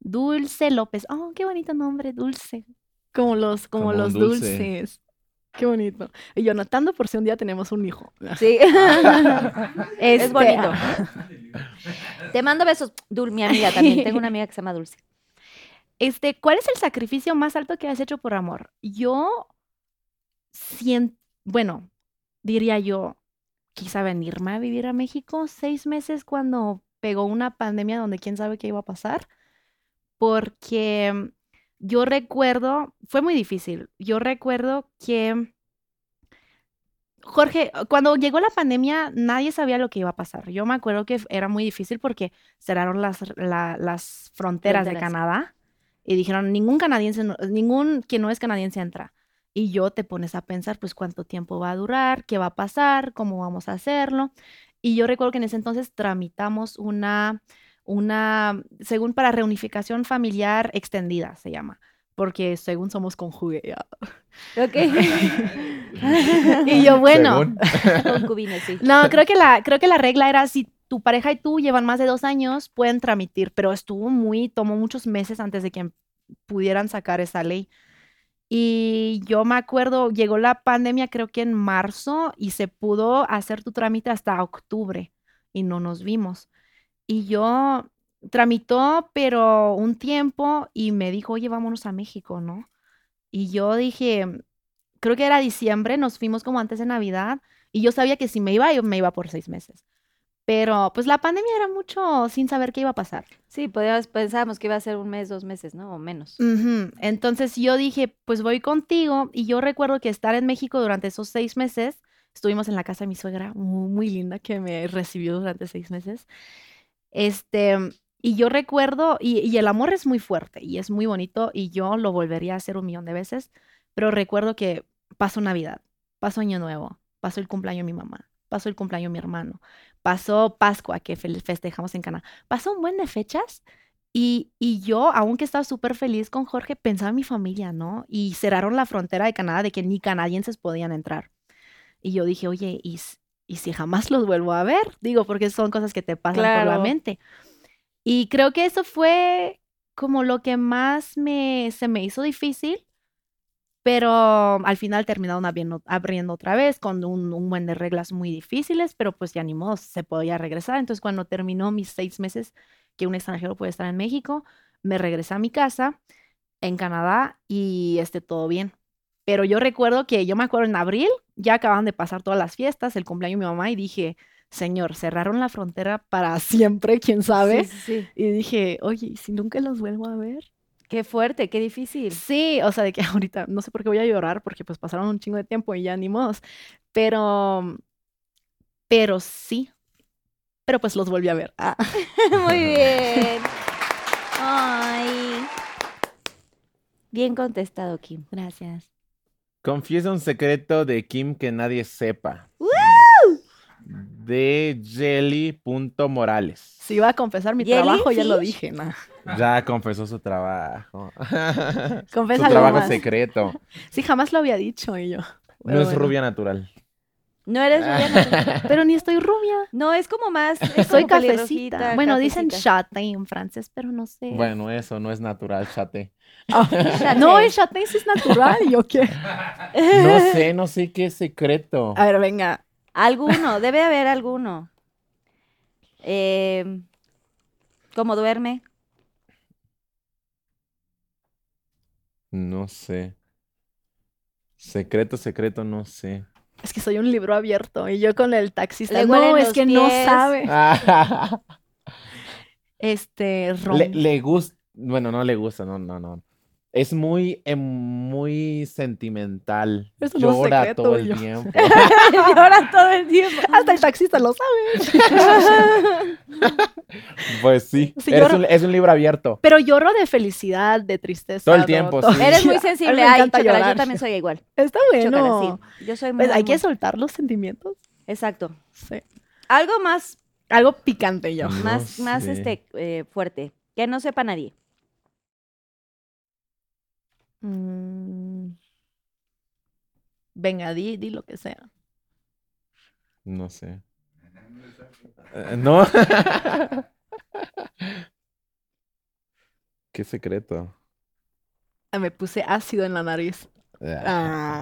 S7: Dulce López. Oh, qué bonito nombre, Dulce. Como los, como,
S10: Como un
S7: los
S10: dulce.
S7: dulces. Qué bonito. Y yo anotando por si un día tenemos un hijo.
S2: Sí.
S7: Este,
S2: es bonito. Te mando besos, Dul, mi amiga también. Tengo una amiga que se llama Dulce.
S7: Este, ¿cuál es el sacrificio más alto que has hecho por amor? Yo siento, bueno, diría yo, quizá venirme a vivir a México seis meses cuando pegó una pandemia donde quién sabe qué iba a pasar, porque yo recuerdo, fue muy difícil, yo recuerdo que, Jorge, eh, cuando llegó la pandemia nadie sabía lo que iba a pasar. Yo me acuerdo que era muy difícil porque cerraron las, la- las fronteras de
S2: Fronteras.
S7: Canadá y dijeron, ningún canadiense, no- ningún que no es canadiense entra. Y yo te pones a pensar, pues, cuánto tiempo va a durar, qué va a pasar, cómo vamos a hacerlo. Y yo recuerdo que en ese entonces tramitamos una, una, según para reunificación familiar extendida se llama, porque según somos cónyuge. ya. Y yo, bueno,
S8: Según.
S2: Concubines, sí.
S7: no, creo que la, creo que la regla era si tu pareja y tú llevan más de dos años, pueden tramitir, pero estuvo muy, tomó muchos meses antes de que em- pudieran sacar esa ley. Y yo me acuerdo, llegó la pandemia creo que en marzo y se pudo hacer tu trámite hasta octubre y no nos vimos. Y yo tramitó, pero un tiempo y me dijo, oye, vámonos a México, ¿no? Y yo dije, creo que era diciembre, nos fuimos como antes de Navidad. Y yo sabía que si me iba, yo me iba por seis meses. Pero pues la pandemia era mucho sin saber qué iba a pasar.
S2: Sí, podíamos, pensábamos que iba a ser un mes, dos meses, ¿no? O menos.
S7: Ujú, Entonces yo dije, pues voy contigo. Y yo recuerdo que estar en México durante esos seis meses, estuvimos en la casa de mi suegra, mu- muy linda, que me recibió durante seis meses. Este, y yo recuerdo, y, y el amor es muy fuerte y es muy bonito, y yo lo volvería a hacer un millón de veces, pero recuerdo que pasó Navidad, pasó Año Nuevo, pasó el cumpleaños de mi mamá, pasó el cumpleaños de mi hermano, pasó Pascua, que fel- festejamos en Cana, pasó un buen de fechas. Y, y yo, aunque estaba súper feliz con Jorge, pensaba en mi familia, ¿no? Y cerraron la frontera de Canadá de que ni canadienses podían entrar. Y yo dije, oye, ¿y, s- y si jamás los vuelvo a ver? Digo, porque son cosas que te pasan por la
S2: Claro.
S7: mente. Y creo que eso fue como lo que más me, se me hizo difícil, pero al final terminaron abriendo, abriendo otra vez con un, un buen de reglas muy difíciles, pero pues ya ni modo, se podía regresar. Entonces cuando terminó mis seis meses que un extranjero puede estar en México, me regresé a mi casa este, en Canadá y esté todo bien. Pero yo recuerdo que yo me acuerdo en abril ya acaban de pasar todas las fiestas, el cumpleaños de mi mamá, y dije, señor, cerraron la frontera para siempre, quién sabe.
S2: Sí, sí, sí.
S7: Y dije, oye, ¿y si nunca los vuelvo a ver?
S2: Qué fuerte, qué difícil.
S7: Sí, o sea, de que ahorita no sé por qué voy a llorar porque pues pasaron un chingo de tiempo y ya ni modos. Pero, mm, pero sí. Pero pues los volví a ver. Ah,
S2: Muy bien. Ay. Bien contestado, Kim.
S7: gracias.
S8: Confiesa un secreto de Kim que nadie sepa. De Jelly.morales.
S7: Si iba a confesar mi
S2: Jelly
S7: trabajo, ya lo
S2: fish.
S7: dije. nah.
S8: Pues Ya confesó su trabajo.
S7: Pues
S8: su
S7: Confésalo
S8: trabajo
S7: más.
S8: secreto.
S7: Sí, jamás lo había dicho y yo.
S8: no
S7: pero
S8: es
S7: bueno.
S8: rubia natural.
S2: No eres
S7: Ah.
S2: rubia natural.
S7: Pero ni estoy rubia.
S2: No, es como más. es
S7: Soy
S2: como pelirrojita,
S7: cafecita. Bueno, dicen
S2: cafecita.
S7: chate en francés, pero no sé. Ah,
S8: Bueno, eso no es natural, chate.
S7: No,
S2: Chaté.
S7: el chate sí es natural. ¿Y yo qué?
S8: No sé, no sé qué secreto.
S7: A ver, venga.
S2: Alguno, debe haber alguno. Eh, ¿Cómo duerme?
S8: No sé. Secreto, secreto, no sé.
S7: Es que soy un libro abierto y yo con el taxista.
S2: Le huelen
S7: no, es
S2: los
S7: que no
S2: pies.
S7: sabe.
S8: Ah,
S7: Este, rom-
S8: le, gusta, bueno, no le gusta, no, no, no. Es muy, em- muy sentimental.
S7: Eso no es
S8: Llora
S7: secreto,
S8: todo el
S7: yo-
S8: tiempo.
S2: Llora todo el tiempo.
S7: Hasta el taxista lo sabe.
S8: Pues sí,
S7: Sí,
S8: es,
S7: llora.
S8: un, es un libro abierto.
S7: Pero lloro de felicidad, de tristeza.
S8: Todo el
S7: no,
S8: tiempo, sí.
S2: Eres muy
S7: A mí me
S2: sensible. Ay,
S7: encanta
S2: chócala, yo
S7: llorar.
S2: también soy igual.
S7: Está
S2: Chócala,
S7: bueno.
S2: sí. Yo soy muy.
S7: Pues hay que
S2: muy-
S7: soltar los sentimientos.
S2: Exacto.
S7: Sí.
S2: Algo más,
S7: Algo picante yo.
S8: No
S2: más, más
S8: sé.
S2: este, eh, fuerte. Que no sepa nadie.
S7: Mm. Venga, di, di lo que sea.
S8: No sé. Eh, No. ¿Qué secreto?
S7: Ah, Me puse ácido en la nariz.
S8: Ah,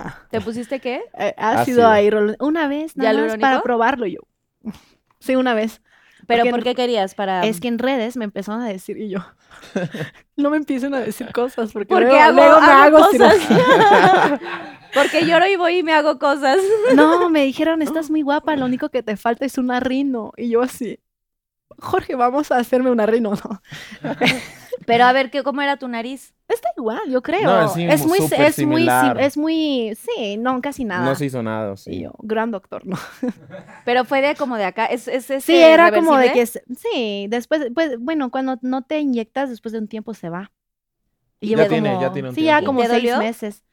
S7: Ah.
S2: ¿Te pusiste qué?
S7: Eh, Ácido
S8: Ácido.
S7: ahí. rol- Una vez, nada más para
S2: ¿Hialurónico?
S7: probarlo yo. Sí, una vez.
S2: ¿Pero
S7: Porque en-
S2: por qué querías? Para...
S7: Es que en redes me empezaron a decir y yo. no me empiecen a decir cosas porque,
S2: Porque
S7: luego,
S2: hago,
S7: luego me
S2: hago
S7: hago cirugía.
S2: cosas. Porque lloro y voy y me hago cosas.
S7: No, me dijeron, estás muy guapa, lo único que te falta es una rino. Y yo así, Jorge, vamos a hacerme una rino. No,
S2: Pero a ver, ¿qué, ¿cómo era tu nariz?
S7: está igual, yo creo.
S8: No, sí,
S7: es muy,
S8: súper
S7: es muy, sim-
S8: similar.
S7: es muy, sí, no, casi nada.
S8: No se hizo nada,
S7: Y
S8: sí.
S7: yo, gran doctor, no.
S2: Pero fue de como de acá. ¿Es, es,
S7: Sí,
S2: este,
S7: era como de
S2: reversible?
S7: que, s- sí, después, pues, bueno, cuando no te inyectas, después de un tiempo se va. Y
S8: Ya
S7: llevo
S8: tiene- ya
S7: como-
S8: tiene un
S7: Sí, ya
S8: tiempo.
S7: como
S2: ¿Te
S7: seis
S2: dolió?
S7: meses.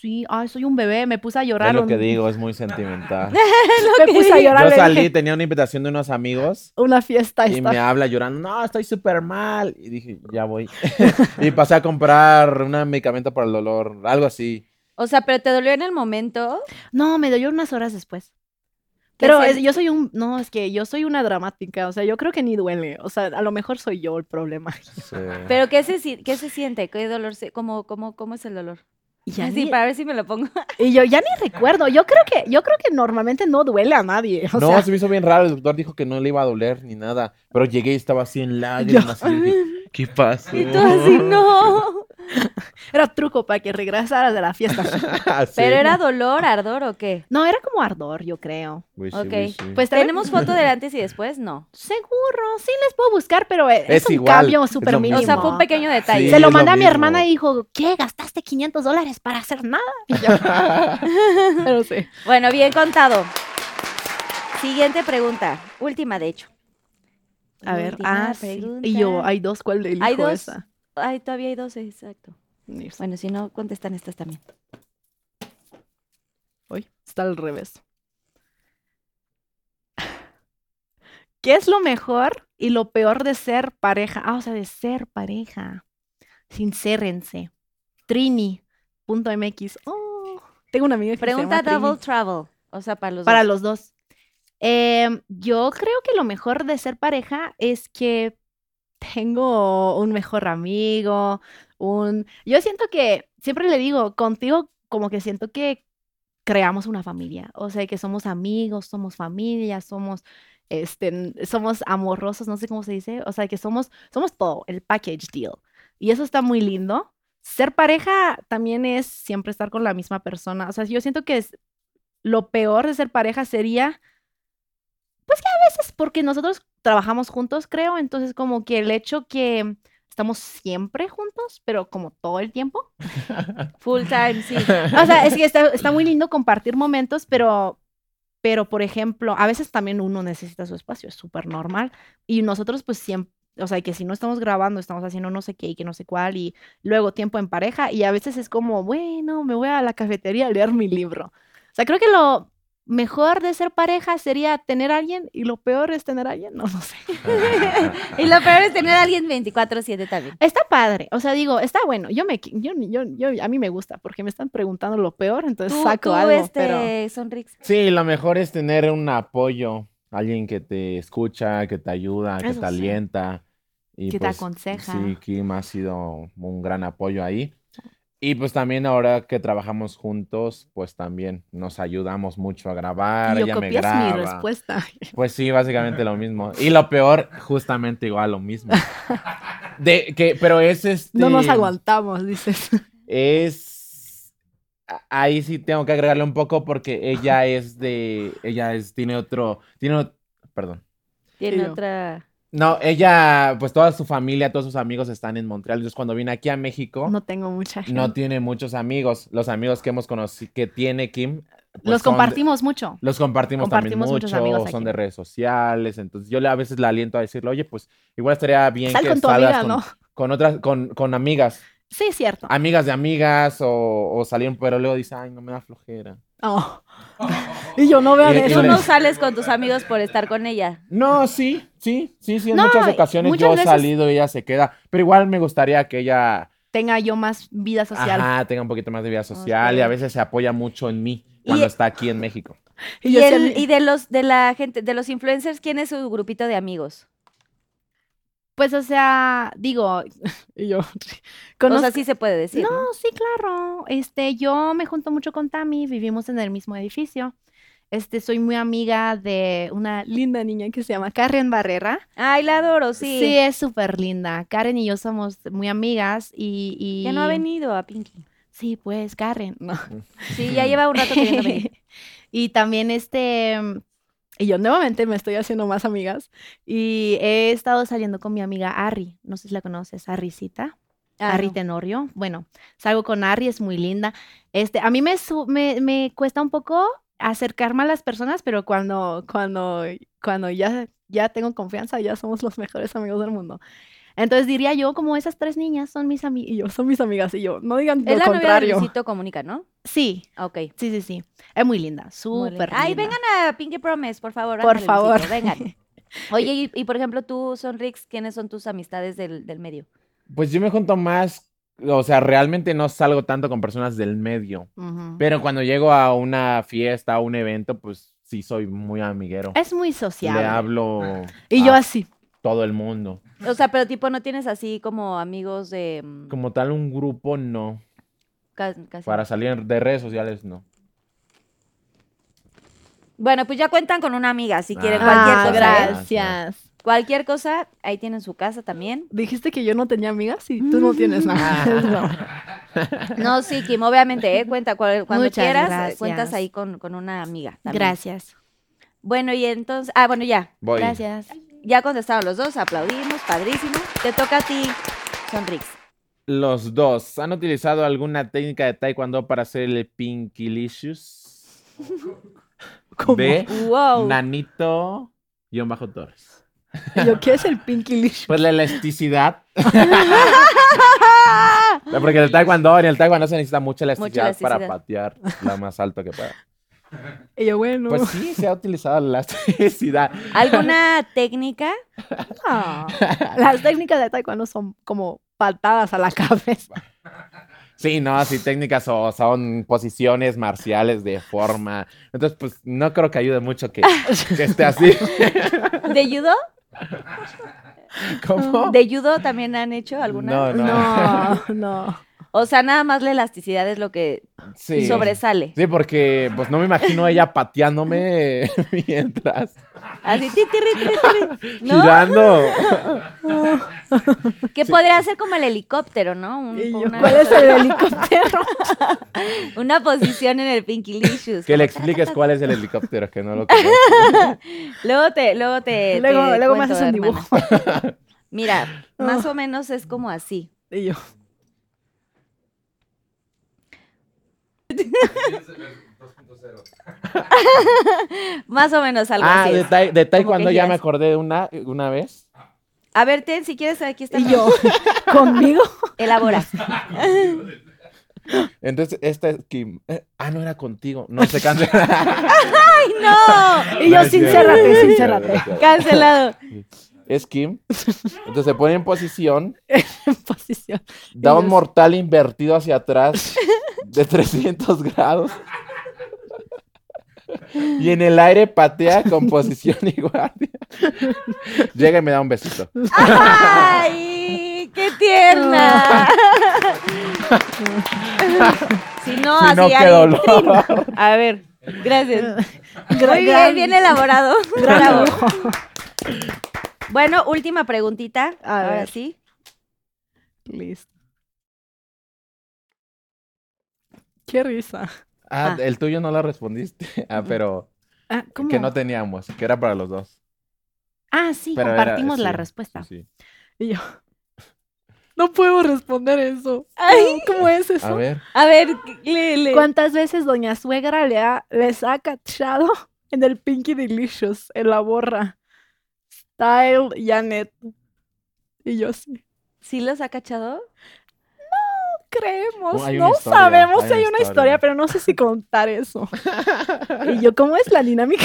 S7: Sí, ay, soy un bebé, me puse a llorar.
S8: Es lo
S7: un-
S8: que digo, es muy sentimental.
S7: Me puse a llorar.
S8: Yo
S7: le
S8: salí,
S7: dije,
S8: tenía una invitación de unos amigos
S7: Una fiesta
S8: y
S7: esta.
S8: me habla llorando, no, estoy súper mal. Y dije, ya voy. y pasé a comprar un medicamento para el dolor, algo así.
S2: O sea, pero te dolió en el momento.
S7: No, me dolió unas horas después.
S2: ¿Qué
S7: Pero
S2: se-
S7: es- yo soy un, no, es que yo soy una dramática, o sea, yo creo que ni duele, o sea, a lo mejor soy yo el problema.
S8: Sí.
S7: Ah.
S2: ¿Pero qué se, si- qué se siente? ¿Qué dolor? Se, cómo, cómo, ¿Cómo es el dolor?
S7: Y, ya
S2: Así,
S7: ni-
S2: para ver si me lo pongo.
S7: y yo ya ni recuerdo, yo creo que, yo creo que normalmente no duele a nadie, o
S8: no,
S7: sea,
S8: se me hizo bien raro. El doctor dijo que no le iba a doler ni nada. Pero llegué y estaba así en lágrimas. Y dije, ¿qué pasó?
S2: Y tú así, no.
S7: era truco para que regresaras de la fiesta.
S8: Así.
S2: ¿Pero era dolor, ardor o qué?
S7: No, era como ardor, yo creo.
S8: Wishy,
S2: Ok,
S8: wishy.
S7: Pues tal vez-
S2: ¿Tenemos foto del antes y después? No.
S7: seguro, sí les puedo buscar, pero es,
S8: Es
S7: un
S8: igual,
S7: cambio
S8: es lo
S7: súper
S8: mismo.
S7: mínimo.
S2: O sea, fue un pequeño detalle.
S8: Sí,
S7: Se lo
S8: es lo
S7: mandé a mi hermana
S8: mismo.
S7: y dijo, ¿qué? ¿Gastaste 500 dólares para hacer nada? Y yo, pero sí.
S2: Bueno, bien contado. Siguiente pregunta. Última, de hecho.
S7: A ver,
S2: Última
S7: ah, sí. Y yo,
S2: pregunta.
S7: hay dos, ¿cuál le
S2: Hay
S7: elijo
S2: dos.
S7: esa?
S2: Ay, todavía hay dos, exacto.
S7: Ni sé.
S2: Bueno, si no, contestan estas también.
S7: Uy, está al revés. ¿Qué es lo mejor y lo peor de ser pareja? Ah, o sea, de ser pareja. Sincérense. Trini.mx. Oh, tengo una amiga que se
S2: Pregunta
S7: llama Trini.
S2: double travel. O sea, para los
S7: Para
S2: dos.
S7: los dos. Em, yo creo que lo mejor de ser pareja es que tengo un mejor amigo, un... Yo siento que, siempre le digo, contigo como que siento que creamos una familia, o sea, que somos amigos, somos familia, somos, este, n- somos amorosos, no sé cómo se dice, o sea, que somos, somos todo, el package deal. Y eso está muy lindo. Ser pareja también es siempre estar con la misma persona, o sea, yo siento que es- lo peor de ser pareja sería, pues que a veces, porque nosotros trabajamos juntos, creo, entonces como que el hecho que estamos siempre juntos, pero como todo el tiempo,
S2: Full time, sí.
S7: o sea, es que está, está muy lindo compartir momentos, pero, pero, por ejemplo, a veces también uno necesita su espacio, es súper normal. Y nosotros, pues siempre, o sea, que si no estamos grabando, estamos haciendo no sé qué y que no sé cuál, y luego tiempo en pareja, y a veces es como, bueno, me voy a la cafetería a leer mi libro. O sea, creo que lo mejor de ser pareja sería tener a alguien, y lo peor es tener a alguien, no, no sé.
S2: Y lo peor es tener a alguien 24-7 también.
S7: Está padre, o sea, digo, está bueno. Yo me, qui- yo, yo, yo- a mí me gusta porque me están preguntando lo peor, entonces
S2: Tú,
S7: Pues saco
S2: tú,
S7: algo.
S2: este,
S7: pero...
S2: Sonrix.
S8: Sí, lo mejor es tener un apoyo, alguien que te escucha, que te ayuda, que
S7: Eso
S8: te
S7: sí.
S8: alienta. Y
S7: Que te
S8: pues,
S7: aconseja.
S8: Sí, Kim ha sido un gran apoyo ahí. Y pues también ahora que trabajamos juntos, pues también nos ayudamos mucho a grabar,
S7: Y yo
S8: ella me
S7: copias mi
S8: graba.
S7: respuesta.
S8: Pues sí, básicamente lo mismo. Y lo peor, justamente igual lo mismo. De que, pero es este.
S7: No nos aguantamos, dices.
S8: Es. a- Ahí sí tengo que agregarle un poco porque ella es de. Ella es, tiene otro. Tiene ot- Perdón.
S2: Tiene
S7: Y yo.
S2: otra.
S8: No, ella, pues toda su familia, todos sus amigos están en Montreal. Entonces, cuando vine aquí a México,
S7: No tengo mucha gente.
S8: no tiene muchos amigos. Los amigos que hemos conocido, que tiene Kim, pues,
S7: Los
S8: son de-
S7: compartimos mucho.
S8: los compartimos,
S7: Compartimos
S8: también
S7: muchos
S8: mucho,
S7: amigos
S8: son
S7: aquí.
S8: de redes sociales, entonces yo le- a veces la aliento a decirle, oye, pues igual estaría bien
S7: Sal
S8: que
S7: con tu
S8: salgas
S7: amiga,
S8: con,
S7: ¿no?
S8: con otras, con, con amigas,
S7: Sí, es cierto.
S8: amigas de amigas o, o salieron, pero luego dice, ay, no me da flojera.
S7: Oh. y yo no vean
S8: Y- y
S7: eso.
S2: Tú
S8: le-
S7: No,
S2: no sales con tus amigos por estar con ella.
S8: No, sí, sí, sí, sí, en
S7: No,
S8: muchas ocasiones
S7: muchas
S8: yo he
S7: veces-
S8: salido y ella se queda, pero igual me gustaría que ella
S7: tenga yo más vida social.
S8: ajá, tenga un poquito más de vida social y a veces se apoya mucho en mí cuando está aquí en México.
S7: Y,
S2: Y,
S7: yo
S2: el-
S7: decía,
S2: y de los de la gente, de los influencers, ¿quién es su grupito de amigos?
S7: Pues, o sea, digo, y yo,
S2: O
S7: conozco-
S2: sea, sí se puede decir.
S7: no,
S2: ¿no?
S7: sí, claro. Este, yo me junto mucho con Tami, vivimos en el mismo edificio. Este, soy muy amiga de una linda niña que se llama Karen Barrera.
S2: Ay, la adoro, sí.
S7: Sí, es súper linda. Karen y yo somos muy amigas y, y...
S2: Ya no ha venido a Pinky.
S7: Sí, pues, Karen. No.
S2: Sí, ya lleva un rato queriendo venir.
S7: y también este, mm, y yo nuevamente me estoy haciendo más amigas y he estado saliendo con mi amiga Ari, no sé si la conoces, Arrisita,
S2: Ah,
S7: Ari
S2: no.
S7: Tenorio. Bueno, salgo con Ari, es muy linda. Este, a mí me, su- me, me cuesta un poco acercarme a las personas, pero cuando, cuando, cuando ya, ya tengo confianza, ya somos los mejores amigos del mundo. Entonces diría yo, como esas tres niñas son mis amigas, y yo son mis amigas, y yo, no digan lo
S2: Es la novia de
S7: contrario.
S2: Luisito Comunica, ¿no?
S7: sí,
S2: Ah, Ok.
S7: Sí, sí, sí. Es muy linda,
S2: Muy
S7: súper
S2: bien. Ay,
S7: linda.
S2: vengan a Pinky Promise, por favor.
S7: Por
S2: ándale,
S7: favor.
S2: Luisito, vengan. Oye, y, y por ejemplo, tú, Sonrix, ¿quiénes son tus amistades del, del medio?
S8: Pues yo me junto más, o sea, realmente no salgo tanto con personas del medio.
S7: Ujú.
S8: Pero cuando llego a una fiesta, a un evento, pues sí soy muy amiguero.
S7: Es muy
S8: Le
S7: sociable.
S8: hablo Ah.
S7: Y yo
S8: a
S7: así.
S8: todo el mundo.
S2: O sea, pero tipo, ¿no tienes así como amigos de... mm,
S8: Como tal, un grupo no.
S2: ca- casi-
S8: Para salir de redes sociales, no.
S2: Bueno, pues ya cuentan con una amiga, si quieren
S8: Ah,
S2: cualquier
S7: Ah,
S2: cosa. ¿eh?
S8: gracias.
S7: gracias.
S2: Cualquier cosa, ahí tienen su casa también.
S7: Dijiste que yo no tenía amigas y tú no tienes
S8: Ah.
S7: nada.
S2: No, sí, Kim, obviamente, ¿eh? cuenta cual- cuando
S7: Muchas
S2: quieras, eh,
S7: gracias.
S2: cuentas ahí con, con una amiga. también.
S7: Gracias.
S2: Bueno, y entonces, ah, bueno, ya,
S8: Voy.
S7: Gracias.
S2: ya contestaron los dos, aplaudimos, padrísimo. Te toca a ti, Sonrix.
S8: Los dos. ¿Han utilizado alguna técnica de taekwondo para hacer el pinkilicious? De
S2: Wow.
S8: Nanito guión bajo Torres.
S7: Y yo, ¿qué es el Pinky Lish?
S8: Pues la elasticidad. No, Porque el taekwondo, en el taekwondo se necesita mucha elasticidad, para
S2: elasticidad.
S8: patear la más alto que pueda.
S7: Y yo, bueno.
S8: Pues sí, se ha utilizado la elasticidad.
S2: ¿Alguna técnica?
S7: no.
S8: ah.
S7: Las técnicas de taekwondo son como patadas a la cabeza.
S8: Sí, no, sí, técnicas o son posiciones marciales de forma. Entonces, pues no creo que ayude mucho que, que esté así.
S2: ¿De judo?
S8: ¿Cómo?
S2: ¿De judo también han hecho alguna?
S8: No, no.
S7: no. no.
S2: O sea, nada más la elasticidad es lo que
S8: Sí.
S2: sobresale.
S8: Sí, porque pues no me imagino ella pateándome mientras
S2: Así, ti, ti, ri, ti, ti, ri. ¿No?
S8: girando.
S2: Que podría ser como el helicóptero, ¿no? Un-
S11: Y yo,
S2: una,
S11: ¿Cuál es el helicóptero?
S2: una posición en el Pinky Licious.
S8: Que le expliques cuál es el helicóptero, que no lo conozco.
S2: Luego te, luego te.
S11: Luego-
S2: te
S11: luego me haces un
S2: hermana.
S11: dibujo.
S2: Mira, más o menos es como así.
S11: Y yo,
S2: Más o menos algo
S8: Ah,
S2: así.
S8: de,
S2: es.
S8: tai- de Taekwondo ya
S2: giras.
S8: me acordé de una, una vez.
S2: A ver, Ten, si quieres, aquí está.
S11: y yo, ¿conmigo?
S2: Elabora.
S8: Entonces, esta es Kim. Eh, ah, no era contigo. No se cancela.
S2: ¡Ay, no!
S11: Y yo,
S8: No es cierto.
S11: sincérate,
S8: No es
S11: sincérate.
S8: cierto.
S2: Cancelado.
S8: Es Kim. Entonces se pone en posición.
S11: En posición.
S8: Da un
S11: Dios.
S8: mortal invertido hacia atrás de 300 grados. Y en el aire patea con posición y guardia. Llega y me da un besito.
S2: ¡Ay! ¡Qué tierna! si no,
S8: Si
S2: así
S8: no, qué
S2: haría-
S8: dolor. Ah,
S2: A ver, gracias.
S11: Gran-
S2: Muy bien,
S11: gran-
S2: bien elaborado.
S11: gran
S2: Bravo.
S11: dibujo.
S2: Bueno, última preguntita.
S11: A
S2: Ahora
S11: ver.
S2: sí.
S11: Listo. Qué risa.
S8: Ah,
S2: Ah.
S8: el tuyo no lo respondiste. Ah, pero
S11: Ah, ¿cómo?
S8: que no teníamos, que era para los dos.
S11: Ah, sí,
S8: Pero era-
S11: compartimos la
S8: sí,
S11: respuesta.
S8: Sí.
S11: Y yo, no puedo responder eso.
S2: Ay.
S11: ¿Cómo es
S8: A
S11: eso?
S8: ver,
S2: A ver, Lele.
S11: ¿Cuántas veces Doña Suegra le ha, les ha cachado en el Pinky Delicious, en la borra? Style Janet. Y yo sí.
S2: ¿Sí los ha cachado?
S11: Creemos,
S8: Oh, hay una
S11: no
S8: historia,
S11: sabemos
S8: hay
S11: si hay
S8: una
S11: una
S8: historia.
S11: historia, pero no sé si contar eso. y yo, ¿cómo es la dinámica?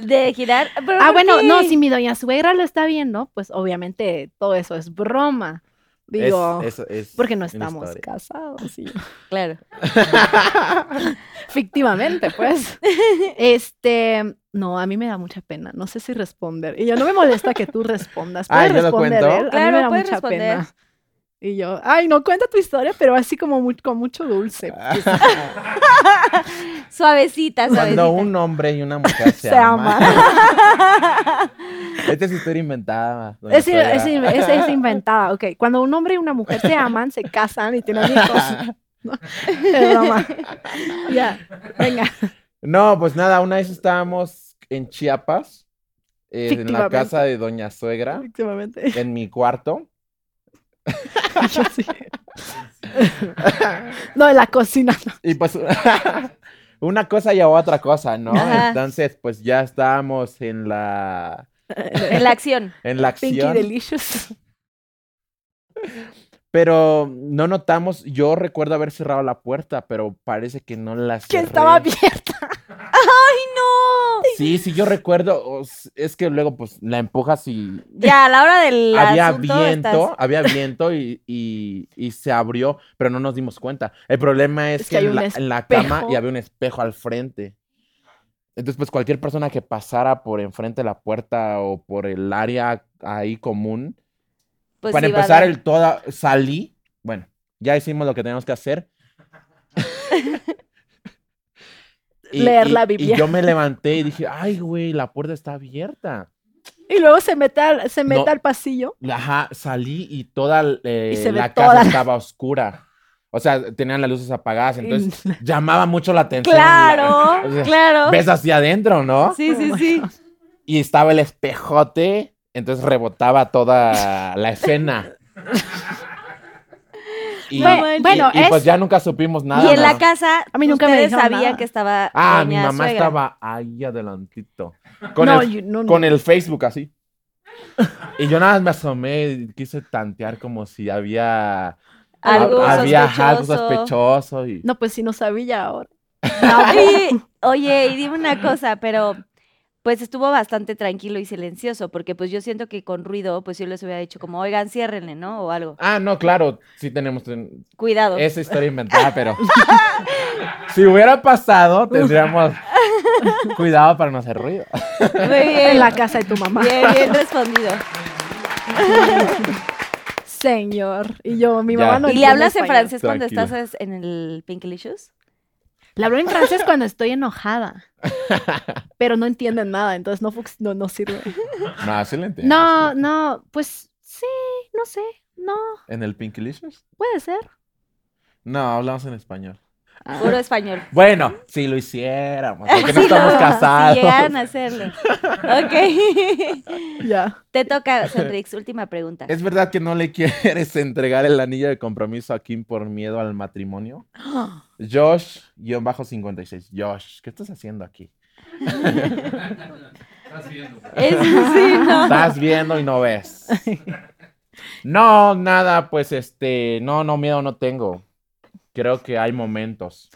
S2: De girar. ¿Pero
S11: Ah,
S2: por
S11: bueno, no,
S2: qué?
S11: si mi doña suegra lo está viendo, pues obviamente todo eso es broma. Digo,
S8: es, es- es
S11: porque no
S8: una
S11: estamos
S8: historia.
S11: casados. y-
S2: Claro.
S11: Fictivamente, pues. Este, no, a mí me da mucha pena. No sé si responder. Y yo, no me molesta que tú respondas.
S8: Ah,
S11: Puedes
S8: ¿yo lo
S11: responder,
S8: cuento?
S11: él? A mí
S2: Claro,
S11: me da
S2: puedes
S11: mucha
S2: responder.
S11: pena. Y yo, ay, no, cuenta tu historia, pero así como mu- con mucho dulce.
S8: Ah,
S2: Suavecita, suavecita.
S8: Cuando un hombre y una mujer se,
S11: Se
S8: aman.
S11: ama.
S8: Esta es historia inventada. doña
S11: Es,
S8: suegra.
S11: es, es- es inventada, ok. Cuando un hombre y una mujer se aman, se casan y tienen hijos. ¿no? Es broma. Ya, venga.
S8: No, pues nada, una vez estábamos en Chiapas, eh, en la
S11: Fictivamente.
S8: casa de Doña Suegra,
S11: Últimamente.
S8: en mi cuarto.
S11: Yo sí. No, de la cocina. no.
S8: Y pues una cosa llevó a otra cosa, ¿no?
S2: Ajá.
S8: Entonces, pues ya estábamos en la,
S2: En la acción.
S8: en la
S11: Pinky
S8: acción.
S11: Delicious.
S8: Pero no notamos, yo recuerdo haber cerrado la puerta, pero parece que no la
S11: Que
S8: cerré.
S11: estaba abierta.
S2: ¡No!
S8: Sí, sí, yo recuerdo, o s- es que luego pues la empujas y
S2: Ya, a la hora del
S8: había
S2: asunto
S8: viento,
S2: estás-
S8: había viento y, y- y se abrió, pero no nos dimos cuenta. El problema es,
S11: Es
S8: que,
S11: que hay
S8: en,
S11: un
S8: la, en la cama y
S11: espejo.
S8: había un espejo al frente. Entonces, pues cualquier persona que pasara por enfrente de la puerta o por el área ahí común,
S2: pues
S8: para
S2: iba a
S8: empezar
S2: dar.
S8: el toda, salí, bueno, ya hicimos lo que teníamos que hacer.
S11: Leer la
S8: Y
S11: Biblia.
S8: yo me levanté y dije, ay, güey, la puerta está abierta.
S11: Y luego se mete al, se mete
S8: No.
S11: al pasillo.
S8: Ajá, salí y toda eh,
S11: se ve
S8: la
S11: toda
S8: casa
S11: la-
S8: estaba oscura. O sea, tenían las luces apagadas, entonces
S11: En-
S8: llamaba mucho la atención.
S2: Claro,
S8: O sea,
S2: claro.
S8: Ves hacia adentro, ¿no?
S2: Sí, sí, sí.
S8: Y estaba el espejote, entonces rebotaba toda la escena. Y,
S11: Bue- bueno,
S8: y- y pues
S11: es-
S8: ya nunca supimos nada.
S2: y en la
S8: ¿no?
S2: casa,
S11: A mí nunca me
S2: ustedes
S11: dijeron
S2: sabían
S11: nada.
S2: que estaba.
S8: Ah, mi
S2: doña
S8: mamá
S2: suegra.
S8: estaba ahí adelantito. Con,
S11: no,
S8: el,
S11: yo- no, no.
S8: con el Facebook así. Y yo nada más me asomé y quise tantear como si había
S2: Algo
S8: Hab- había
S2: sospechoso.
S8: algo sospechoso y
S11: No, pues si no sabía ahora.
S2: Y- oye, y dime una cosa, pero pues estuvo bastante tranquilo y silencioso, porque pues yo siento que con ruido, pues yo les hubiera dicho como, oigan, ciérrenle, ¿no? O algo.
S8: ah no claro sí tenemos ten-
S2: Cuidado.
S8: esa historia inventada pero si hubiera pasado tendríamos cuidado para no hacer ruido
S2: Muy bien.
S11: En la casa de tu mamá.
S2: Bien, bien respondido.
S11: Señor. Y yo, mi
S8: Ya.
S11: mamá no
S2: ¿Y le
S11: entiende
S2: hablas en
S11: español.
S2: francés cuando
S8: Tranquila.
S2: estás es- en el Pinklicious?
S11: Le hablo en francés cuando estoy enojada. Pero no entienden nada, entonces no, fux- no, no sirve.
S8: pues, no excelente
S11: No, no, pues sí,
S7: no sé, no,
S8: ¿En el Pinky Licious?
S7: puede ser.
S8: No, hablamos en español.
S7: Ah.
S2: Puro español.
S8: Bueno, si lo hiciéramos, porque no
S2: Sí,
S8: estamos
S2: no,
S8: casados.
S2: Si llegaran a hacerlo. Ok.
S7: Ya.
S2: Te toca, Sandrix, última pregunta.
S8: ¿Es verdad que no le quieres entregar el anillo de compromiso a Kim por miedo al matrimonio? Josh, guión bajo 56. Josh, ¿qué estás haciendo aquí?
S2: Es- sí, no.
S8: Estás viendo y no ves. No, nada, pues este, no, no, miedo no tengo. Creo que hay momentos.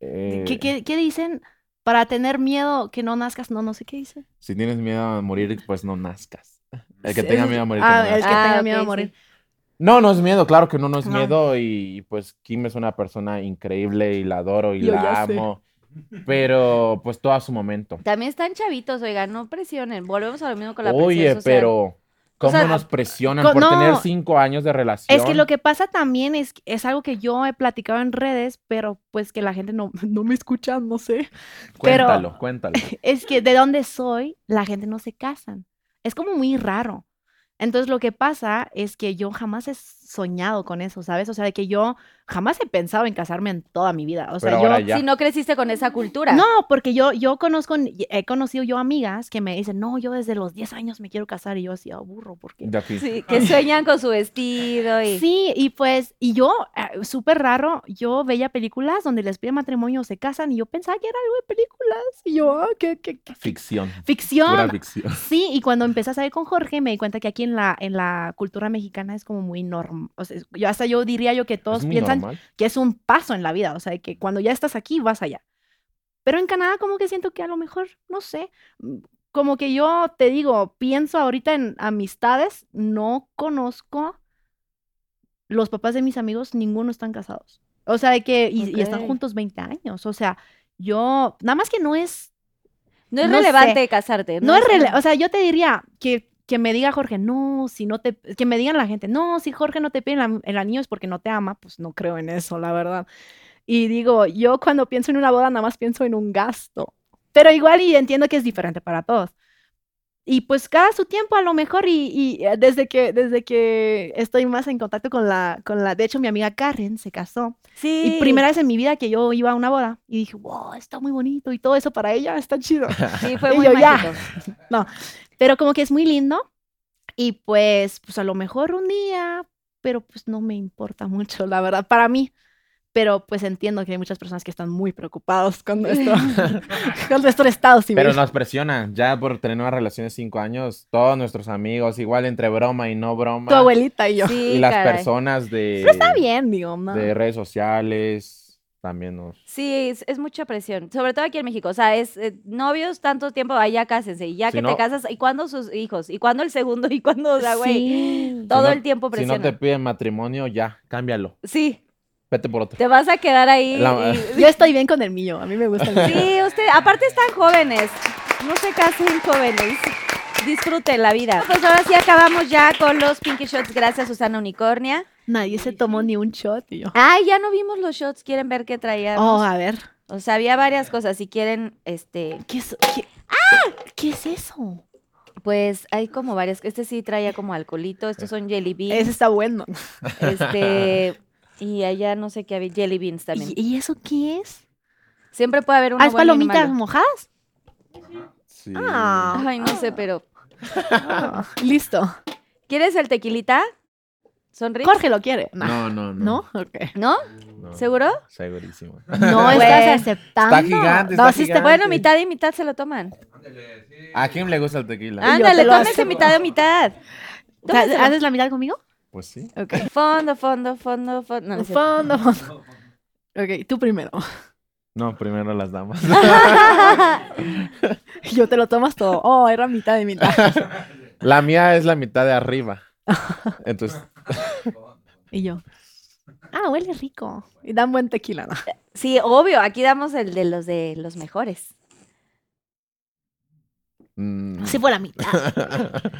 S8: Eh,
S7: ¿Qué, qué, qué dicen? Para tener miedo que no nazcas, no, no sé qué dice.
S8: Si tienes miedo a morir, pues no nazcas. El que
S7: Sí,
S8: tenga
S7: es-
S8: miedo a morir. que no
S7: Ah,
S8: nazca.
S7: el que
S2: Ah,
S7: tenga
S2: ok,
S7: miedo a
S2: sí.
S7: morir.
S8: No, no es miedo, claro que no, no es
S7: No.
S8: miedo y pues Kim es una persona increíble y la adoro y
S7: Yo
S8: la
S7: ya sé.
S8: amo, pero pues todo a su momento.
S2: También están chavitos, oigan, no presionen. Volvemos a lo mismo con la
S8: Oye,
S2: presión social.
S8: pero ¿cómo
S2: sea,
S8: nos presionan
S7: co-
S8: por tener
S7: no.
S8: cinco años de relación?
S7: Es que lo que pasa también es, es algo que yo he platicado en redes, pero pues que la gente no, no me escucha, no sé. pero-
S8: Cuéntalo, cuéntalo.
S7: Es que de donde soy, la gente no se casan. Es como muy raro. Entonces lo que pasa es que yo jamás he soñado con eso, ¿sabes? O sea, de que yo jamás he pensado en casarme en toda mi vida. O sea,
S8: Pero
S7: yo...
S8: ahora ya.
S2: Si no creciste con esa cultura.
S7: No, porque yo, yo conozco, y he conocido yo amigas que me dicen, no, yo desde los 10 años me quiero casar y yo así, "Ah, burro, ¿por qué?
S8: De aquí.
S2: Sí, que sueñan con su vestido y.
S7: Sí, y pues, y yo, eh, súper raro, yo veía películas donde les piden matrimonio, se casan, y yo pensaba que era algo de películas, y yo, ah, qué, qué, qué
S8: Ficción, pura
S7: ficción.
S8: ficción.
S7: Sí, y cuando empecé a salir con Jorge, me di cuenta que aquí en la, en la cultura mexicana es como muy normal, o sea, es- yo hasta yo diría yo que todos
S8: Es muy
S7: piensan
S8: normal.
S7: que es un paso en la vida, o sea, de que cuando ya estás aquí, vas allá. Pero en Canadá como que siento que a lo mejor, no sé, mm, como que yo te digo, pienso ahorita en amistades, no conozco los papás de mis amigos, ninguno están casados. O sea, de que, y, y están
S2: Ok.
S7: juntos 20 años, o sea, yo, nada más que no es,
S2: No es
S7: No
S2: relevante casarte.
S7: no es, rele- o sea, yo te diría que, que me diga Jorge, no, si no te, que me digan la gente, no, si Jorge no te pide el am- el anillo es porque no te ama, pues no creo en eso, la verdad. Y digo, yo cuando pienso en una boda nada más pienso en un gasto, pero igual y entiendo que es diferente para todos. Y pues cada su tiempo a lo mejor y, y, eh, desde que desde que estoy más en contacto con la con la de hecho mi amiga Karen se casó
S2: Sí.
S7: y primera vez en mi vida que yo iba a una boda y dije, "Wow, está muy bonito y todo eso para ella está chido."
S2: Sí, fue
S7: Y
S2: muy
S7: yo, ya.
S2: mágico.
S7: Pero como que es muy lindo y pues, pues a lo mejor un día, pero pues no me importa mucho, la verdad, para mí. Pero pues entiendo que hay muchas personas que están muy preocupados con nuestro, con nuestro estado civil.
S8: Pero nos presionan, ya por tener una relación de cinco años, todos nuestros amigos, igual entre broma y no broma,
S7: Tu abuelita y yo.
S2: Sí,
S8: y las
S2: caray.
S8: personas de,
S7: Pero está bien, digo, ¿no?
S8: de redes sociales, también nos...
S2: Sí, es, es mucha presión, sobre todo aquí en México. O sea, es eh, novios tanto tiempo, ahí ya cásense, y ya
S8: Si
S2: que
S8: no-
S2: te casas, ¿y cuándo sus hijos? ¿Y cuándo el segundo? ¿Y cuándo, o sea, güey?
S7: Sí.
S2: Todo
S8: no-
S2: el tiempo
S8: Si no
S2: presión.
S8: te piden matrimonio, ya, cámbialo.
S2: Sí,
S8: Vete por otro.
S2: te vas a quedar ahí.
S8: La-
S2: y-
S7: Yo estoy bien con el mío, a mí me gusta. el mío.
S2: Sí, usted, aparte están jóvenes, no se casen jóvenes. Disfruten la vida. Pues ahora sí acabamos ya con los Pinky Shots, gracias Susana Unicornia.
S7: Nadie se tomó ni un shot y yo.
S2: Ay, ya no vimos los shots, quieren ver qué traíamos.
S7: Oh,
S11: ah.
S7: a ver.
S2: O sea, había varias cosas, si quieren, este,
S7: ¿Qué es, qué- ¡Ah! ¿Qué es eso?
S2: pues hay como varias, este sí traía como alcoholito, estos son jelly beans.
S7: Ese está bueno.
S2: Este. Y allá no sé qué había. Jelly beans también.
S7: ¿Y, y eso qué es?
S2: Siempre puede haber una.
S7: Ah, ¿es
S2: buena y una
S7: palomitas
S2: mala.
S7: mojadas?
S8: Sí.
S7: Ah.
S2: Ay, no sé, pero.
S7: Listo.
S2: ¿Quieres el tequilita? ¿Sonríe?
S7: Jorge lo quiere. Nah.
S8: No, no, no.
S7: ¿No? Ok.
S2: ¿No?
S8: no,
S2: ¿Seguro?
S8: Segurísimo.
S7: No
S2: Güey.
S7: estás aceptando.
S8: Está gigante,
S7: No,
S8: está
S7: sí
S8: gigante.
S2: Bueno, mitad y mitad se lo toman.
S8: ¿A quién le gusta el tequila?
S2: Ándale,
S7: lo
S2: tómese
S7: acepto.
S2: mitad y mitad.
S7: está-
S2: Tómenselo.
S7: ¿Haces la mitad conmigo?
S8: Pues sí.
S7: Ok.
S2: Fondo, fondo, fondo, fondo. No, no es cierto.
S7: Fondo, fondo. Ok, tú primero.
S8: No, primero las damas.
S7: Yo te lo tomas todo. Oh, era mitad de mitad.
S8: La mía es la mitad de arriba. Entonces,
S7: Y yo. Ah, huele rico. Y dan buen tequila, ¿no?
S2: Sí, obvio. Aquí damos el de los de los mejores.
S8: mm,
S7: Ah. Sí fue la mitad.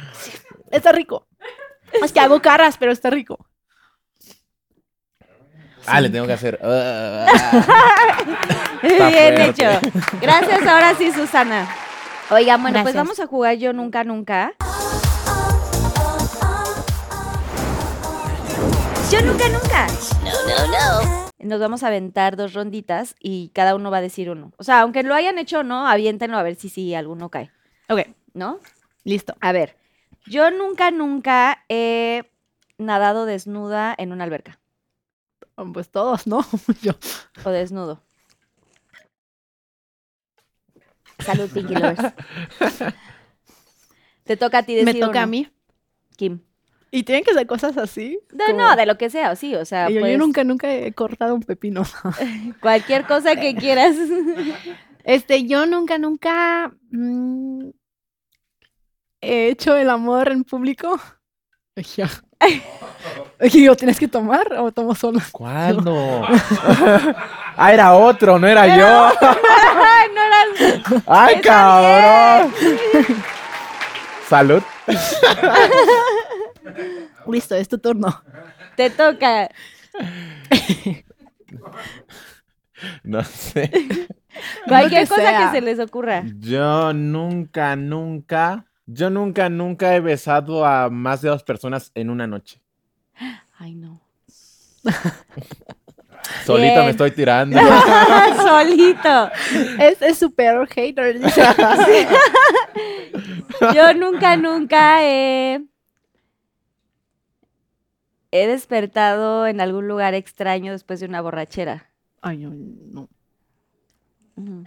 S7: Está rico. Es que hago caras, pero está rico.
S8: ah, le tengo que hacer. ah, Está
S2: Bien
S8: fuerte.
S2: hecho. Gracias, ahora sí, Susana. Oigan, bueno, pues
S7: Gracias.
S2: vamos a jugar Yo Nunca Nunca. acabe nunca. Nos vamos a aventar dos ronditas y cada uno va a decir uno. O sea, aunque lo hayan hecho o no, aviéntenlo a ver si sí alguno cae,
S11: Ok,
S2: ¿no?
S11: listo.
S2: A ver, yo nunca, nunca he nadado desnuda en una alberca
S11: Oh, Pues todos, ¿no? Yo.
S2: o desnudo. Salud, Pinky Lovers. Te toca a ti
S11: Me
S2: decir
S11: toca a
S2: uno,
S11: mí.
S2: Kim.
S11: Y tienen que ser cosas así.
S2: No,
S11: como-
S2: no, de lo que sea, sí, o sea,
S11: Y yo, yo
S2: pues,
S11: nunca, nunca he cortado un pepino.
S2: cualquier cosa que quieras.
S11: Este, yo nunca, nunca mm, he hecho el amor en público. Ay, ya. Ay, yo, ¿tienes que tomar o tomo sola?
S8: ¿Cuándo? ah, era otro, no era yo.
S2: Ay, no eras-
S8: ¡Ay,
S2: ¡Está
S8: cabrón! Salud.
S11: Listo, es tu turno.
S2: Te toca.
S8: No sé.
S2: Cualquier cosa
S11: sea.
S2: que se les ocurra.
S8: Yo nunca, nunca, yo nunca, nunca he besado a más de dos personas en una noche.
S2: Ay, no.
S8: Solita
S2: Bien.
S8: me estoy tirando.
S2: Solito.
S11: Es, es super hater. dice.
S2: Yo nunca, nunca he... he despertado en algún lugar extraño después de una borrachera.
S11: Ay, no, no.
S2: Ujú.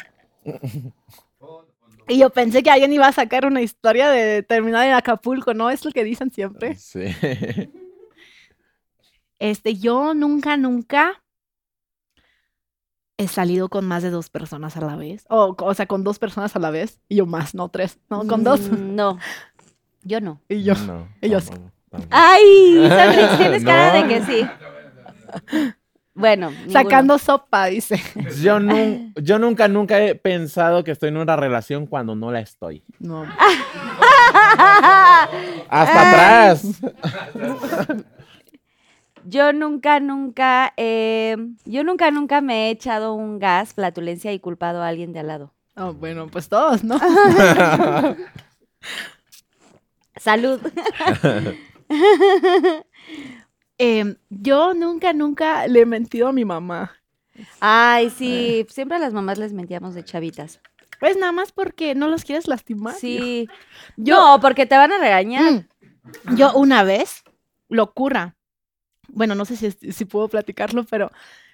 S11: Y yo pensé que alguien iba a sacar una historia de terminar en Acapulco, ¿no? Es lo que dicen siempre.
S8: Sí.
S11: Este, yo nunca, nunca he salido con más de dos personas a la vez. O, o sea, con dos personas a la vez. Y yo más, no tres. No, con dos.
S2: Mm, No. Yo no.
S11: Y yo.
S8: No,
S11: y yo
S8: tampoco, tampoco.
S2: Ay, Sandrix, tienes cara de
S8: No.
S2: que sí. Bueno, ninguno.
S11: Sacando sopa, dice.
S8: Pues Yo, nun- yo nunca, nunca he pensado que estoy en una relación cuando no la estoy.
S11: No.
S8: Hasta atrás.
S2: Yo nunca, nunca, eh, yo nunca, nunca me he echado un gas, flatulencia y culpado a alguien de al lado.
S11: Ah, bueno, pues todos, ¿no?
S2: Salud.
S11: Em, yo nunca, nunca le he mentido a mi mamá.
S2: Ay, sí, siempre a las mamás les mentíamos de chavitas.
S11: Pues nada más porque no los quieres lastimar.
S2: Sí.
S11: Yo-
S2: No, porque te van a regañar.
S11: Mm. Yo una vez, locura. Bueno, no sé si, es- si puedo platicarlo, pero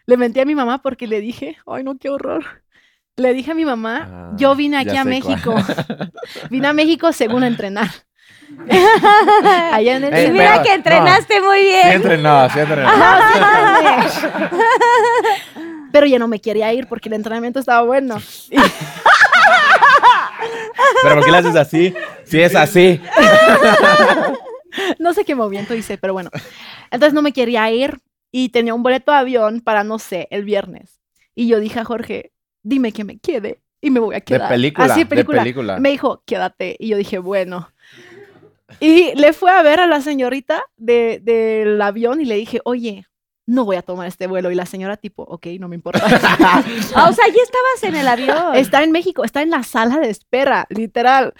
S11: le mentí a mi mamá porque le dije, ay no, qué horror. Le dije a mi mamá, yo
S8: Ah,
S11: vine
S8: ya
S11: aquí a
S8: sé cuál.
S11: México. vine a México según a entrenar. Allá en el
S8: Eh,
S2: y mira
S8: pero-
S2: que entrenaste muy
S8: Sí
S2: bien.
S8: entrenó, sí entrenó.
S11: Pero ya no me quería ir porque el entrenamiento estaba bueno.
S8: Pero ¿por qué la haces así? Si es así.
S11: No sé qué movimiento hice, pero bueno. Entonces no me quería ir y tenía un boleto de avión para, no sé, el viernes. Y yo dije a Jorge, dime que me quede y me voy a
S8: De
S11: quedar.
S8: película,
S11: Así,
S8: de
S11: película.
S8: película.
S11: Me dijo, quédate. Y yo dije, bueno. Y le fue a ver a la señorita de- del avión y le dije, oye, no voy a tomar este vuelo. Y la señora tipo, ok, no me importa.
S2: Ah, o sea, ya estabas en el avión.
S11: está en México, está en la sala de espera, literal.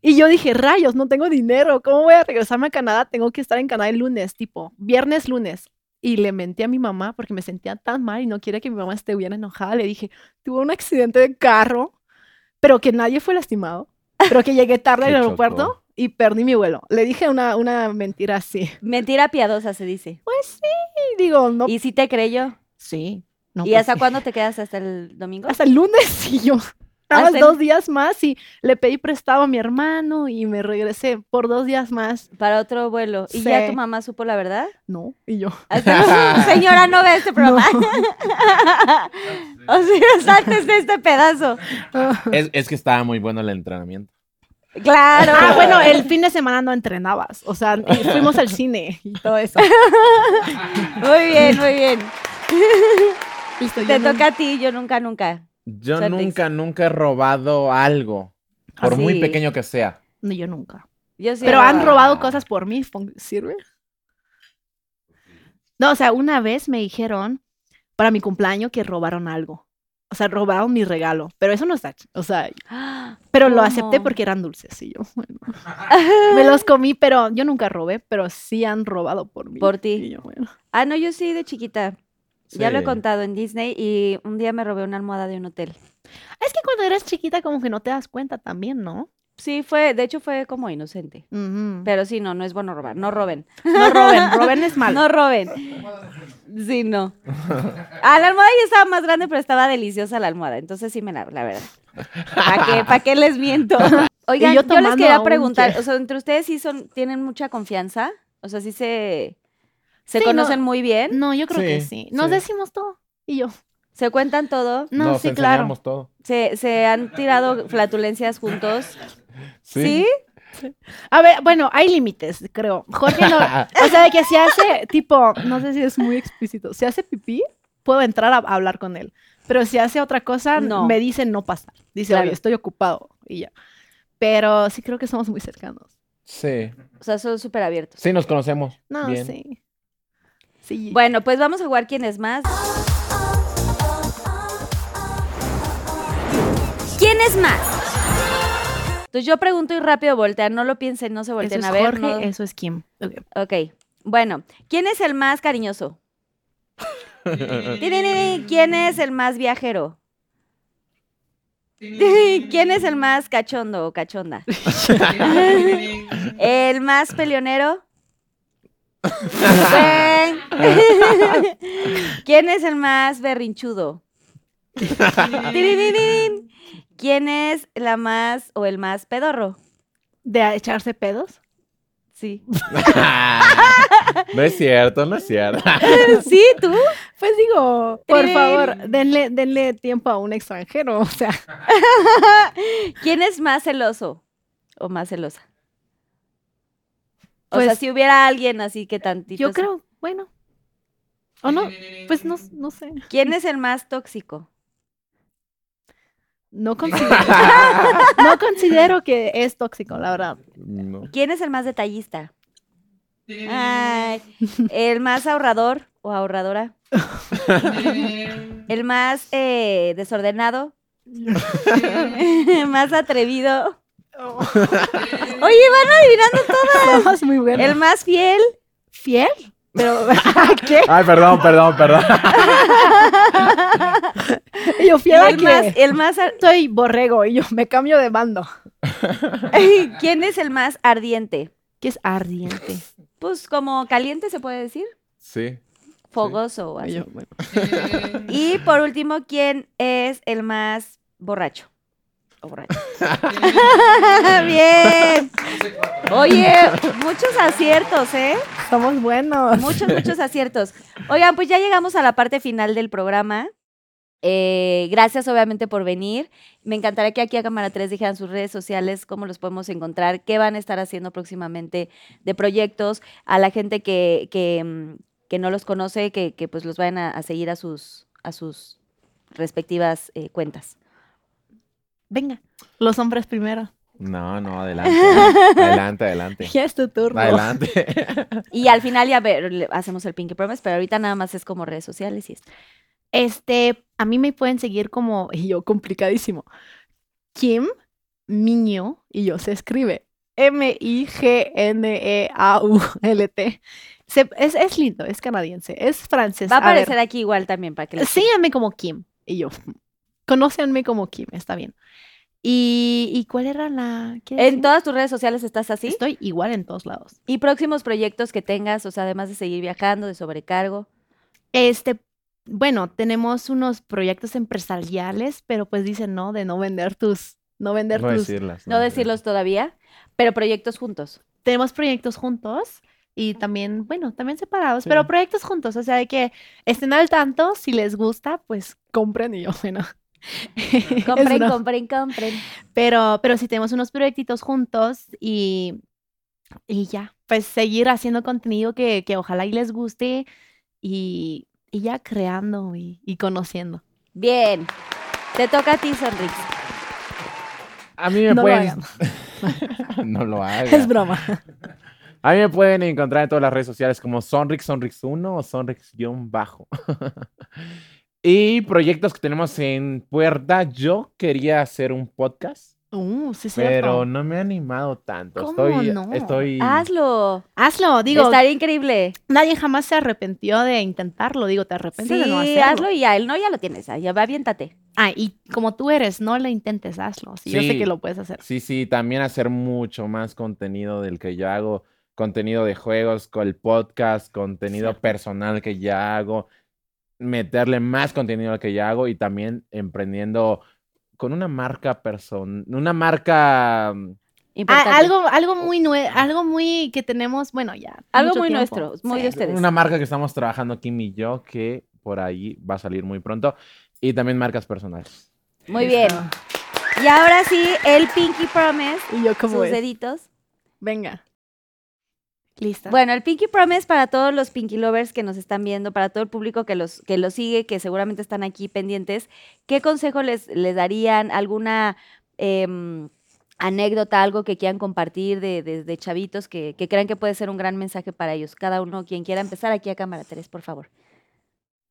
S11: Y yo dije, rayos, no tengo dinero, ¿cómo voy a regresarme a Canadá? Tengo que estar en Canadá el lunes, tipo, viernes, lunes. Y le mentí a mi mamá porque me sentía tan mal y no quiere que mi mamá esté bien enojada. Le dije, tuve un accidente de carro, pero que nadie fue lastimado, pero que llegué tarde al
S8: Que
S11: aeropuerto
S8: chocó.
S11: y perdí mi vuelo. Le dije una, una mentira así.
S2: Mentira piadosa se dice.
S11: Oh. Y digo, no.
S2: Y sí te creyó.
S11: sí. No,
S2: ¿Y
S11: pues,
S2: hasta cuándo te quedas hasta el domingo?
S11: hasta el lunes y yo nada más
S2: Hasta el-
S11: dos días más y le pedí prestado a mi hermano y me regresé por dos días más.
S2: Para otro vuelo. ¿Y ya
S11: Sí.
S2: tu mamá supo la verdad?
S11: No, y yo.
S2: Hasta- Señora, no ve este programa. o sea, saltes de este pedazo.
S8: Es, es que estaba muy bueno el entrenamiento.
S2: Claro.
S11: Ah, bueno, el fin de semana no entrenabas, o sea, y fuimos al cine y todo eso.
S2: Muy bien, muy bien.
S11: Listo,
S2: Te
S11: yo no-
S2: toca a ti, yo nunca, nunca.
S8: Yo
S2: Cervix.
S8: nunca, nunca he robado algo, por muy
S2: Así.
S8: pequeño que sea.
S11: No, yo nunca.
S2: Yo sí.
S11: Pero han
S2: robaba.
S11: robado cosas por mí, fun- ¿sirve? No, o sea, una vez me dijeron para mi cumpleaños que robaron algo.
S7: o sea, robaron mi regalo, pero eso no está, ch- o sea, pero lo acepté
S2: ¿Cómo?
S7: porque eran dulces y yo, bueno, me los comí, pero yo nunca robé, pero sí han robado por mí.
S2: Por ti.
S7: Y yo, bueno.
S2: Ah, no, yo sí de chiquita. Ya lo he
S8: Sí.
S2: contado en Disney y un día me robé una almohada de un hotel.
S7: Es que cuando eres chiquita como que no te das cuenta también, ¿no?
S2: Sí, fue, de hecho fue como inocente.
S7: Ujú.
S2: Pero sí, no, no es bueno robar, no roben.
S7: No roben, roben es malo.
S2: No roben. Sí, no. Ah, la almohada ya estaba más grande, pero estaba deliciosa la almohada. Entonces sí me la, la verdad. ¿Para qué, pa' qué les miento? Oigan, yo,
S7: yo
S2: les
S7: tomando
S2: quería
S7: aún
S2: preguntar,
S7: que-
S2: o sea, entre ustedes sí son, tienen mucha confianza. O sea, sí se, se
S7: Sí, no.
S2: conocen muy bien,
S7: No, yo creo que
S8: Sí,
S7: sí. Nos
S8: sí.
S7: decimos todo. Y yo,
S2: se cuentan todo,
S7: no,
S8: Nos
S7: sí, claro.
S8: enseñamos todo.
S2: se, se han tirado flatulencias juntos. ¿Sí?
S7: A ver, bueno, hay límites, creo. Jorge no.
S8: Ah,
S7: O sea, de que si hace, tipo, no sé si es muy explícito. Si hace pipí, puedo entrar a hablar con él. Pero si hace otra cosa,
S2: No.
S7: me dice no pasa. Dice,
S2: Claro.
S7: oye, estoy ocupado. Y ya. Pero sí creo que somos muy cercanos.
S8: Sí.
S2: O sea, son súper abiertos.
S8: Sí, nos conocemos.
S7: No,
S8: bien.
S7: sí. Sí.
S2: Bueno, pues vamos a jugar quién es más.
S9: ¿Quién es más?
S2: Entonces yo pregunto y rápido voltean, no lo piensen, no se
S7: eso
S2: volteen
S7: es
S2: a ver.
S7: Jorge, eh.
S2: no-
S7: eso es Kim. Ok.
S2: Ok, bueno, ¿quién es el más cariñoso? Tiririrí, ¿Quién es el más viajero? ¿Quién es el más cachondo o cachonda? ¿El más peleonero? ¿Quién es el más berrinchudo? Tiririrín. ¿Quién es la más o el más pedorro?
S7: ¿De echarse pedos?
S2: Sí.
S8: no es cierto, no es cierto.
S2: ¿Sí, tú?
S7: Pues digo, por
S2: Trin.
S7: favor, denle, denle tiempo a un extranjero. O sea,
S2: ¿Quién es más celoso o más celosa? O sea,
S7: Pues-
S2: si hubiera alguien así que tantito.
S7: yo
S2: se-
S7: creo, bueno. ¿O no? Pues no, no sé.
S2: ¿Quién es el más tóxico?
S7: No considero, no considero que es tóxico, la verdad.
S8: No.
S2: ¿Quién es el más detallista? Ay, ¿El más ahorrador o ahorradora? ¿El más eh, desordenado? ¿Más atrevido? Oye, van adivinando todo.
S7: Somos muy buenos.
S2: ¿El más fiel?
S7: fiel? Pero, ¿qué?
S8: Ay, perdón, perdón, perdón.
S7: Y Yo fiel a
S2: ¿El más,
S7: que
S2: el más ar-
S7: soy borrego y yo me cambio de bando.
S2: ¿Quién es el más ardiente?
S7: Que es ardiente.
S2: Pues como caliente se puede decir.
S8: Sí.
S2: Fogoso. o
S7: Y
S2: así.
S7: yo, bueno.
S2: Y por último, ¿quién es el más borracho? O borracho. Bien. Oye, muchos aciertos, ¿eh?
S7: Somos buenos.
S2: Muchos, muchos aciertos. Oigan, pues ya llegamos a la parte final del programa. Eh, gracias, obviamente, por venir. Me encantaría que aquí a Cámara 3 dijeran sus redes sociales, cómo los podemos encontrar, qué van a estar haciendo próximamente de proyectos, a la gente que, que, mm, que no los conoce, que, que, pues los vayan a, a seguir a sus, a sus respectivas eh, cuentas.
S7: Venga, los hombres primero.
S8: No, no, adelante. adelante, Adelante, adelante.
S7: Ya es tu turno.
S8: Adelante.
S2: Y al final ya ver, le- hacemos el Pinky Promise, pero ahorita nada más es como redes sociales y esto.
S7: Este, a mí me pueden seguir como, y yo, complicadísimo. Kim Miño, y yo, se escribe E M-I-G-N-E-A-U-L-T. Se- es, es lindo, es canadiense, es francés.
S2: Va a
S7: a ver,
S2: aparecer aquí igual también para que les-
S7: síganme como Kim, y yo, conócenme como Kim, está bien. ¿Y, y cuál era la...? qué
S2: En
S7: decía?
S2: todas tus redes sociales estás así.
S7: Estoy igual en todos lados.
S2: Y próximos proyectos que tengas, o sea, además de seguir viajando, de sobrecargo.
S7: Este, bueno, tenemos unos proyectos empresariales, pero pues dicen, no, de no vender tus... No vender
S8: No
S7: tus...
S8: decirlas.
S2: No decirlos todavía, pero proyectos juntos.
S7: tenemos proyectos juntos y también, bueno, también separados, pero
S8: Sí.
S7: proyectos juntos, o sea, de que estén al tanto, si les gusta, pues compren y yo, bueno. es
S2: Compren,
S7: broma.
S2: compren, compren.
S7: Pero, pero si tenemos unos proyectitos juntos y, y ya, pues seguir haciendo contenido que, que ojalá y les guste y, y ya creando y, y conociendo.
S2: Bien. Te toca a ti, Sonrix.
S8: A mí me
S7: No lo
S8: pueden. no lo hagan.
S7: Es broma.
S8: A mí me pueden encontrar en todas las redes sociales como Sonrix Sonrix 1 o Sonrix-bajo. Y proyectos que tenemos en puerta. Yo quería hacer un podcast,
S7: Uh, sí, es
S8: pero
S7: cierto.
S8: no me he animado tanto.
S7: ¿Cómo
S8: estoy,
S7: no? Ah,
S8: estoy.
S2: Hazlo.
S7: Hazlo, digo,
S2: Estaría increíble.
S7: nadie jamás se arrepintió de intentarlo, digo, te arrepientes
S2: Sí,
S7: de no hacerlo.
S2: hazlo y ya. El no ya lo tienes. Ya va, aviéntate.
S7: ¿eh? Ah, y como tú eres, no lo intentes, hazlo. Sí, Yo sé
S8: Sí.
S7: que lo puedes hacer.
S8: Sí, sí, también hacer mucho más contenido del que yo hago, contenido de juegos, con el podcast, contenido personal que ya hago, meterle más contenido al que ya hago y también emprendiendo con una marca person, una marca mm,
S2: Importante.
S7: Ah, algo, algo muy nue- algo muy que tenemos, bueno, ya.
S2: Algo
S7: mucho
S2: muy
S7: tiempo.
S2: nuestro, muy de ustedes.
S8: una marca que estamos trabajando Kim y yo que por ahí va a salir muy pronto y también marcas personales.
S2: Muy bien. Y ahora sí, el Pinky Promise.
S7: Y yo como
S2: Sus
S7: es.
S2: deditos.
S7: Venga. Lista.
S2: Bueno, el Pinky Promise para todos los Pinky Lovers que nos están viendo, para todo el público que los, que los sigue, que seguramente están aquí pendientes, ¿qué consejo les, les darían? ¿Alguna em, anécdota, algo que quieran compartir de, de- de chavitos que, que crean que puede ser un gran mensaje para ellos? Cada uno, quien quiera empezar aquí a cámara 3, por favor.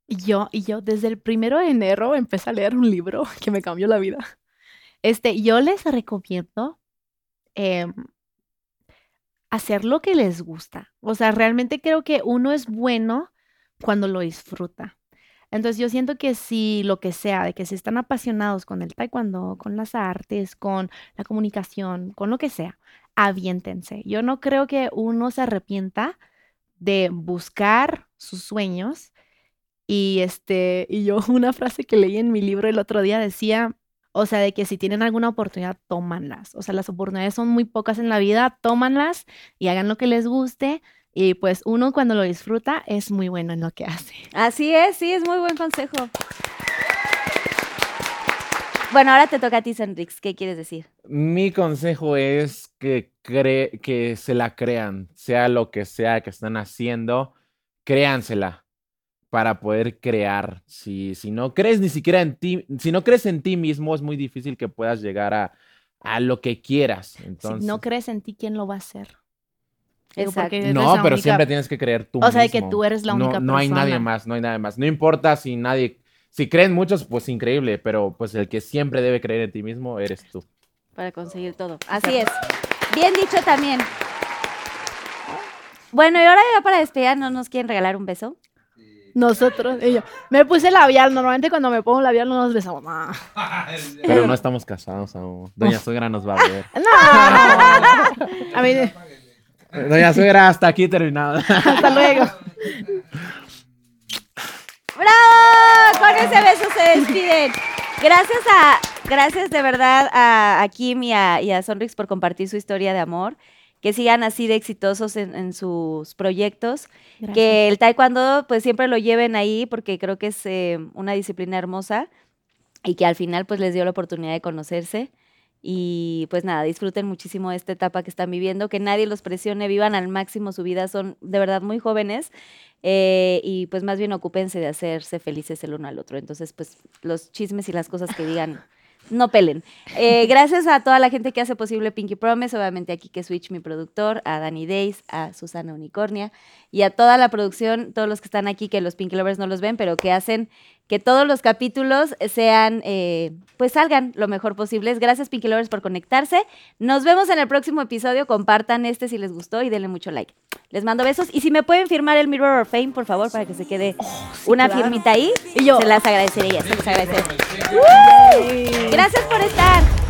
S7: Y yo, y yo, desde el primero de enero empecé a leer un libro que me cambió la vida. Este, yo les recomiendo em, hacer lo que les gusta. O sea, realmente creo que uno es bueno cuando lo disfruta. Entonces yo siento que si lo que sea, de que si están apasionados con el taekwondo, con las artes, con la comunicación, con lo que sea, aviéntense. Yo no creo que uno se arrepienta de buscar sus sueños y este, y yo una frase que leí en mi libro el otro día decía, o sea, de que si tienen alguna oportunidad, tómanlas. O sea, las oportunidades son muy pocas en la vida, tómanlas y hagan lo que les guste. Y pues uno cuando lo disfruta es muy bueno en lo que hace.
S2: Así es, sí, es muy buen consejo. Bueno, ahora te toca a ti, Sandrix. ¿Qué quieres decir?
S8: Mi consejo es que, cre- que se la crean, sea lo que sea que están haciendo, créansela para poder crear. Si, si no crees ni siquiera en ti, si no crees en ti mismo, es muy difícil que puedas llegar a, a lo que quieras. Entonces,
S7: si no crees en ti, ¿quién lo va a hacer? Digo,
S2: Exacto.
S7: porque eres
S8: no,
S7: la
S8: pero
S7: única-
S8: siempre tienes que creer tú
S7: O sea, de que
S8: mismo.
S7: tú eres la
S8: No-
S7: única
S8: no, hay nadie
S7: persona.
S8: más, no hay nadie más. No importa si nadie, si creen muchos, pues increíble, pero pues el que siempre debe creer en ti mismo eres tú.
S2: para conseguir todo. Así es. Bien dicho también. Bueno, y ahora ya para despedir, ¿no nos quieren regalar un beso?
S7: Nosotros, y yo, me puse labial. Normalmente cuando me pongo labial no nos besamos. No.
S8: Pero no estamos casados aún. Doña Suegra nos va a ver.
S7: No. A mí,
S8: Doña Suegra, hasta aquí terminado.
S7: hasta luego.
S2: ¡Bravo! Con ese beso se despiden. Gracias a, gracias de verdad a, a Kim y a, y a Sonrix por compartir su historia de amor. Que sigan así de exitosos en, en sus proyectos. Que el taekwondo pues siempre lo lleven ahí porque creo que es eh, una disciplina hermosa y que al final pues les dio la oportunidad de conocerse. Y pues nada, disfruten muchísimo esta etapa que están viviendo, que nadie los presione, vivan al máximo su vida, son de verdad muy jóvenes eh, y pues más bien ocúpense de hacerse felices el uno al otro. Entonces pues los chismes y las cosas que digan no pelen. Eh, gracias a toda la gente que hace posible Pinky Promise, obviamente a Kike Switch, mi productor, a Dani Days, a Susana Unicornia y a toda la producción, todos los que están aquí, que los Pinky Lovers no los ven, pero que hacen que todos los capítulos sean, eh, pues salgan lo mejor posible. Gracias Pinky Lovers por conectarse. Nos vemos en el próximo episodio. Compartan este si les gustó y denle mucho like. Les mando besos. Y si me pueden firmar el Mirror of Fame, por favor, para que se quede una
S7: Oh, claro.
S2: firmita ahí,
S7: Y yo-
S2: se las agradeceré. ya se las agradeceré. Gracias por estar.